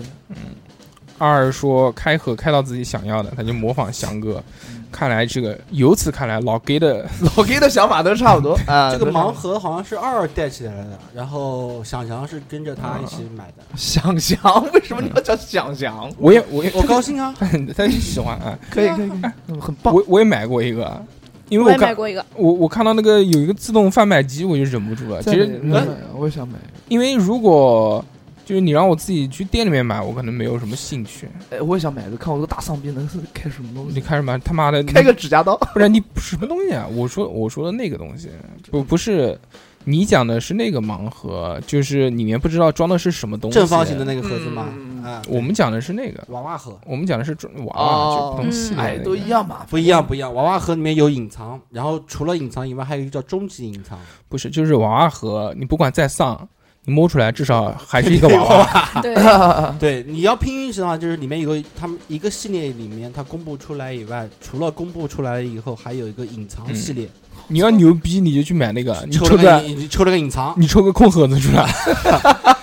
S1: 二二说开盒开到自己想要的，他就模仿翔哥。看来这个，由此看来，老 gay 的
S2: 嗯老 gay 的想法都差不 多啊。
S6: 这个
S2: 都差不
S6: 盲
S2: 多
S6: 盒好像是二二带起来的，然后想想是跟着他一起买的，
S2: 想翔，为什么你要叫想 翔？
S1: 我也我也
S6: 我高兴啊，
S1: 他就喜欢啊，
S2: 可以可以，可以嗯很棒。
S1: 我我也买过一个，啊因
S4: 我
S1: 为
S4: 也
S1: 我
S4: 买
S1: 看
S4: 过一个，
S1: 我我看到那个有一个自动贩卖机，我就忍不住了。其实呃
S2: 嗯我也想买。
S1: 因为如果就是你让我自己去店里面买，我可能没有什么兴趣。
S2: 哎，我也想买个，看我这个大丧逼能是开什么东
S1: 你
S2: 西？
S1: 开什么？他妈的，
S2: 开个指甲刀，
S1: 不然你什么东西啊？我说我说的那个东西，不不是你讲的是那个盲盒，就是里面不知道装的是什么东西。
S6: 正方形的那个盒子嘛
S2: 嗯，
S6: 啊，
S1: 我们讲的是那个，
S6: 娃娃盒
S1: 我们讲的是装娃娃，
S2: 哦
S1: 就不同系列的那
S2: 哎，
S1: 个
S2: 都一样 嘛。
S6: 不一样不一样，娃娃盒里面有隐藏，然后除了隐藏以外，还有一个叫终极隐藏，
S1: 不是，就是娃娃盒，你不管再丧，你摸出来至少还是一个娃娃。
S4: 对，
S2: 嗯
S6: 对，你要拼运气的话，就是里面有个他们一个系列里面，它公布出来以外，除了公布出来以后，还有一个隐藏系列，
S1: 你要牛逼，你就去买那 个，你
S6: 嗯抽
S1: 抽
S6: 了个
S1: 个
S6: 隐抽了个隐 藏，
S1: 你抽个空盒子出来。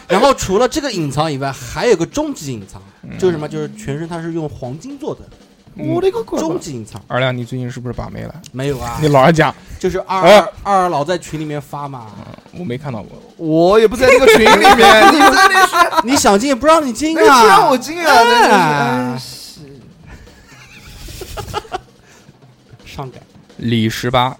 S6: 然后除了这个隐藏以外，还有个终极隐藏，就是什么？就是全身它是用黄金做的，
S1: 我
S2: 的个乖
S6: 终极隐藏
S1: 二亮，你最近是不是把妹了？
S6: 没有啊
S1: 你？老实讲，
S6: 就是二
S1: 哎
S6: 二二老在群里面发嘛，
S1: 我没看到过。
S2: 我也不在那个群里 面，你在那群，
S6: 你想进也不让你进
S2: 你
S6: 啊，
S2: 不让我进啊！那个
S6: 哎
S2: 哎是
S6: 上改
S1: 李十八，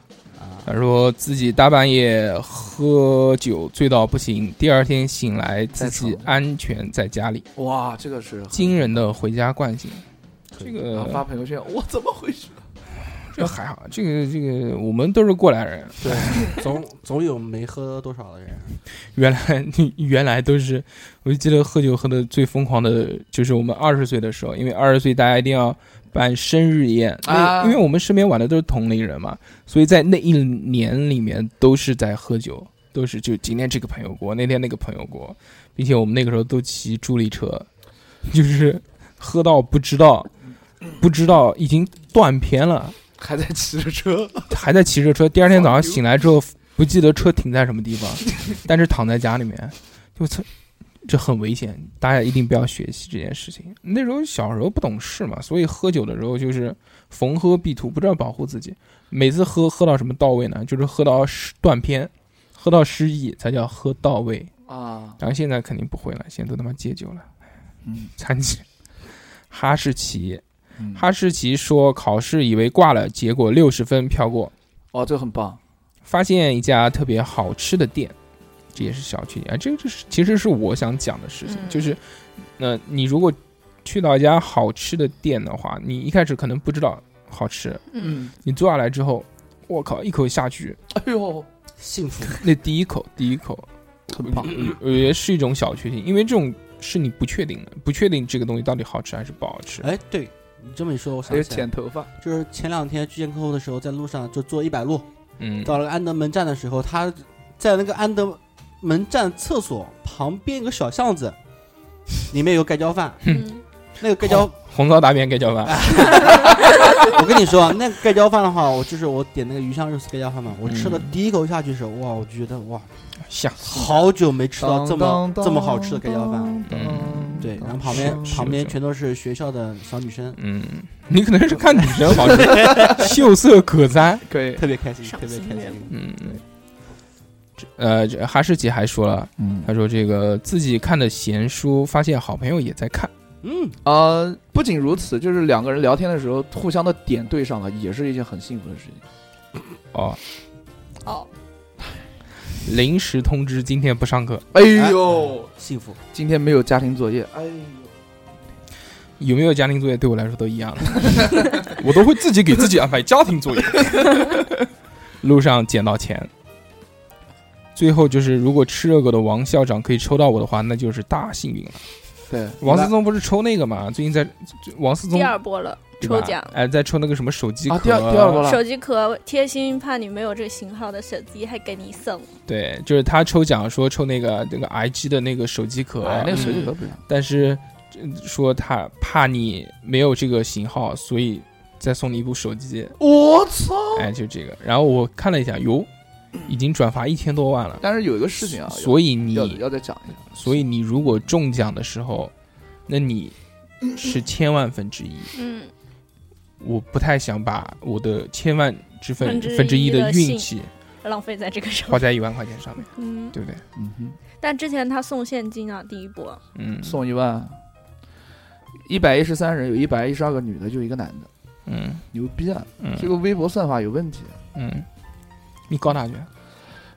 S1: 他说自己大半夜喝酒醉到不行，第二天醒来自己安全在家里，
S2: 哦哇，这个是很
S1: 惊人的回家惯性。这
S2: 啊
S1: 个
S2: 发朋友圈，我怎么回去？
S1: 这还好，这个这个我们都是过来人，
S6: 对，总总有没喝多少的人，
S1: 原来原来都是，我就记得喝酒喝的最疯狂的就是我们二十岁的时候，因为二十岁大家一定要办生日宴，
S2: 啊
S1: 因为因为我们身边玩的都是同龄人嘛，所以在那一年里面都是在喝酒，都是就今天这个朋友过，那天那个朋友过，并且我们那个时候都骑助力车，就是喝到不知道，不知道已经断片了。
S2: 还在骑着车，
S1: 还在骑着车，第二天早上醒来之后不记得车停在什么地方， 但是躺在家里面，就这这很危险，大家一定不要学习这件事情。那时候小时候不懂事嘛，所以喝酒的时候就是逢喝必吐，不知道保护自己。每次喝喝到什么到位呢？就是喝到失断片，喝到失忆才叫喝到位。
S2: 啊，
S1: 然后现在肯定不会了，现在都他妈戒酒了，
S2: 嗯，
S1: 残疾。哈士奇，
S2: 嗯
S1: 哈士奇说考试以为挂了，结果六十分飘过。
S2: 哦，这个很棒，
S1: 发现一家特别好吃的店，这也是小缺点。啊这个就是其实是我想讲的事情，
S4: 嗯
S1: 就是，呃，你如果去到一家好吃的店的话，你一开始可能不知道好吃，
S4: 嗯，，
S1: 你坐下来之后，我靠，一口下去，
S2: 哎呦，
S6: 幸福
S1: 那第一口，第一口，
S2: 很棒，
S1: 我觉得是一种小确幸，因为这种是你不确定的，不确定这个东西到底好吃还是不好吃。
S6: 哎，对你这么一说，我
S2: 还
S6: 想
S2: 有
S6: 起来，
S2: 剪哎头发，
S6: 就是前两天去见客户的时候，在路上就坐一百路，
S1: 嗯，
S6: 到了安德门站的时候，他在那个安德门站厕所旁边有个小巷子，里面有盖浇饭，
S4: 嗯
S6: 那个盖浇，
S1: 红烧大便盖浇饭，
S6: 我跟你说，啊那个盖浇饭的话，我就是我点那个鱼香肉丝盖浇饭嘛，我吃了第一口下去的时候，哇，我觉得哇，
S1: 下
S6: 好久没吃到这么
S2: 当
S6: 这么好吃的盖浇饭。，
S2: 当
S1: 嗯
S6: 对，然后旁
S1: 是
S6: 边
S1: 是
S6: 旁边
S1: 是
S6: 全都是学校的小女生，
S1: 嗯，你可能是看女生好吃，秀色可餐。
S2: 可以，
S6: 特别开心，
S4: 赏
S6: 特别
S4: 心
S6: 开
S4: 悦
S6: 心。
S1: 嗯，这呃，这哈士奇还说了，
S2: 嗯
S1: 他说这个自己看的闲书，发现好朋友也在看，
S6: 嗯，
S2: 呃，不仅如此，就是两个人聊天的时候，互相的点对上了，也是一件很幸福的事情。
S1: 哦，
S4: 哦，
S1: 临时通知今天不上课，
S2: 哎呦，
S6: 幸福。
S2: 今天没有家庭作业，哎，
S1: 有没有家庭作业对我来说都一样了， 我都会自己给自己安排家庭作业。 路上捡到钱，最后就是如果吃热狗的王校长可以抽到我的话，那就是大幸运了。
S2: 对，
S1: 王思聪不是抽那个嘛？最近在王思聪
S4: 第二波了，
S1: 对吧
S4: 抽奖。
S1: 哎，在抽那个什么手机壳，
S2: 啊，第二第二波了，
S4: 手机壳贴心，怕你没有这个型号的手机，还给你送。
S1: 对，就是他抽奖说抽那个那个 IG 的那个手机壳，
S2: 哎，那
S1: 嗯
S2: 个手机壳不一样，
S1: 但是嗯说他怕你没有这个型号，所以再送你一部手机，
S2: 我操！
S1: 哎，就这个。然后我看了一下，哟，已经转发一千多万了，
S2: 但是有一个事情啊，
S1: 所以你
S2: 要要要再讲一下，
S1: 所以你如果中奖的时候，那你是千万分之一。
S4: 嗯，
S1: 我不太想把我的千万之分
S4: 分之一
S1: 分之一的
S4: 的
S1: 运
S4: 幸
S1: 气
S4: 浪费在这个上
S1: 花
S4: 面。
S1: 在一万块钱上面，
S4: 嗯，
S1: 对不对？
S2: 嗯哼，
S4: 但之前他送现金啊，第一波。
S1: 嗯，
S2: 送一万，一百一十三人，有一百一十二个女的，就一个男的，
S1: 嗯
S2: 牛逼啊！
S1: 嗯
S2: 这个微博算法有问题。啊
S1: 嗯，你搞哪去？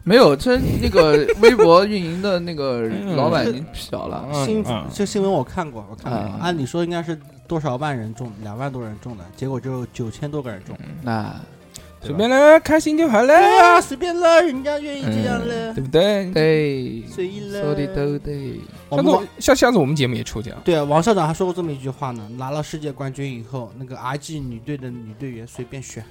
S2: 没有，这那个 微博运营的那个老板已经小了，
S1: 嗯
S6: 新
S1: 嗯
S6: 这新闻我看过，我看过
S2: 嗯。
S6: 按理说应该是多少万人中，两万多人中的，结果只有九千多个人中。
S1: 嗯
S2: 那
S1: 随便来，开心就好了，
S6: 哎呀，随便了，人家愿意这样了，
S1: 对不对？
S2: 对，
S6: 随意了。
S2: 说的都对，
S6: 我
S1: 下
S6: 们
S1: 次
S6: 王
S1: 我下下次我们节目也抽奖，
S6: 对啊王校长还说过这么一句话呢：拿了世界冠军以后，那个 RG 女队的女队员随便选。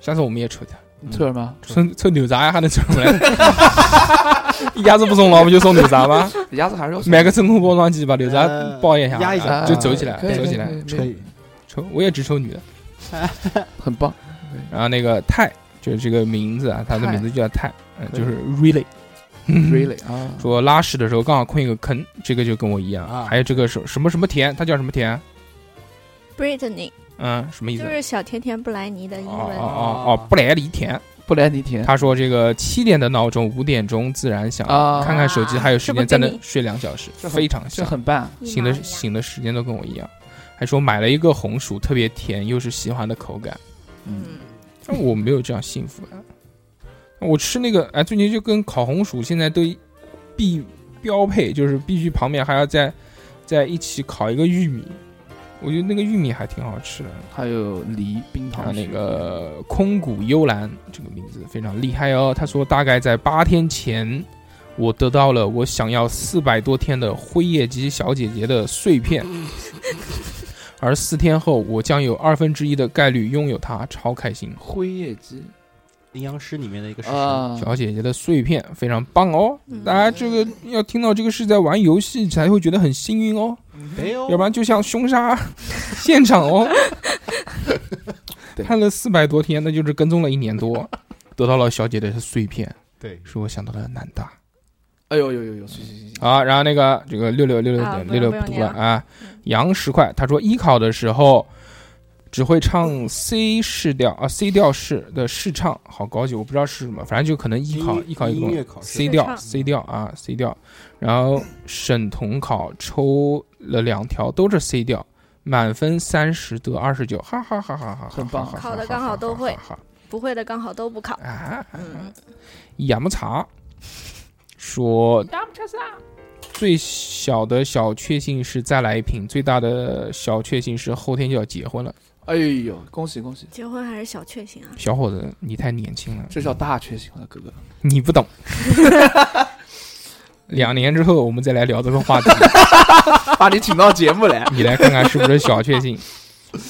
S1: 下次我们也抽奖，
S2: 错了吗？
S1: 抽抽牛杂还能抽什 么来？鸭子不送了，不就送牛杂吗？
S2: 鸭子还是要
S1: 嗯
S2: 啊
S1: 买个真空包装机把牛杂
S6: 呃
S1: 包一下，
S6: 压一下
S1: 就走起来，
S2: 可以
S1: 走起来，，
S2: 可以，
S1: 抽我也只抽女的。
S2: 很棒。
S1: 然后那个泰就是这个名字啊，他的
S2: 泰
S1: 名字就叫泰，呃
S2: 可以
S1: 就是 really。
S2: Really 啊，
S1: 嗯说拉屎的时候刚好空一个坑，这个就跟我一样。
S6: 啊
S1: 还有这个什什么什么田，它叫什么田？
S4: Brittany
S1: 嗯，什么意
S4: 就
S1: 思？
S4: 是小甜甜布莱尼的英
S1: 哦
S4: 文。
S1: 哦哦哦，布莱尼田。
S2: 布莱尼田，
S1: 他说这个七点的闹钟五点钟自然响，
S2: 啊
S1: 看看手机还有时
S4: 这
S1: 间
S4: 不
S1: 再
S4: 跟你
S1: 能睡两小时，
S2: 这很
S1: 非常
S2: 这
S1: 像，
S2: 很棒，
S4: 一
S1: 醒
S4: 模
S1: 的
S4: 一样
S1: 醒的时间都跟我一样。还说买了一个红薯，特别甜，又是喜欢的口感。
S2: 嗯，
S4: 嗯，
S1: 但我没有这样幸福的。我吃那个，哎，最近就跟烤红薯现在都必标配，就是必须旁边还要再再一起烤一个玉米，我觉得那个玉米还挺好吃的。
S2: 还有梨冰
S1: 他
S2: 糖
S1: 啊那
S2: 水
S1: 个空谷幽兰这个名字非常厉害哦。他说，大概在八天前，我得到了我想要四百多天的灰夜姬小姐姐的碎片，而四天后我将有二分之一的概率拥有它，超开心。
S2: 灰叶鸡
S6: 阴阳师里面的一个事实。
S2: 啊，
S1: 小姐姐的碎片非常棒哦
S4: 嗯！
S1: 大家这个要听到这个是在玩游戏才会觉得很幸运哦，
S6: 没有
S1: 要不然就像凶杀 现场 哦，
S2: 对
S1: 看了四百多天，那就是跟踪了一年多， 得到了小姐姐的碎片，
S6: 对，
S1: 使我想到了南大。
S2: 哎呦呦呦呦，行行行，行
S1: 啊，然后那个这个六六六六
S4: 啊
S1: 点
S4: 不
S1: 六
S4: 用
S1: 六
S4: 不用
S1: 读
S4: 念
S1: 了
S4: 了
S1: 啊
S4: 嗯，
S1: 杨十块他说艺考的时候只会唱 C 市调啊 C 调式的试唱，好高级，我不知道是什么，反正就可能艺考艺考一个
S6: 音
S1: 东西
S6: 乐考试
S1: C
S4: 试
S1: 调
S4: 唱
S1: C 调啊 C 调，然后省统考抽了两条都是 C 调，满分三十得二十九，哈哈哈哈哈哈，
S2: 很棒
S1: 哈哈
S4: 考得
S1: 哈
S4: 刚
S1: 哈
S4: 好都
S1: 哈
S4: 会
S1: 哈哈
S4: 不会的刚好都不考。
S1: 啊，
S4: 嗯，
S1: 养不茶说，
S4: 啊
S1: 最小的小确幸是再来一瓶，最大的小确幸是后天就要结婚了。
S2: 哎呦，恭喜恭喜，
S4: 结婚还是小确幸啊。
S1: 小伙子，你太年轻了，
S2: 这叫大缺席了，哥哥。
S1: 你不懂。两年之后我们再来聊这个话题，
S2: 把你请到节目来。
S1: 你来看看是不是小确幸。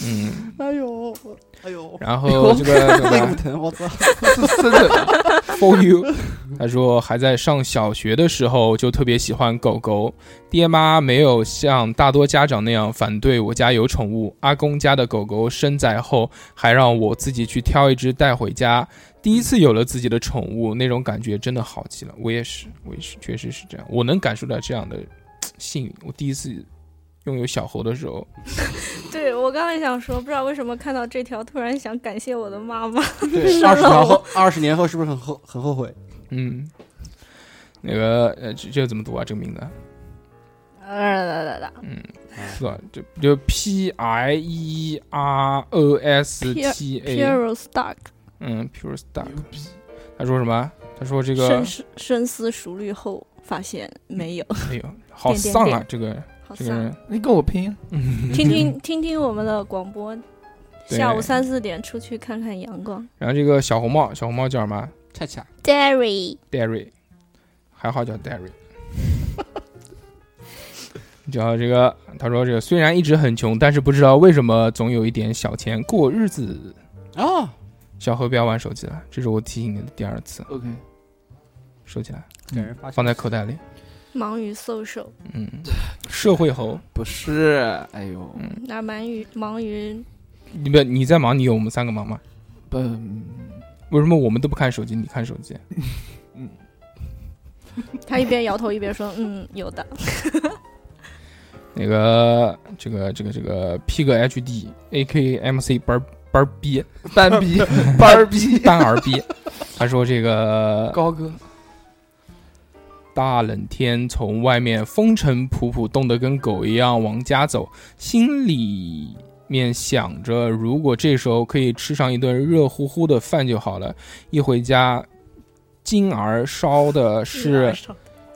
S1: 嗯，
S6: 哎呦，哎 呦，
S1: 然后这个
S2: 哎
S1: 这
S6: 胃
S1: 个
S6: 不疼，我操！
S2: 是深圳的，
S1: for you。他说还在上小学的时候就特别喜欢狗狗，爹妈没有像大多家长那样反对我家有宠物，阿公家的狗狗生崽后还让我自己去挑一只带回家。第一次有了自己的宠物，那种感觉真的好极了。我也是，我也是，确实是这样，我能感受到这样的幸运。我第一次拥有小猴的时候，
S4: 对我刚才想说，不知道为什么看到这条，突然想感谢我的妈妈。
S6: 对，
S4: 伤
S6: 二十
S4: 了
S6: 条
S4: 我
S6: 后，二十年后是不是很后很后悔？
S1: 嗯，那个呃，这这怎么读啊？这个名字？
S4: 呃
S6: 哎
S1: 是吧？就啊就 P I E R O S T
S4: p i e
S1: A，
S4: r o Stark，
S1: 嗯，Pure Star。他说什么？他说这个
S4: 深，思深思熟虑后发现没有，
S1: 哎呦，好丧啊！
S4: 点点点
S1: 这个
S4: 好
S1: 这个
S4: 丧。
S1: 人，
S2: 你跟我拼，
S4: 听听听听我们的广播，
S1: 对
S4: 下午三四点出去看看阳光。
S1: 然后这个小红帽，小红帽叫什么
S6: 恰恰
S4: Derry，
S1: ？Derry，还好叫 Derry。叫这个，他说这个虽然一直很穷，但是不知道为什么总有一点小钱过日子。
S6: 啊，
S1: 小何不要玩手机了，这是我提醒你的第二次，
S2: OK，
S1: 收起来，
S6: 给人发现
S1: 放在口袋里。
S4: 忙于搜手，
S1: 嗯，社会猴。
S2: 不是，哎呦，
S1: 嗯
S4: 那忙于忙于
S1: 你不，你在忙，你有我们三个忙吗？
S2: 不，
S1: 为什么我们都不看手机，你看手机？
S4: 他一边摇头一边说：“嗯，有的。
S1: 那个，这个，这个，这个 P 个 HD A K M C 班班逼
S2: 班 逼，班逼，
S1: 班儿逼，他说这个
S2: 高哥，
S1: 大冷天从外面风尘仆仆，冻得跟狗一样往家走，心里面想着，如果这时候可以吃上一顿热乎乎的饭就好了。一回家，金儿烧的是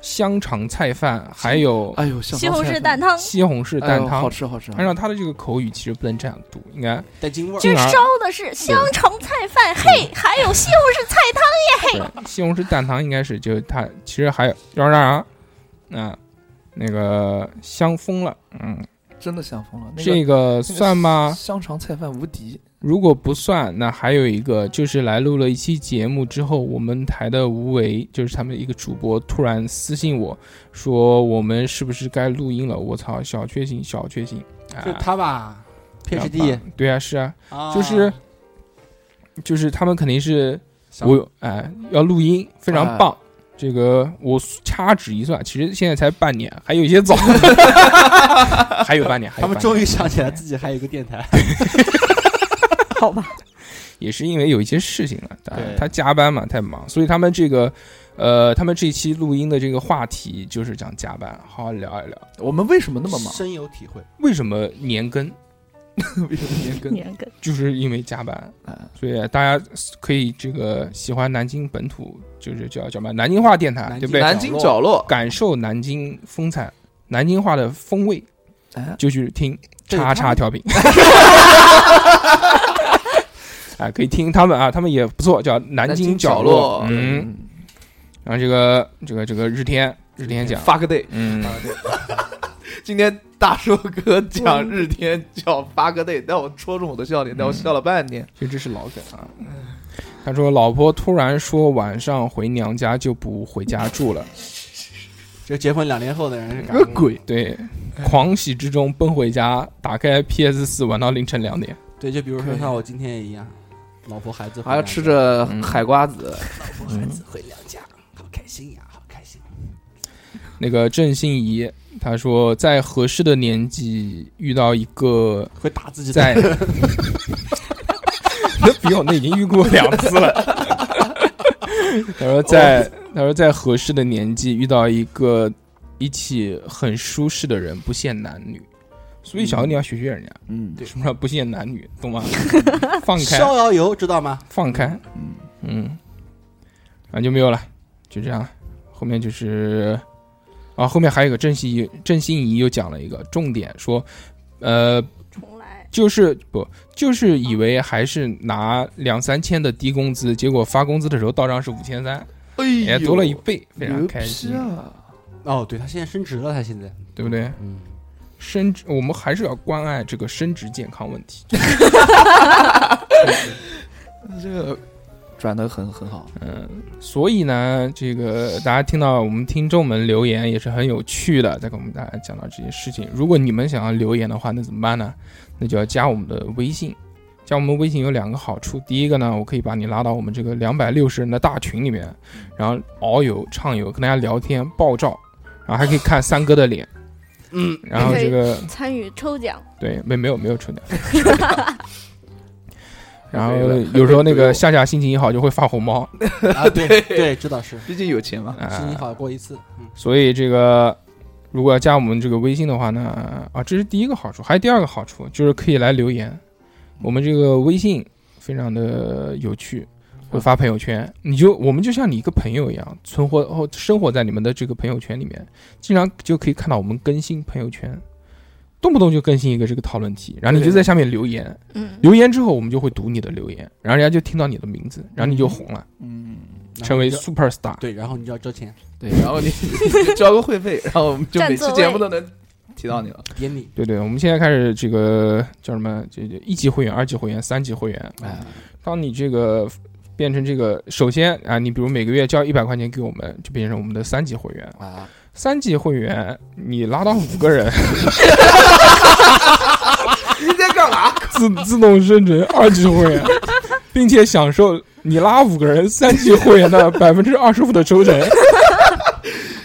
S1: 香肠菜饭，还有
S2: 哎呦，”小
S4: 西红柿蛋汤
S1: 西红柿
S2: 哎
S1: 蛋
S2: 呦
S1: 汤
S2: 好。吃好吃，
S1: 按照他的这个口语，其实不能这样读，应该
S6: 带金味儿，
S1: 进而
S4: 烧的是啊香肠菜饭，嘿，还有西红柿菜汤。
S1: 对西红柿蛋汤应该是就是他其实还有要让啊，啊那个香疯了，嗯，
S2: 真的想疯了，那个
S1: 这个算吗？
S2: 香肠菜饭无敌，
S1: 如果不算，那还有一个就是来录了一期节目之后，我们台的无为就是他们一个主播突然私信我说我们是不是该录音了？我操，小确幸，小确幸
S6: 是
S1: 啊！
S6: 他吧
S1: 然
S6: ？PhD，
S1: 后对啊，是啊，
S6: 啊
S1: 就是就是他们肯定是
S6: 想啊
S1: 我哎要录音，非常
S2: 哎
S1: 棒。这个我掐指一算，其实现在才半年，还有一些 早，还有半年。还有
S6: 他们
S1: 半
S6: 终
S1: 年
S6: 于想起来自己还有一个电台，
S4: 好吧，
S1: 也是因为有一些事情了，他
S6: 对
S1: 他加班嘛，太忙，所以他们这个呃，他们这期录音的这个话题就是讲加班，好好聊一聊
S2: 我们为什么那么 忙？
S6: 深有体会。
S1: 为什么年更，
S2: 为什么年 更？
S4: 年羹
S1: 就是因为加班。
S6: 啊
S2: 哎
S1: 所以大家可以这个喜欢南京本土，就是叫叫什么南京话电台，
S6: 南京
S1: 对不对？
S2: 南京角落，
S1: 感受南京风采，南京话的风味。
S2: 哎
S1: 就去听
S6: 这个
S1: 叉叉调频。 啊，可以听他们啊，他们也不错，叫南京角落。嗯，然后这个这个这个日天日天讲，
S2: ，fuck day。
S1: 嗯，
S2: 今天大叔哥讲日天叫 fuck day，但我戳中我的笑点，但我笑了半天。
S1: 这真是老梗啊。他说，老婆突然说晚上回娘家就不回家住了，
S6: 就结婚两年后的人
S1: 嗯
S6: 是感
S2: 个鬼！
S1: 对，狂喜之中奔回家，打开 PS 四玩到凌晨两点。
S6: 对，就比如说像我今天也一样，老婆孩子
S1: 嗯
S2: 还要吃着海瓜子，
S6: 孩子回娘家，好开心呀，好开心。
S1: 那个郑欣宜，他说在合适的年纪遇到一 个
S6: 会打自己的
S1: 在，那不用，那已经遇过两次了。 他说在，他说在合适的年纪遇到一个一起很舒适的人，不限男女。所以小何你要学学人家，
S2: 嗯，
S1: 什么叫不限男女， 懂吗？放开，
S6: 逍遥游，知道吗？
S1: 放开，嗯嗯，啊就没有了，就这样了。后面就是啊，后面还有一个郑欣怡，郑欣怡又讲了一个重点，说呃
S4: 重来，
S1: 就是不就是以为还是拿两三千的低工资，结果发工资的时候到账是五千三，
S2: 哎
S1: 也
S2: 呦，
S1: 多了一倍，非常
S2: 牛
S1: 开心
S2: 批，啊！
S6: 哦，对他现在升职了，他现在，
S1: 对不对？
S6: 嗯，
S1: 升职，我们还是要关爱这个生殖健康问题。
S2: 这个转的很很好，
S1: 嗯，所以呢，这个大家听到我们听众们留言也是很有趣的，再跟我们大家讲到这些事情。如果你们想要留言的话，那怎么办呢？那就要加我们的微信。加我们微信有两个好处，第一个呢，我可以把你拉到我们这个两百六十人的大群里面，然后遨游、畅游，跟大家聊天、爆照，然后还可以看三哥的脸，嗯，然后这个
S4: 参与抽奖，
S1: 对，没没有没有抽奖。然后有时候那个夏夏心情一好就会发红包，
S6: 啊，对 对，知道是，
S2: 毕竟有钱嘛。
S1: 啊、
S6: 心情好过一次，嗯，
S1: 所以这个如果要加我们这个微信的话呢，啊，这是第一个好处，还有第二个好处就是可以来留
S6: 嗯
S1: 言。我们这个微信非常的有趣，
S6: 嗯
S1: 会发朋友圈，你就我们就像你一个朋友一样，存活后生活在你们的这个朋友圈里面，经常就可以看到我们更新朋友圈，动不动就更新一个这个讨论题，然后你就在下面留言，
S4: 嗯，
S1: 留言之后我们就会读你的留言，然后人家就听到你的名字，然后你就红了，
S2: 嗯，
S6: 然后
S1: 成为
S6: 你就
S1: super star。
S6: 对，然后你就要交钱
S2: 对，然后你 你交个会费，然后我们就每期
S4: 占座位
S2: 节目都能提到你了。
S6: 点你，
S1: 对对，我们现在开始这个叫什么？这这一级会员、二级会员、三级会员。
S2: 哎，
S6: 嗯
S1: 当你这个变成这个，首先啊，你比如每个月交一百块钱给我们，就变成我们的三级会员
S6: 啊。
S1: 三级会员，你拉到五个人，
S2: 你在干嘛？
S1: 自自动升成二级会员，并且享受你拉五个人三级会员的百分之二十五的抽成。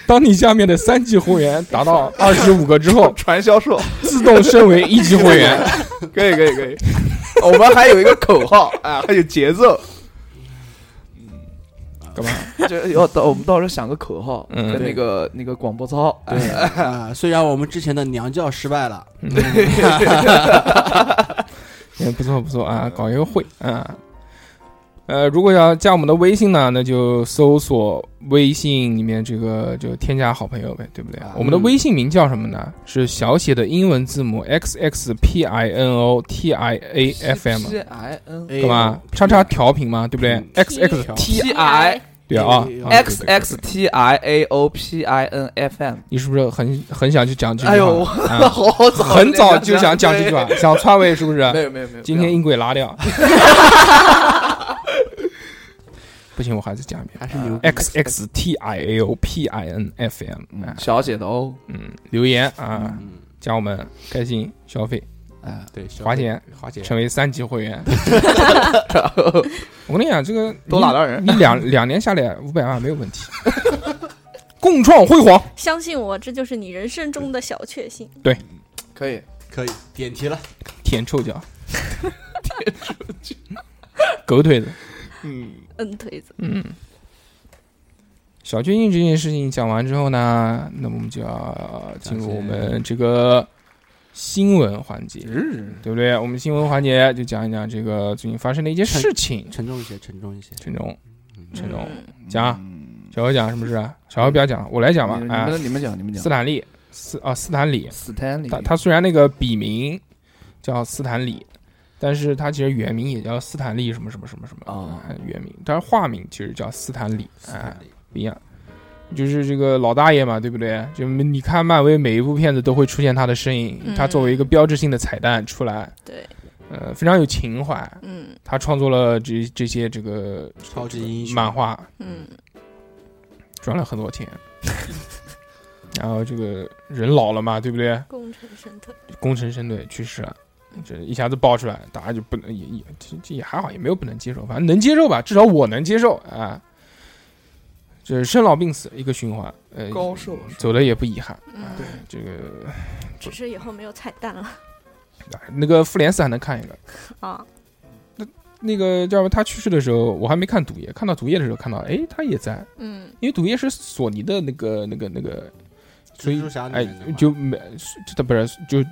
S1: 当你下面的三级会员达到二十五个之后，
S2: 传销售，
S1: 自动升为一级会员。
S2: 可以可以可以。我们还有一个口号啊，还有节奏，
S1: 嗯干嘛？
S2: 就是要到我们到时候想个口号，
S1: 嗯
S2: 跟那个那个广播操，哎
S6: 对 啊，虽然我们之前的娘教失败了，
S1: 嗯，不错不错啊，搞一个会啊。呃，如果要加我们的微信呢，那就搜索微信里面这个就添加好朋友呗，对不对？
S6: 啊
S1: 我们的微信名叫什么呢？是小写的英文字母 x x p i n o t i a f m，
S2: P I N
S6: 哎
S1: 干嘛？叉叉调频嘛，对不对？x x
S2: 嗯 T I
S4: I
S1: 对啊
S6: 哎呦
S1: 啊
S2: X
S1: 对对
S2: X T I A O P I N F M。
S1: 你是不是很很想去讲这句话？
S2: 哎呦，我
S1: 啊
S2: 好早，
S1: 很早就想讲这句话，想篡位是不是？
S2: 没有没有没有，
S1: 今天音轨拉掉。不行，我还是讲一遍。
S6: 还是牛逼
S1: x x t i a o p i n f m 啊，
S2: 小姐的哦，
S1: 嗯，留言啊，
S6: 嗯，
S1: 加我们开心消费，
S2: 哎，
S6: 对，消
S1: 花
S6: 费
S1: 钱
S6: 花钱，
S1: 成为三级会员。 我跟你讲，这个你
S2: 多拉点人
S1: 你 两两年下来五百万没有问题，共创辉煌。
S4: 相信我，这就是你人生中的小确幸。
S2: 可以，
S6: 可以点题了，
S1: 舔臭脚，舔臭脚，狗腿子。
S4: 嗯，腿子，
S1: 嗯，小确幸这件事情讲完之后呢，那么我们就要进入我们这个新闻环节，
S2: 嗯
S1: 对不对？我们新闻环节就讲一讲这个最近发生的一些事情。
S6: 沉重一些，沉重一些，
S1: 陈总，陈总
S4: 嗯，
S1: 讲啊，小何讲什么事啊？小何不要讲了，我来讲吧
S2: 你。
S1: 啊，
S2: 们你们讲你们
S1: 斯
S2: 讲，
S1: 坦利斯啊斯坦李，
S2: 斯坦利，
S1: 他他虽然那个笔名叫斯坦李，但是他其实原名也叫斯坦利什么什么什么什么
S2: 哦
S1: 哎原名，但是化名其实叫斯坦李，哎，不一样。就是这个老大爷嘛，对不对？就你看漫威每一部片子都会出现他的身影，
S4: 嗯
S1: 他作为一个标志性的彩蛋出来，
S4: 对，
S1: 呃，非常有情怀。
S4: 嗯
S1: 他创作了这这些这个
S6: 超级英雄
S1: 漫画，
S4: 嗯，
S1: 赚了很多 钱。然后这个人老了嘛，对不对？
S4: 功成身退。
S1: 功成身退去世了，这一下子爆出来，大家就不能也也这这也还好，也没有不能接受，反正能接受吧，至少我能接受啊。这生老病死一个循环，呃，
S2: 高寿
S1: 走的也不遗憾。
S4: 嗯，
S1: 对，这个哎
S4: 只是以后没有彩蛋了
S1: 那个复联四还能看一个，
S4: 啊。
S1: 那个叫什么？他去世的时候，我还没看毒液，看到毒液的时候看到，哎，他也在，
S4: 嗯
S1: 因为毒液是索尼的那个那个那个，所以
S6: 蜘蛛侠里
S1: 哎
S6: 面的嘛，
S1: 就没这不是就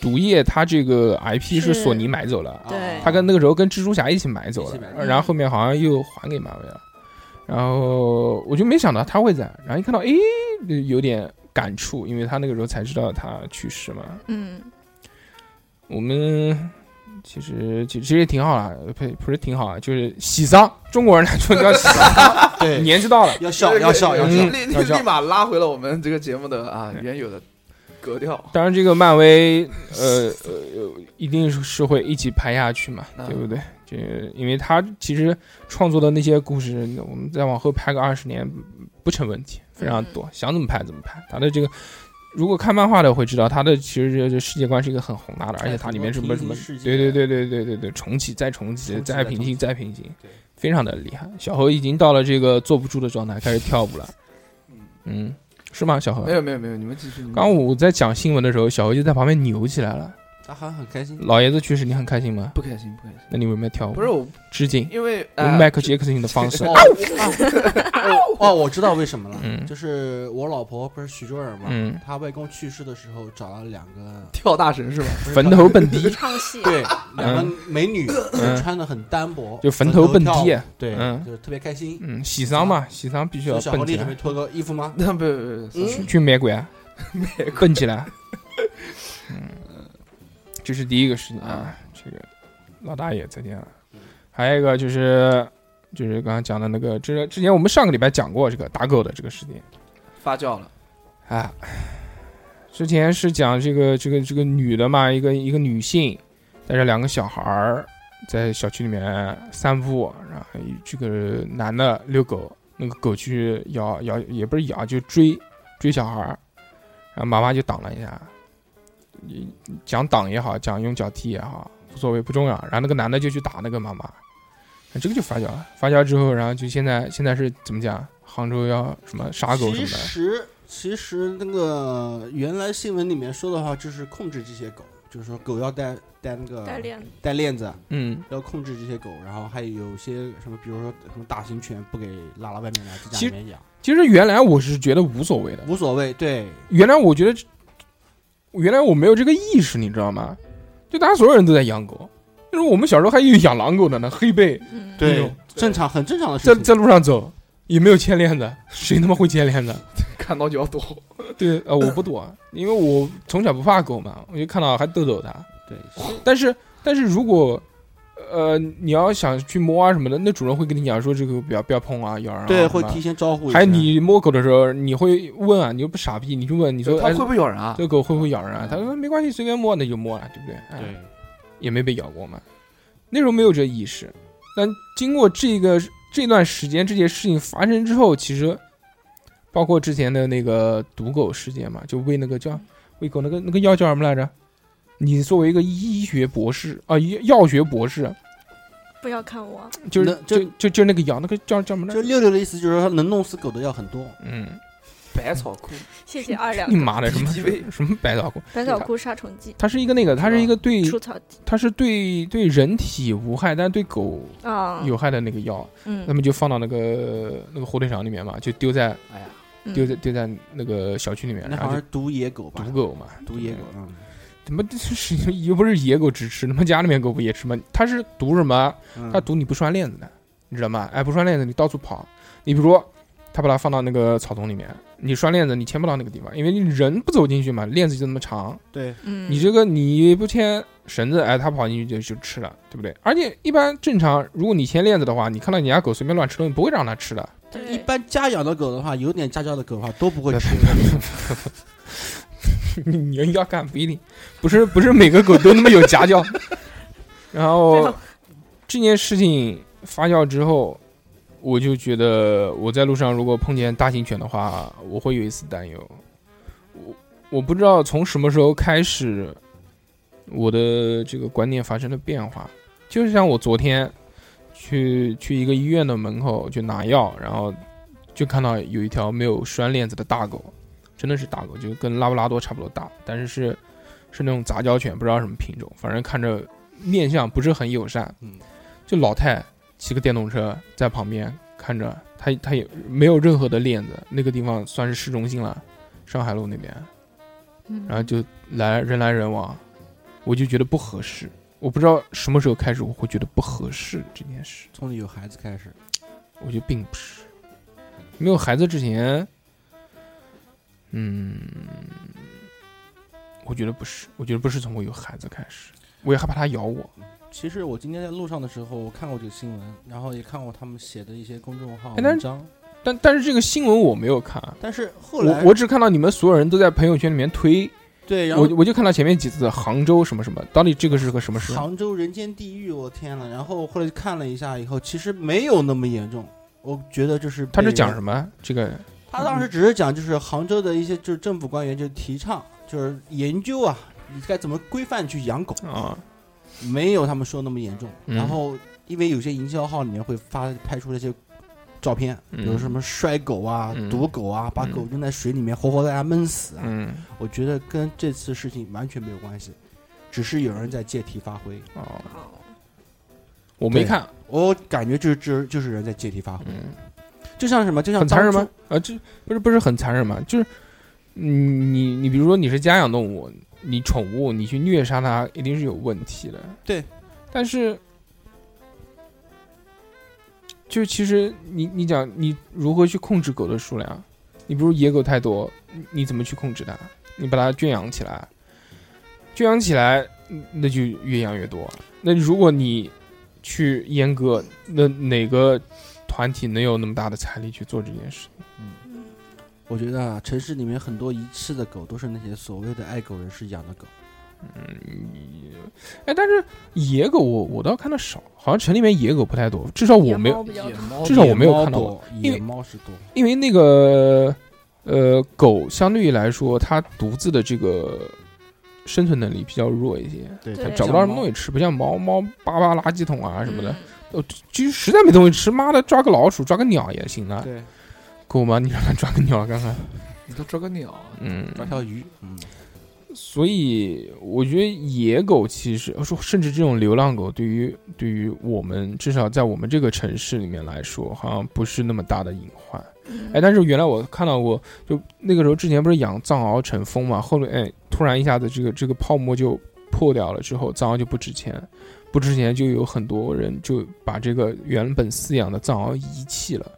S1: 毒液，它这个 IP 是
S4: 是
S1: 索尼买走了，
S6: 啊
S4: 对
S1: 他跟那个时候跟蜘蛛侠一起买走
S6: 一起买
S1: 了，
S6: 走
S1: 然后后面好像又还给漫威了，然后我就没想到他会在，然后一看到诶，就有点感触，因为他那个时候才知道他去世嘛。
S4: 嗯
S1: 我们其实其实其实也挺好啊，不不是挺好啊，就是喜丧，中国人来说叫喜 丧，
S6: 对，
S1: 年纪到了，
S6: 要笑要笑要
S1: 嗯
S6: 笑，
S2: 立立
S1: 要笑
S2: 立马拉回了我们这个节目的啊
S1: 对
S2: 原有的格调。
S1: 当然，这个漫威，呃呃，呃一定是会一起拍下去嘛，
S2: 嗯
S1: 对不对？这因为他其实创作的那些故事，我们再往后拍个二十年不成问
S6: 嗯
S1: 题，非常多，想怎么拍怎么拍。他的这个，如果看漫画的会知道，他的其实这这世界观是一个很宏大的，而且它里面什么什么
S6: 平行世，界
S1: 对对对对对对对，重启再重启
S6: 重启
S1: 再
S6: 再
S1: 平
S6: 重
S1: 行
S6: 启
S1: 再平行
S6: 对，
S1: 非常的厉害。小何已经到了这个坐不住的状态，开始跳舞了。嗯，是吗？小何
S2: 没有没有没有，你们继续。你们
S1: 刚我在讲新闻的时候，小欧就在旁边扭起来了。
S6: 他好像很开心。
S1: 老爷子去世，你很开心吗？
S2: 不开心不开心，
S1: 那你为什么要跳舞？
S2: 不是我，
S1: 致敬，
S2: 因为
S1: 用
S2: 呃啊
S1: 迈克杰克逊的方 式。
S6: 哦，我知道为什么了，
S1: 嗯
S6: 就是我老婆不是徐州人嘛，
S1: 嗯，
S6: 她外公去世的时候找了两个
S2: 跳大神是吧？
S6: 不是
S1: 坟头蹦 迪，
S4: 唱戏，
S6: 对两个美女，就穿的很单薄，
S1: 就坟头蹦
S6: 跳
S1: 迪
S6: 舞，。对
S1: 嗯，
S6: 就是特别开心。
S1: 嗯，喜丧 嘛，喜丧必须要
S6: 说小
S1: 蹦啊
S6: 狐
S1: 起
S6: 狸准备
S1: 来，
S6: 脱个衣服吗？
S2: 那 不不
S6: 嗯
S2: 不，
S1: 去去买鬼 啊，蹦起来。嗯，这是第一个事情啊，这个老大爷再见了。还有一个就是。就是刚刚讲的那个，之之前我们上个礼拜讲过这个打狗的这个事情，
S2: 发酵了，
S1: 啊，之前是讲这个这个这个女的嘛，一个一个女性带着两个小孩儿在小区里面散步，然后这个男的遛狗，那个狗去咬咬也不是咬，就追追小孩儿，然后妈妈就挡了一下，你讲挡也好，讲用脚踢也好，无所谓不重要。然后那个男的就去打那个妈妈，这个就发酵了，发酵之后，然后就现在现在是怎么讲？杭州要什么杀狗什
S6: 其
S1: 么的。
S6: 实其实那个原来新闻里面说的话，就是控制这些狗，就是说狗要带带那个
S4: 带链子。
S6: 带链子，
S1: 嗯，
S6: 要控制这些狗，然后还有些什么，比如说什么大型犬不给拉到外面来，在家
S1: 其
S6: 里
S1: 实
S6: 面养，
S1: 其实原来我是觉得无所谓的，
S6: 无所谓。对，
S1: 原来我觉得这，原来我没有这个意识，你知道吗？就大家所有人都在养狗，就是我们小时候还有养狼狗的呢，黑背
S4: 嗯，
S1: 对对
S6: 正常很正常的事
S1: 在
S6: 情。
S1: 在路上走，也没有牵链 子，谁他妈会牵链子？
S2: 看到就要躲。
S1: 对，呃，我不躲，因为我从小不怕狗嘛，我就看到还逗逗它。
S6: 对，
S1: 但是但是如果呃你要想去摸啊什么的，那主人会跟你讲说这个不要不要碰啊，咬人啊
S6: 对，
S1: 什么
S6: 会
S1: 的
S6: 提前招呼一下。
S1: 还有你摸狗的时候，你会问啊，你又不傻逼，你就问你说
S2: 它
S1: 哎
S2: 会不会咬人啊？
S1: 这狗会不会咬人啊？他说没关系，随便摸，那就摸了，对不对？哎
S6: 对，
S1: 也没被咬过嘛。那时候没有这意识，但经过这个这段时间这些事情发生之后，其实包括之前的那个毒狗事件嘛，就喂那个叫喂狗那个那个药叫什么来着？你作为一个医学博士啊，药药学博士，
S4: 不要看我，
S1: 就是
S6: 那
S1: 就
S6: 就
S1: 就就那个药，那个叫叫什么来
S6: 就
S1: 着？
S6: 六六的意思就是说，能弄死狗的药很多。
S1: 嗯，
S2: 百草枯，
S4: 谢谢二两
S1: 你。妈的什么
S2: BTV
S1: 什么百草枯？
S4: 百草枯杀虫剂、
S1: 它是一个那个，它是一个对
S4: 除草剂
S1: 它是对对人体无害，但对狗
S4: 啊，
S1: 有害的那个药，那
S4: 嗯，
S1: 么就放到那个那个火腿肠里面嘛，就丢在
S2: 哎呀，
S4: 嗯
S1: 丢在丢在那个小区里面，
S6: 那
S1: 然
S6: 好
S1: 后
S6: 像是
S1: 就
S6: 毒野狗吧
S1: 毒？狗嘛，
S6: 毒野狗
S1: 对，
S6: 嗯
S1: 怎么这是 又不是野狗只吃，他妈家里面狗不也吃吗？它是毒什么？
S6: 嗯，
S1: 它毒你不拴链子的，你知道吗？哎，不拴链子你到处跑，你比如说他把它放到那个草丛里面，你拴链子你牵不到那个地方，因为你人不走进去嘛，链子就那么长，
S6: 对，
S4: 嗯，
S1: 你这个你不牵绳子，哎，它跑进去就就吃了，对不对？而且一般正常，如果你牵链子的话，你看到你家狗随便乱吃东西，不会让它吃的。
S4: 对
S6: 一般家养的狗的话，有点家教的狗的话都不会吃。
S1: 你你要干不一定，不是不是每个狗都那么有家教。然后这件事情发酵之后，我就觉得我在路上如果碰见大型犬的话，我会有一丝担忧。我我不知道从什么时候开始，我的这个观念发生了变化。就是像我昨天去去一个医院的门口去拿药，然后就看到有一条没有拴链子的大狗，真的是大狗，就跟拉布拉多差不多大，但是是是那种杂交犬，不知道什么品种，反正看着面相不是很友善。
S6: 嗯，
S1: 就老太骑个电动车在旁边看着，他他也没有任何的链子，那个地方算是市中心了，上海路那边，
S4: 嗯
S1: 然后就来人来人往，我就觉得不合适。我不知道什么时候开始我会觉得不合适这件事。
S6: 从你有孩子开始，
S1: 我觉得并不是。没有孩子之前，嗯，我觉得不是，我觉得不是从我有孩子开始，我也害怕它咬我。
S6: 其实我今天在路上的时候，我看过这个新闻，然后也看过他们写的一些公众号
S1: 哎但是
S6: 文章，
S1: 但但是这个新闻我没有看，啊
S6: 但是后
S1: 我
S6: 来
S1: 我只看到你们所有人都在朋友圈里面推，
S6: 对，啊然后
S1: 我我就看到前面几次杭州什么什么，到底这个是个什么事？
S6: 杭州人间地狱，我天呐！然后后来看了一下以后，其实没有那么严重。我觉得就是
S1: 他是讲什
S6: 么？
S1: 么？这个
S6: 他当时只是讲就是杭州的一些就是政府官员就提倡就是研究啊，你该怎么规范去养狗，
S1: 啊，
S6: 没有他们说那么严重。
S1: 嗯
S6: 然后因为有些营销号里面会发拍出那些照片，
S1: 嗯
S6: 比如什么摔狗啊、
S1: 嗯
S6: 毒狗啊，把
S1: 嗯
S6: 狗扔在水里面活活大家闷死啊。
S1: 嗯，
S6: 我觉得跟这次事情完全没有关系，只是有人在借题发挥。
S1: 哦，
S4: 哦
S1: 我没
S6: 对
S1: 看，
S6: 我感觉就是就是就是人在借题发挥，
S1: 嗯。
S6: 就像什么，就像
S1: 很残
S6: 当
S1: 忍
S6: 初
S1: 吗？？啊，这不是不是很残忍吗？就是你你你比如说你是家养动物，你宠物你去虐杀它，一定是有问题的。
S6: 对，
S1: 但是就其实你你讲你如何去控制狗的数量？你比如野狗太多，你你怎么去控制它？你把它圈养起来，圈养起来，嗯那就越养越多。那如果你去阉割，那哪个团体能有那么大的财力去做这件事？
S6: 我觉得啊，城市里面很多遗弃的狗都是那些所谓的爱狗人士养的狗。
S1: 嗯哎，但是野狗我我倒看的少，好像城里面野狗不太多，至少我没有，
S4: 比较多
S1: 至少我没有看到过
S6: 过，
S1: 因
S6: 哦野
S1: 为
S6: 猫是多，
S1: 因为那个呃狗相对于来说，它独自的这个生存能力比较弱一些，
S6: 对
S4: 对
S1: 它
S6: 它
S1: 找不到什么东西吃，不像猫猫扒扒垃圾桶啊什么的，
S4: 嗯
S1: 其实实在没东西吃，妈的抓个老鼠抓个鸟也行啊。
S6: 对，
S1: 狗嘛，你让它抓个鸟看看，
S2: 你都抓个鸟啊，
S1: 嗯，
S6: 抓条鱼，嗯，
S1: 所以我觉得野狗其实，呃说甚至这种流浪狗，对于对于我们至少在我们这个城市里面来说，好像不是那么大的隐患。哎，但是原来我看到过，就那个时候之前不是养藏獒成风嘛，后来哎突然一下子这个这个泡沫就破掉了，之后藏獒就不值钱，不值钱就有很多人就把这个原本饲养的藏獒遗弃了，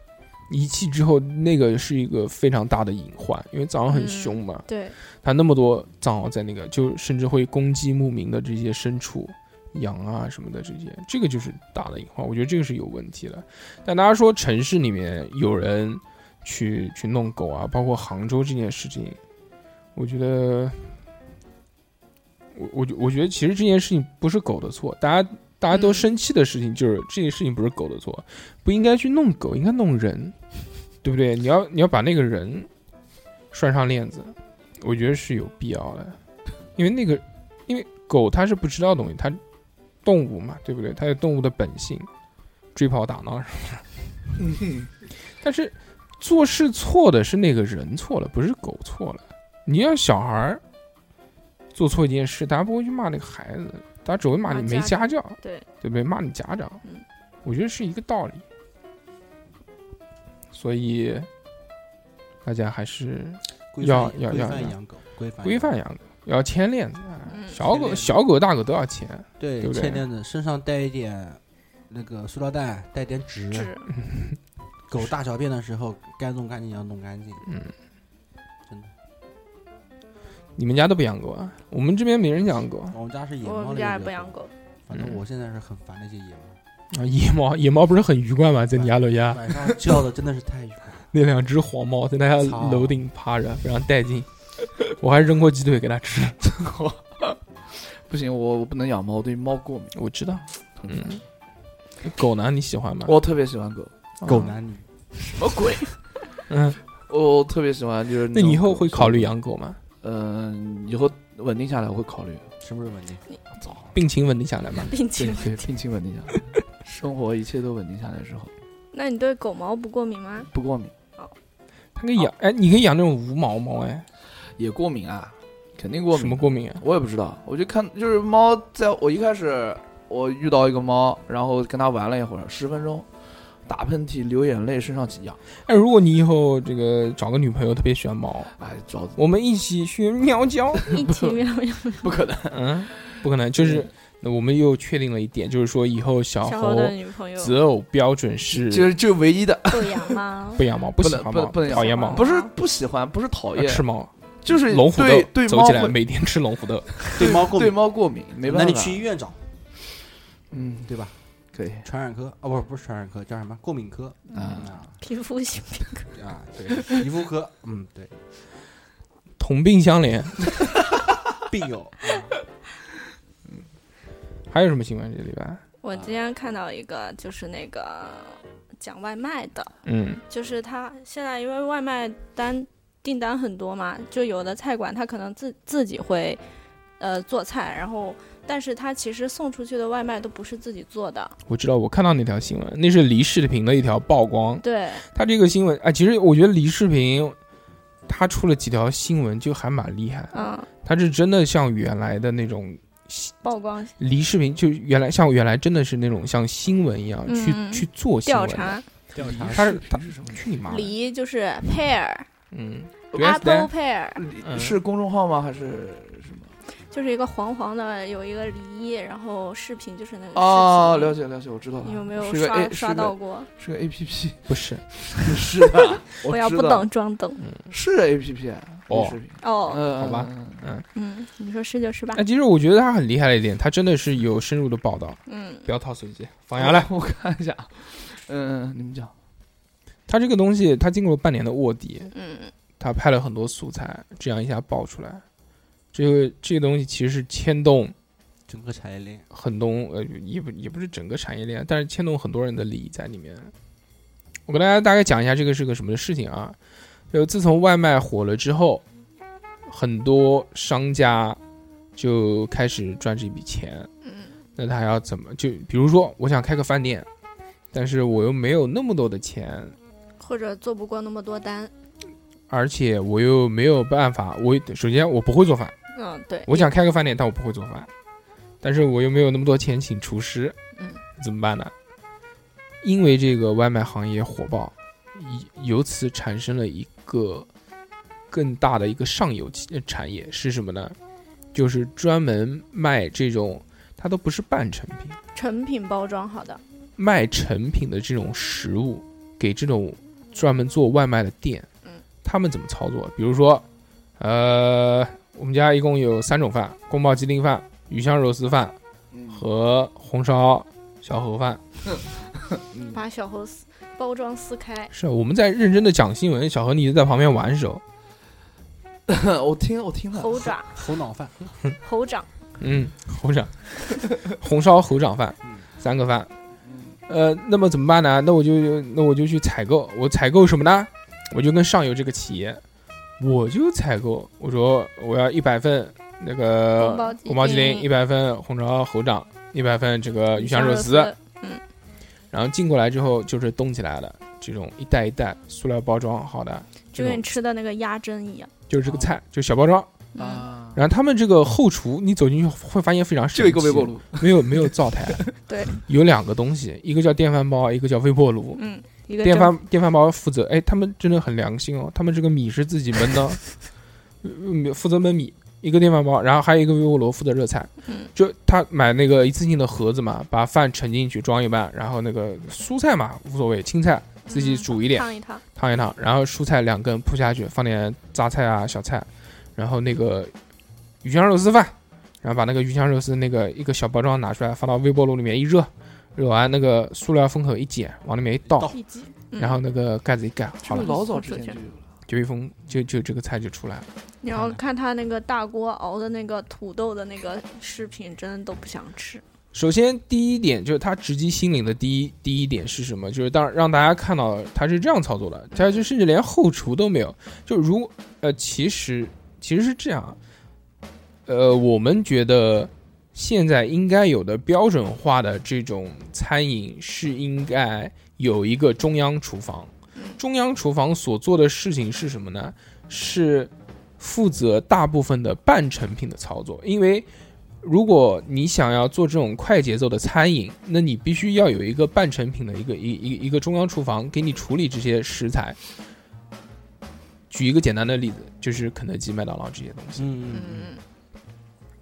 S1: 遗弃之后那个是一个非常大的隐患，因为藏獒很
S4: 嗯
S1: 凶嘛。
S4: 对，
S1: 它那么多藏獒在那个，就甚至会攻击牧民的这些牲畜、羊啊什么的这些，这个就是大的隐患。我觉得这个是有问题的。但大家说城市里面有人去去弄狗啊，包括杭州这件事情，我觉得，我我觉我觉得其实这件事情不是狗的错，大家大家都
S4: 嗯
S1: 生气的事情就是、这件事情不是狗的错，不应该去弄狗，应该弄人，对不对？你要你要把那个人拴上链子，我觉得是有必要的，因为那个，因为狗它是不知道东西，它动物嘛，对不对？它有动物的本性，追跑打闹什么
S4: 嗯
S1: 的。但是做事错的是那个人错了，不是狗错了。你要小孩儿做错一件事，大家不会去骂那个孩子，大家只会骂你
S4: 骂
S1: 没
S4: 家
S1: 家教，
S4: 对
S1: 对不对？骂你家长
S4: 嗯，
S1: 我觉得是一个道理。所以大家还是
S6: 规
S1: 要
S6: 范
S1: 要
S6: 规
S1: 要
S6: 范
S1: 要
S6: 养狗，规范
S1: 规范
S6: 养
S1: 养狗，要牵链子。哎
S4: 嗯
S1: 小
S6: 牵
S1: 狗
S6: 链子
S1: 小狗大狗都要牵，
S6: 狗，对
S1: 对不对
S6: 牵链子，身上带一点那个塑料袋，带点纸，
S4: 纸
S6: 狗大小便的时候该弄干净要弄干净。
S1: 你们家都不养狗啊？我们这边没人养狗啊
S6: 我们家是野
S4: 我
S6: 猫
S4: 们
S6: 类
S4: 家也
S6: 的
S4: 不养， 狗，
S6: 反正我现在是很烦那些野猫，
S1: 啊。野 猫，野猫不是很愉快吗？在你家楼下，
S6: 晚上叫的真的是太愉快了。
S1: 那两只黄猫在他家
S6: 操
S1: 楼顶趴着，非常带劲。 我还扔过鸡腿给它吃。
S2: 不行，我我不能养猫，我对猫过敏。
S1: 我知道，嗯，狗呢？你喜欢吗？啊
S2: 我特别喜欢狗，
S6: 狗，男女，
S2: 什么鬼？
S1: 嗯，
S2: 我特别喜欢，就是
S1: 那
S2: 种
S1: 你以后
S2: 狗
S1: 会考虑？养狗吗？
S2: 嗯、以后稳定下来我会考虑。
S6: 什么时候稳定？
S1: 病情稳定下来吗？
S4: 并
S2: 对
S4: 且，
S2: 对，病情稳定下来，生活一切都稳定下来之后，
S4: 那你对狗毛不过敏 吗？
S2: 不过敏
S1: 它
S2: 啊
S1: 可以养，哎，你可以养那种无毛猫，哎，
S2: 也过敏啊，肯定过敏。
S1: 什么过敏啊？
S2: 我也不知道，我就看就是猫在，我一开始我遇到一个猫，然后跟它玩了一会儿，十分钟，打喷嚏、流眼泪，身上起痒，
S1: 哎，如果你以后这个找个女朋友特别喜欢猫，
S2: 哎，找
S1: 我们一起学喵 叫。
S4: 一起喵喵，
S2: 不可能，
S1: 嗯，不可能，就是那我们又确定了一点，就是说以后小
S4: 小
S1: 猴
S4: 猴的女朋友
S1: 择偶标准是
S2: 就是就唯一
S6: 啊
S2: 的，
S4: 不养 吗
S1: 不？养猫，不喜欢
S2: 不
S1: 猫，
S2: 能不能
S1: 讨厌
S4: 养猫
S1: 猫，
S2: 不是不喜欢，不是讨
S1: 要
S2: 厌，
S1: 啊吃猫，
S2: 就是
S1: 龙虎
S2: 对
S1: 斗
S2: 对
S1: 走
S2: 猫
S1: 起来，
S2: 会
S1: 每天吃龙虎斗。
S6: 对猫过
S2: 对
S6: 敏，
S2: 猫过敏，没
S6: 那
S2: 办
S6: 你
S2: 法
S6: 去，医院找，
S2: 嗯，
S6: 对吧？
S2: 可以，
S6: 传染科啊，不是不是传染科，叫什么？过敏科
S2: 啊
S4: 皮肤性病，
S6: 啊，对，皮肤科， 嗯，对，
S1: 同病相怜，
S6: 病友。
S1: 还有什么新闻这礼拜？
S4: 我今天看到一个，就是那个讲外卖的，
S1: 嗯，
S4: 就是他现在因为外卖单订单很多嘛，就有的菜馆他可能自自己会呃做菜，然后但是他其实送出去的外卖都不是自己做的，
S1: 我知道，我看到那条新闻，那是离视频的一条曝光。
S4: 对，
S1: 他这个新闻啊，其实我觉得离视频，他出了几条新闻就还蛮厉害，
S4: 嗯，
S1: 他是真的像原来的那种
S4: 曝光
S1: 离视频，就原来像原来真的是那种像新闻一样
S4: 嗯
S1: 去、
S4: 嗯
S1: 去做新
S4: 调
S1: 闻的。
S4: 查，
S1: 调
S2: 查
S6: 嗯
S1: 他是他
S2: 是什么
S1: 去你妈的！
S4: 梨就是 pear
S1: 嗯
S4: apple pear，
S1: 嗯
S2: 是公众号吗？还是什么？
S4: 就是一个黄黄的有一个梨，然后视频就是那个视频
S2: 哦，了。解了解，我知道了。
S4: 你有没有
S2: 是个
S4: 刷
S2: A
S4: 刷到？过？
S2: 是个 A P P，
S1: 不是
S4: 啊
S2: 是的，
S4: 我
S2: 我
S4: 要
S2: 知
S4: 不
S2: 道
S4: 懂装懂
S2: 是 A P P
S1: 哦
S2: 视频，
S4: 哦，
S2: 嗯，
S1: 好吧
S2: 嗯，嗯
S4: 嗯，你说是就是吧
S1: 哎，，其实我觉得他很厉害的一点，他真的是有深入的报道，
S4: 嗯，
S1: 不要套手机，放下来。
S2: 我看一下，嗯，你们讲，
S1: 他这个东西，他经过半年的卧底，
S4: 嗯，
S1: 他拍了很多素材，这样一下爆出来，这个这个东西其实是牵动
S6: 整个产业链，
S1: 很多呃，也不也不是整个产业链，但是牵动很多人的利益在里面。我跟大家大概讲一下这个是个什么事情啊？就自从外卖火了之后，很多商家就开始赚这笔钱。那他要怎么？就比如说，我想开个饭店，但是我又没有那么多的钱，
S4: 或者做不过那么多单，
S1: 而且我又没有办法。我首先我不会做饭，
S4: 嗯，对，
S1: 我想开个饭店，但我不会做饭，但是我又没有那么多钱请厨师，
S4: 嗯，
S1: 怎么办呢？因为这个外卖行业火爆，以由此产生了一个更大的一个上游企呃产业是什么呢？就是专门卖这种，它都不是半成品，
S4: 成品包装好的，
S1: 卖成品的这种食物给这种专门做外卖的店
S4: 嗯，
S1: 他们怎么操作？比如说，呃，我们家一共有三种饭：宫保鸡丁饭、鱼香肉丝饭
S2: 嗯
S1: 和红烧小河饭。
S2: 嗯
S4: 把小猴撕包装撕开，
S1: 是啊我们在认真的讲新闻，小何你就在旁边玩手。
S2: 我听我听了，
S4: 猴爪、
S6: 猴脑饭，嗯
S4: 猴掌，
S1: 嗯，猴掌，红烧猴掌饭，
S2: 嗯
S1: 三个饭。呃，那么怎么办呢？那我就那我就去采购，我采购什么呢？我就跟上游这个企业，我就采购，我说我要一百份那个宫
S4: 宫保
S1: 保
S4: 鸡
S1: 鸡
S4: 丁
S1: 丁，一百份红烧猴掌，一百份这
S2: 呃
S1: 个鱼香肉
S4: 肉
S1: 丝，然后进过来之后就是冻起来的这种一袋一袋塑料包装好的，
S4: 就
S1: 这
S4: 跟你
S1: 种
S4: 吃的那个鸭胗一样，
S1: 就是这个菜，就小包装。
S4: 嗯，，
S2: 啊，
S1: 然后他们这个后厨，你走进去会发现非常神
S2: 就一个
S1: 奇
S2: 微波炉，
S1: 没有没有灶台
S4: 对，
S1: 有两个东西，一个叫电饭煲，一个叫微波炉。
S4: 嗯，一个
S1: 电
S4: 正
S1: 饭电饭煲负责，哎，他们真的很良心哦，他们这个米是自己焖 的，嗯负责焖米。一个电饭煲，然后还有一个微波炉负责热菜。
S4: 嗯
S1: 就他买那个一次性的盒子嘛，把饭盛进去装一半，然后那个蔬菜嘛无所谓，青菜自
S4: 嗯
S1: 己煮一点，
S4: 烫一烫，
S1: 烫一烫，然后蔬菜两根铺下去，放点杂菜啊、小菜，然后那个鱼香肉丝饭，然后把那个鱼香肉丝那个一个小包装拿出来，放到微波炉里面一热，热完那个塑料封口一剪，往里面一倒，
S4: 一击。
S1: 哦
S4: 嗯
S1: 然后那个盖子一盖，好了，
S2: 老早之前就有了。
S1: 就一封就就这个菜就出来了。
S4: 你要看他那个大锅熬的那个土豆的那个视频，真的都不想吃。
S1: 首先，第一点就是它直击心灵的第一第一点是什么？就是当让大家看到它是这样操作的，它就甚至连后厨都没有。就如呃，其实其实是这样啊，呃，我们觉得现在应该有的标准化的这种餐饮是应该有一个中央厨房。中央厨房所做的事情是什么呢？是负责大部分的半成品的操作，因为如果你想要做这种快节奏的餐饮，那你必须要有一个半成品的一个一一一个中央厨房给你处理这些食材。举一个简单的例子，就是肯德基、麦当劳这些东西，
S6: 嗯，
S4: 嗯，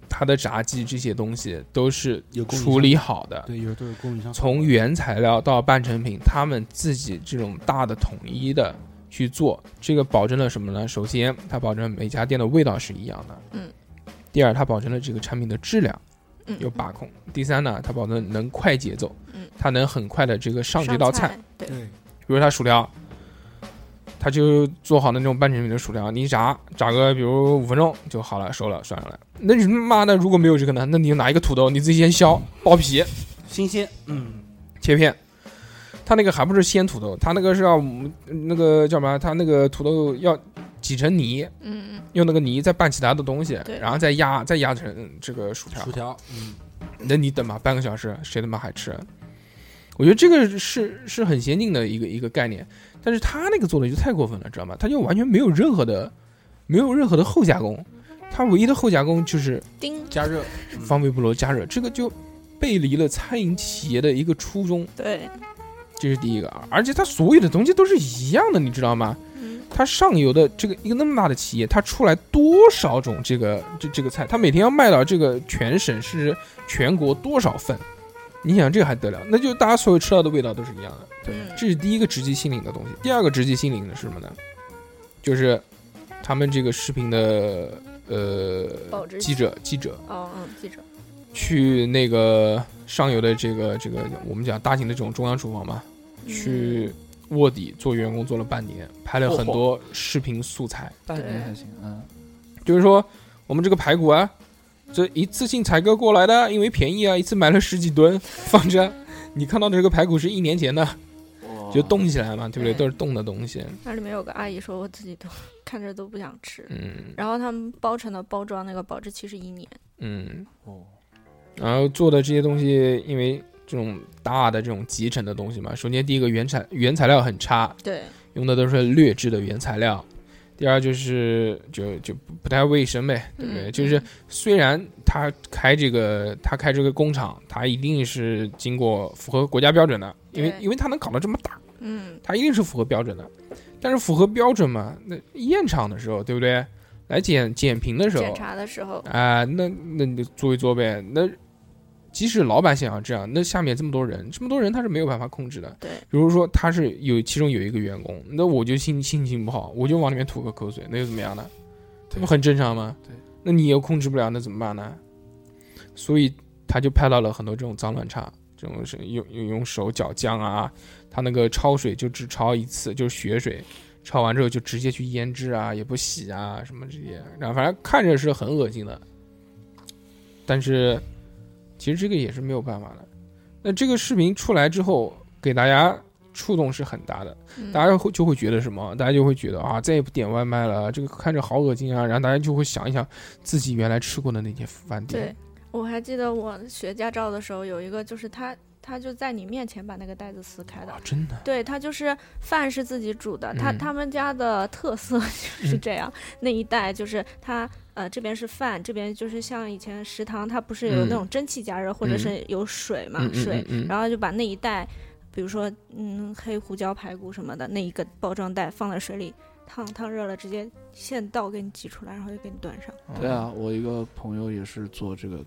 S1: 它的炸鸡这些东西都是
S6: 有供应商
S1: 处理好的，
S6: 对，有的都是供应商
S1: 从原材料到半成品，他们自己这种大的统一的去做，这个保证了什么呢？首先，它保证每家店的味道是一样的，
S4: 嗯。
S1: 第二，它保证了这个产品的质量
S4: 嗯
S1: 有把控。第三呢，它保证能快节奏
S4: 嗯，
S1: 它能很快的这个上这道菜。，
S4: 对，
S6: 对，
S1: 比如它薯条，它就做好那种半成品的薯条，你一炸炸个比如五分钟就好了，熟了涮上来。那你妈的如果没有这个呢？那你就拿一个土豆，你自己先削剥皮，
S6: 新鲜，嗯，
S1: 切片。它那个还不是鲜土豆，它那个是要嗯那个叫什么？它那个土豆要挤成泥，
S4: 嗯
S1: 用那个泥再拌其他的东西
S4: 对，
S1: 然后再压，再压成这个薯条
S6: 薯。条，嗯，
S1: 那你等吧，半个小时，谁他妈还吃？我觉得这个是是很先进的一个一个概念，但是他那个做的就太过分了，知道吗？他就完全没有任何的，没有任何的后加工，他唯一的后加工就是
S4: 嗯，丁，
S6: 加热，
S1: 放微波炉加热，这个就背离了餐饮企业的一个初衷。
S4: 对，
S1: 这是第一个啊，而且它所有的东西都是一样的，你知道吗？
S4: 嗯
S1: 它上游的这个一个那么大的企业，它出来多少种这个这这个菜，它每天要卖到这个全省市、全国多少份？你想这还得了？那就大家所有吃到的味道都是一样的。
S4: 嗯
S1: 这是第一个直击心灵的东西。第二个直击心灵的是什么呢？就是他们这个视频的呃
S4: 保质
S1: 记
S4: 期
S1: 者记者
S4: 哦嗯，记者，
S1: 去那个上游的这个这个我们讲大型的这种中央厨房嘛，
S4: 嗯
S1: 去卧底做员工做了半年，拍了很多视频素材。
S2: 半
S4: 对
S2: 年还行，嗯，
S1: 就是说，我们这个排骨啊，这一次性采购过来的，因为便宜啊，一次买了十几吨， 放着。你看到的这个排骨是一年前的，就冻起来嘛，对不对？
S4: 对
S1: 都是冻的东西。
S4: 那里面有个阿姨说，我自己都看着都不想吃。
S1: 嗯
S4: 然后他们包成的包装那个保质期是一年，
S1: 嗯，
S2: 哦，
S1: 然后做的这些东西，因为这种大的这种集成的东西嘛，首先第一个原产原材料很差，
S4: 对，
S1: 用的都是劣质的原材料。第二就是就就不不太卫生呗，对不对？
S4: 嗯
S1: 就是虽然他开这个他开这个工厂，他一定是经过符合国家标准的，因为
S4: 对
S1: 因为他能搞得这么大，
S4: 嗯，
S1: 他一定是符合标准的。但是符合标准嘛，那验厂的时候，对不对？来检检评的时候，
S4: 检查的时候，
S1: 啊、那那你就做一做呗。那即使老板想要这样，那下面这么多人，这么多人他是没有办法控制的。
S4: 对
S1: 比如说他是有其中有一个员工，那我就心心情不好，我就往里面吐个口水，那又怎么样呢？这不很正常吗？
S2: 对，
S1: 那你又控制不了，那怎么办呢？所以他就拍到了很多这种脏乱差，这种是用用用手搅浆啊，他那个焯水就只焯一次，就是血水，焯完之后就直接去腌制啊，也不洗啊什么这些，然后反正看着是很恶心的，但是其实这个也是没有办法的。那这个视频出来之后，给大家触动是很大的，
S4: 嗯
S1: 大家会就会觉得什么？大家就会觉得啊，再也不点外卖了，这个看着好恶心啊，然后大家就会想一想自己原来吃过的那些饭店
S4: 对，，我还记得我学驾照的时候，有一个就是他，他就在你面前把那个袋子撕开的
S1: 啊，。真的，
S4: 对他就是饭是自己煮的，他
S1: 嗯
S4: 他们家的特色 就是这样，那一带就是他呃这边是饭，这边就是像以前食堂，它不是有
S1: 嗯
S4: 那种蒸汽加热、或者是有水嘛、
S1: 嗯嗯
S4: 水，
S1: 嗯嗯
S4: 然后就把那一带，比如说嗯黑胡椒排骨什么的那一个包装袋放在水里烫烫热了，直接现倒给你挤出来，然后就给你端上。
S1: 嗯
S2: 对啊，我一个朋友也是做这个，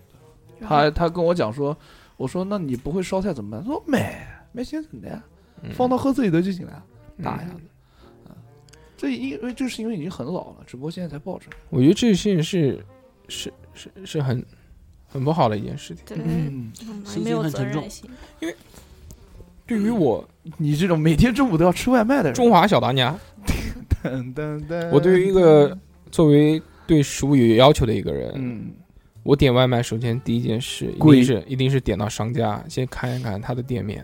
S4: 然后
S2: 他他跟我讲说，我说那你不会烧菜怎么办？他说买买现成的呀，
S1: 嗯
S2: 放到盒子里头就行了。大一下子。嗯这因为这是因为已经很老了，只不过现在才爆出来。
S1: 我觉得这事情是是是是很很不好的一件事情。
S4: 对，
S2: 嗯，
S4: 嗯没有责任心。
S1: 对于我
S2: 嗯你这种每天中午都要吃外卖的人，
S1: 中华小当家，
S2: 噔噔噔
S4: 嗯
S1: 我对于一个作为对食物有要求的一个人，
S2: 嗯，
S1: 我点外卖，首先第一件事一
S2: 贵
S1: 定是一定是点到商家，先看一看他的店面。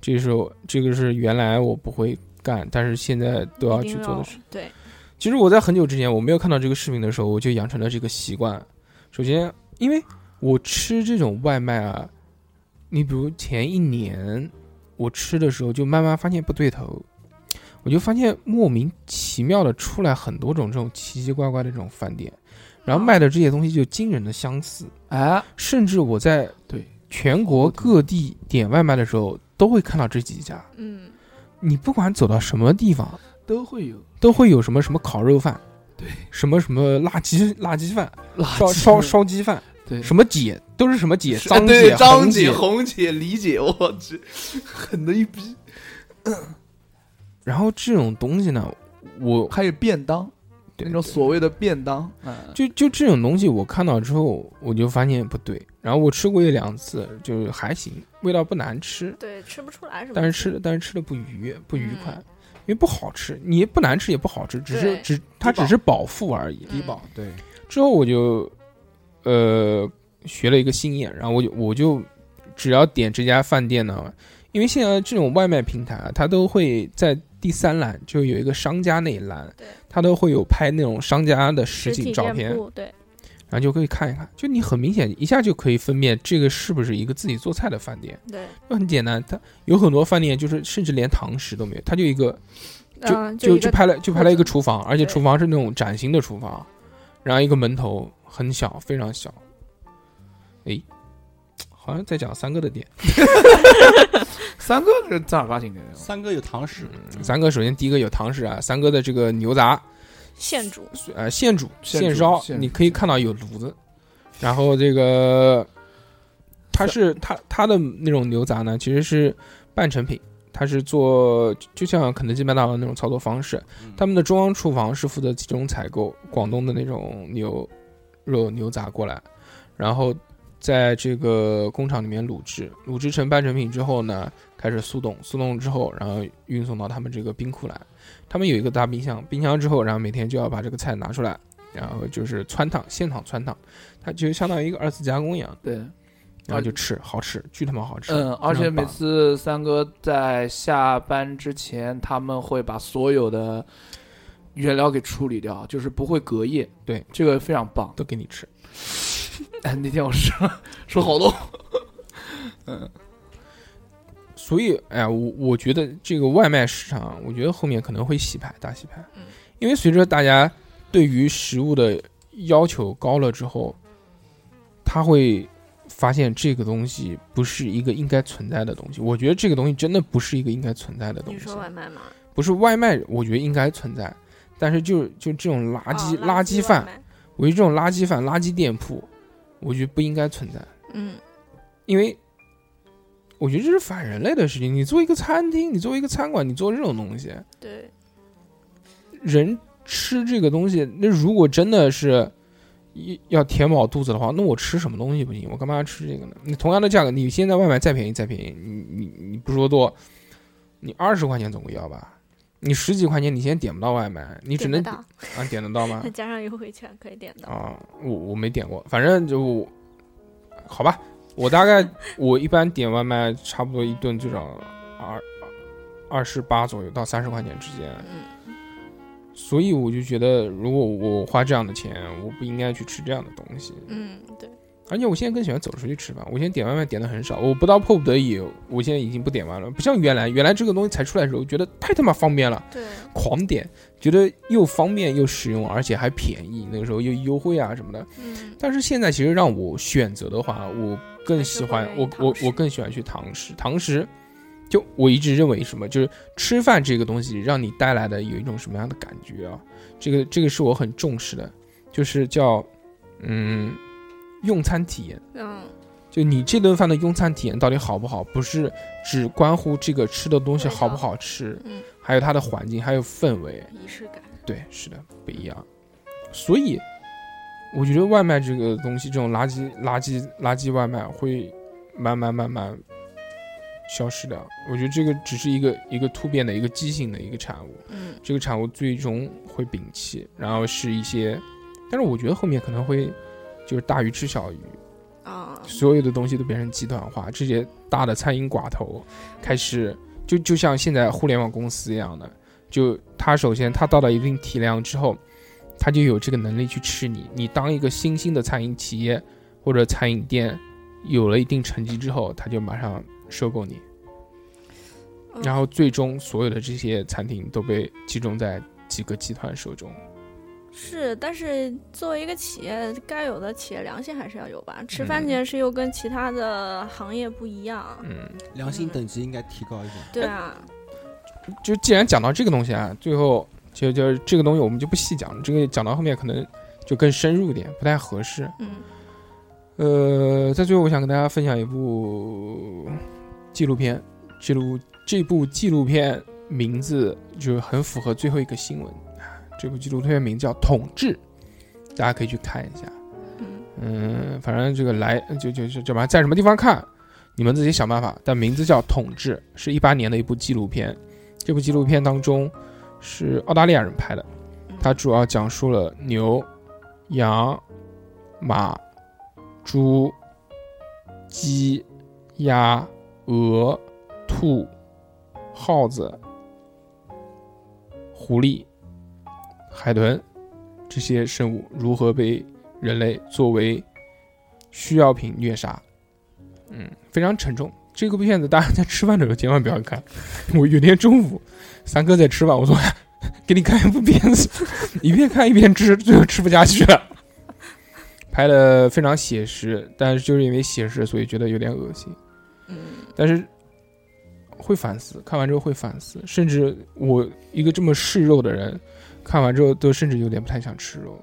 S1: 这时候，这个是原来我不会干，但是现在都要
S4: 一
S1: 啊去
S4: 定
S1: 做的
S4: 要
S1: 事。
S4: 对，
S1: 其实我在很久之前我没有看到这个视频的时候，我就养成了这个习惯。首先，因为我吃这种外卖啊，你比如前一年我吃的时候，就慢慢发现不对头，我就发现莫名其妙的出来很多种这种奇奇怪怪的这种饭店，然后卖的这些东西就惊人的相似。
S2: 哎，
S1: 甚至我在
S2: 对
S1: 全国各地点外卖的时候，都会看到这几家。
S4: 嗯，
S1: 你不管走到什么地方，
S2: 都会有
S1: 都会有什么什么烤肉饭，
S2: 对，
S1: 什么什么辣鸡辣鸡饭、
S2: 垃
S1: 烧
S2: 圾
S1: 烧烧鸡饭，
S2: 对
S1: 什么姐都是什么姐，
S2: 是哎
S1: 张
S2: 对
S1: 姐、
S2: 张
S1: 红
S2: 姐、
S1: 姐。
S2: 红姐、李姐，我去，狠的一逼。
S1: 然后这种东西呢，我
S2: 还有便当，
S1: 对
S2: 那种
S1: 对
S2: 所谓的便当，嗯，
S1: 就就这种东西，我看到之后我就发现不对。然后我吃过一两次，就是还行，味道不难吃，
S4: 对，吃不出来什么。
S1: 但是吃的但是吃的不愉悦不愉快，
S4: 嗯
S1: 因为不好吃，你不难吃也不好吃，只是
S4: 对
S1: 只它只是饱腹而已。
S4: 低
S6: 嗯
S4: 保
S3: 对，
S1: 之后我就呃学了一个心眼，然后我就我就只要点这家饭店呢，因为现在这种外卖平台啊，它都会在第三栏就有一个商家那一栏
S4: 对，
S1: 它都会有拍那种商家的实
S4: 实体
S1: 景照片，
S4: 店铺，对，
S1: 然后就可以看一看，就你很明显一下就可以分辨这个是不是一个自己做菜的饭店，
S4: 对，
S1: 就很简单。它有很多饭店就是甚至连堂食都没有，它就一个就、
S4: 嗯，
S1: 就
S4: 一个
S1: 拍了就拍了一个厨房，而且
S4: 对
S1: 厨房是那种崭新的厨房，然后一个门头很小，非常小。诶，好像在讲三哥的店。
S2: 三个是正儿八经的，
S6: 三哥有堂食，
S1: 嗯三哥首先第一个有堂食啊，三哥的这个牛杂
S4: 现煮，
S1: 呃现煮
S2: 现煮
S1: 现烧，
S2: 现煮
S1: 你可以看到有炉子，然后这个它是它它的那种牛杂呢，其实是半成品。它是做就像肯德基、麦当劳那种操作方式，他们的中央厨房是负责集中采购广东的那种牛肉牛杂过来，然后在这个工厂里面卤制，卤制成半成品之后呢，开始速冻，速冻之后，然后运送到他们这个冰库来。他们有一个大冰箱，冰箱之后，然后每天就要把这个菜拿出来，然后就是汆烫，现场汆烫，它就相当于一个二次加工一样，
S2: 对，
S1: 然后就吃，好吃，巨他妈好吃。
S2: 嗯，啊而且
S1: 非常
S2: 每
S1: 棒
S2: 次三哥在下班之前，他们会把所有的原料给处理掉，就是不会隔夜。
S1: 对，
S2: 这个非常棒。
S1: 都给你吃。
S2: 哎，那天我吃了，吃好多。
S1: 所以，哎呀，我我觉得这个外卖市场，我觉得后面可能会洗牌，大洗牌。
S4: 嗯
S1: 因为随着大家对于食物的要求高了之后，他会发现这个东西不是一个应该存在的东西。我觉得这个东西真的不是一个应该存在的东
S4: 你
S1: 西
S4: 说。外卖吗？
S1: 不是外卖，我觉得应该存在，但是就就这种垃圾、
S4: 哦
S1: 垃圾饭
S4: 外，卖
S1: 我觉得这种垃圾饭、垃圾店铺，我觉得不应该存在。
S4: 嗯，
S1: 因为我觉得这是反人类的事情。你做一个餐厅，你作为一个餐馆，你做这种东西，
S4: 对，
S1: 人吃这个东西，那如果真的是一要填饱肚子的话，那我吃什么东西不行？我干嘛要吃这个呢？你同样的价格，你现在外卖再便宜再便宜，你你你不说多，你二十块钱总归要吧？你十几块钱，你现在点不到外卖，你只
S4: 点
S1: 能
S4: 得到，
S1: 啊点得到吗
S4: 再？加上优惠券可以点到。
S1: 啊，我我没点过，反正就我好吧，我大概我一般点外卖，差不多一顿最少二二十八左右到三十块钱之间，
S4: 嗯，
S1: 所以我就觉得，如果我花这样的钱，我不应该去吃这样的东西。
S4: 嗯，对，
S1: 而且我现在更喜欢走出去吃饭，我现在点外卖点的很少，我不到迫不得已，我现在已经不点外了，不像原来，原来这个东西才出来的时候，觉得太他妈方便了。
S4: 对，
S1: 狂点，觉得又方便又实用，而且还便宜。那个时候又优惠啊什么的。
S4: 嗯，
S1: 但是现在其实让我选择的话，我更喜欢
S4: 还是会
S1: 我我
S4: 堂食
S1: 我更喜欢去堂食。堂食，就我一直认为什么，就是吃饭这个东西让你带来的有一种什么样的感觉啊？这个这个是我很重视的，就是叫嗯用餐体验。
S4: 嗯，
S1: 就你这顿饭的用餐体验到底好不好，不是只关乎这个吃的东西好不好吃，
S4: 嗯
S1: 还有它的环境，还有氛围，
S4: 仪式感。
S1: 对，是的，不一样。所以，我觉得外卖这个东西，这种垃圾、垃圾、垃圾外卖会慢慢慢慢消失的。我觉得这个只是一个一个突变的一个畸形的一个产物，
S4: 嗯，
S1: 这个产物最终会摒弃，然后是一些，但是我觉得后面可能会就是大鱼吃小鱼，
S4: 啊，
S1: 所有的东西都变成集团化，这些大的餐饮寡头开始就就像现在互联网公司一样的，就它首先它到了一定体量之后，它就有这个能力去吃你。你当一个新兴的餐饮企业或者餐饮店有了一定成绩之后，它就马上收购你，
S4: 嗯
S1: 然后最终所有的这些餐厅都被集中在几个集团手中。
S4: 是，但是作为一个企业，该有的企业良心还是要有吧。吃饭这件事又跟其他的行业不一样，
S1: 嗯，
S3: 良心等级应该提高一点。
S4: 对啊，
S1: 就既然讲到这个东西啊，最后就就这个东西我们就不细讲了，这个讲到后面可能就更深入一点，不太合适。
S4: 嗯，
S1: 呃，在最后我想跟大家分享一部纪录片，记录这部纪录片名字就很符合最后一个新闻，啊这部纪录片名叫《统治》，大家可以去看一下。
S4: 嗯，
S1: 嗯，反正这个来就就就就反正在什么地方看，你们自己想办法。但名字叫《统治》，是一八年的一部纪录片。这部纪录片当中是澳大利亚人拍的，
S4: 嗯
S1: 它主要讲述了牛、羊、马、猪、鸡、鸭、鹅、兔、耗子、狐狸、海豚这些生物如何被人类作为需要品虐杀，嗯，非常沉重。这个片子大家在吃饭的时候千万不要看。 我有天中午，三哥在吃饭，我说 给你看一部片子， 一边看一边吃，最后吃不下去了。拍的非常写实，但是就是因为写实，所以觉得有点恶心。
S4: 嗯，
S1: 但是会反思，看完之后会反思，甚至我一个这么嗜肉的人，看完之后都甚至有点不太想吃肉。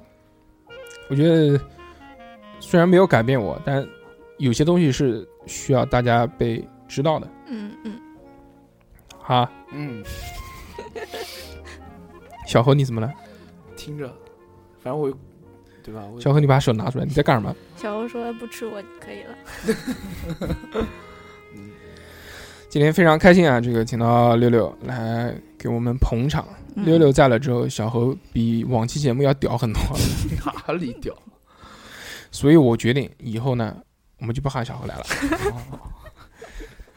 S1: 我觉得虽然没有改变我，但有些东西是需要大家被知道的
S4: 嗯嗯，
S1: 哈，
S2: 嗯，
S1: 小何，你怎么了？
S2: 听着，反正我，对吧？我
S1: 小何，你把手拿出来，你在干什么？
S4: 小欧说不吃我可以了，
S1: 今天非常开心啊，这个请到六六来给我们捧场。
S4: 嗯
S1: 六六在了之后，小何比往期节目要屌很多。
S2: 哪里屌？
S1: 所以我决定以后呢，我们就不喊小何来了，
S2: 哦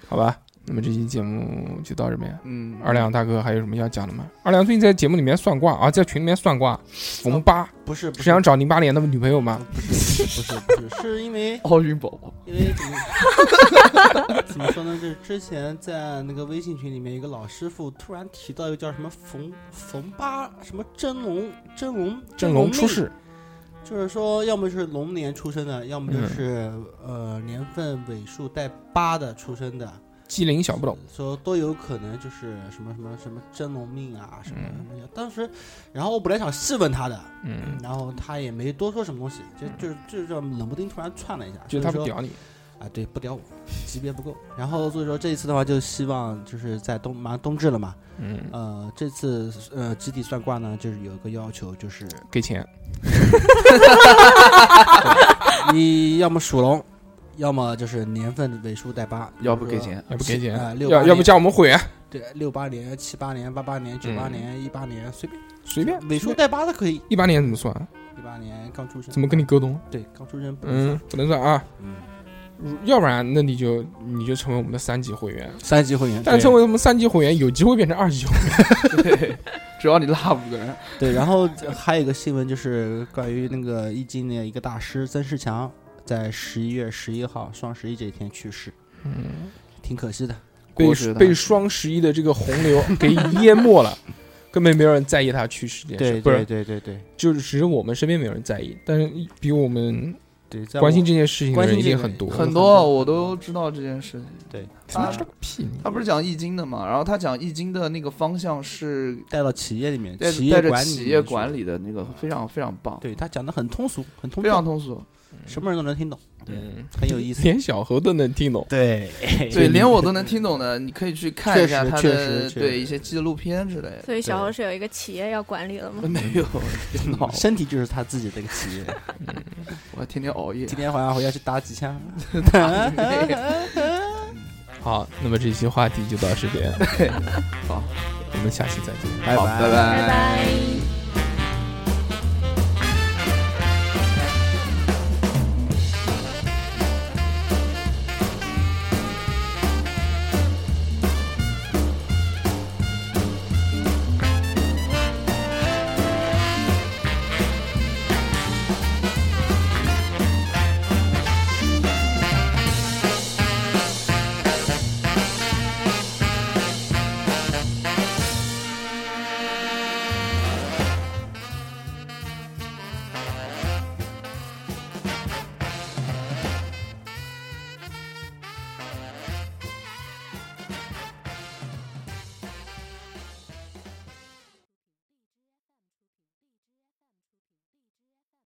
S1: 好吧？那么这期节目就到这边。
S2: 嗯，
S1: 二亮大哥还有什么要讲的吗？二亮最近在节目里面算卦啊，在群里面算卦，逢八
S6: 不是不
S1: 是
S6: 是
S1: 想找零八年的女朋友吗？
S6: 不是不是不是，是因为
S2: 奥运宝宝，
S6: 因为怎么怎么说 呢？就是之前在那个微信群里面，一个老师傅突然提到一个叫什么冯冯八什么真龙真龙
S1: 振龙
S6: 妹
S1: 出世，
S6: 就是说，要么是龙年出生的，要么
S1: 嗯
S6: 就是、呃年份尾数带八的出生的，
S1: 机灵小不懂，
S6: 说都有可能就是什么什么什么真龙命啊什么
S1: 嗯
S6: 什么的。当时，然后我本来想细问他的，
S1: 嗯，
S6: 然后他也没多说什么东西，就就是就是这么冷不丁突然窜了一下，
S1: 就
S6: 所以
S1: 他不
S6: 说
S1: 屌你，
S6: 啊，对，不屌我，级别不够。然后所以说这一次的话，就希望就是在冬马上冬至了嘛，
S1: 嗯，
S6: 呃，这次呃集体算卦呢，就是有一个要求，就是
S1: 给钱，
S6: 你要么属龙，要么就是年份尾数带八，
S2: 要不给钱，
S1: 要不给钱，
S6: 啊六八
S1: 要要不
S6: 年
S1: 加我们啊会员，
S6: 对，六八年、七八年、八八年、九八
S1: 嗯
S6: 年、一八年，随便
S1: 随便
S6: 尾数带八的可以。
S1: 一八年怎么算？啊
S6: 一八年刚出生，
S1: 怎么跟你沟通？
S6: 对刚出生不能
S1: 嗯
S6: 算，，
S1: 不能算啊，
S6: 嗯，
S1: 如要不然那你就你就成为我们的三级会员，
S6: 三级会员，
S1: 但成为我们三级会员有机会变成二 级会员。
S2: 对，只要你拉五个人，
S6: 对，然后这还有一个新闻就是关于那个易经的一个大师曾仕强，在十一月十一号双十一这一天去世，
S1: 嗯。
S6: 挺可惜的。
S1: 被
S2: 国学的
S1: 被双十一的这个洪流给淹没 了，根本没有人在意他去世这件事，
S6: 对
S1: 不
S6: 对
S1: 是，
S6: 对对对
S1: 就是只是我们身边没有人在意，但是比我们
S6: 对，在
S1: 关心
S6: 我
S1: 这件事情的
S6: 关
S1: 人
S6: 心
S1: 一
S6: 这
S1: 定
S6: 个
S1: 很多。
S2: 很多我都知道这件事情。
S6: 对
S1: 他妈是个屁！
S2: 他不是讲易经的嘛，然后他讲易经的那个方向是
S6: 带到企业里面，
S2: 带
S6: 企
S2: 带
S6: 业
S2: 着
S6: 管理
S2: 企业管
S6: 理，
S2: 理的那个非常非常棒，
S6: 对他讲的很通俗，很通
S2: 非常
S6: 畅，
S2: 通俗。
S6: 什么人都能听懂。对
S1: 嗯，
S6: 很有意思。
S1: 连小猴都能听 懂。
S6: 对
S2: 对，连我都能听懂的，你可以去看一下
S6: 确实
S2: 他
S6: 确实
S2: 的
S6: 确实
S2: 对一些纪录片之类的。
S4: 所以小猴是有一个企业要管理的吗？
S2: 没有，脑
S6: 身体就是他自己的一个企业。
S2: 我还天天熬夜
S6: 今。天晚上回家去打几枪，
S1: 好，那么这期话题就到这边，
S2: 好，
S1: 我们下期再见。
S6: 拜
S2: 好，
S6: 拜
S2: 拜
S4: 拜拜。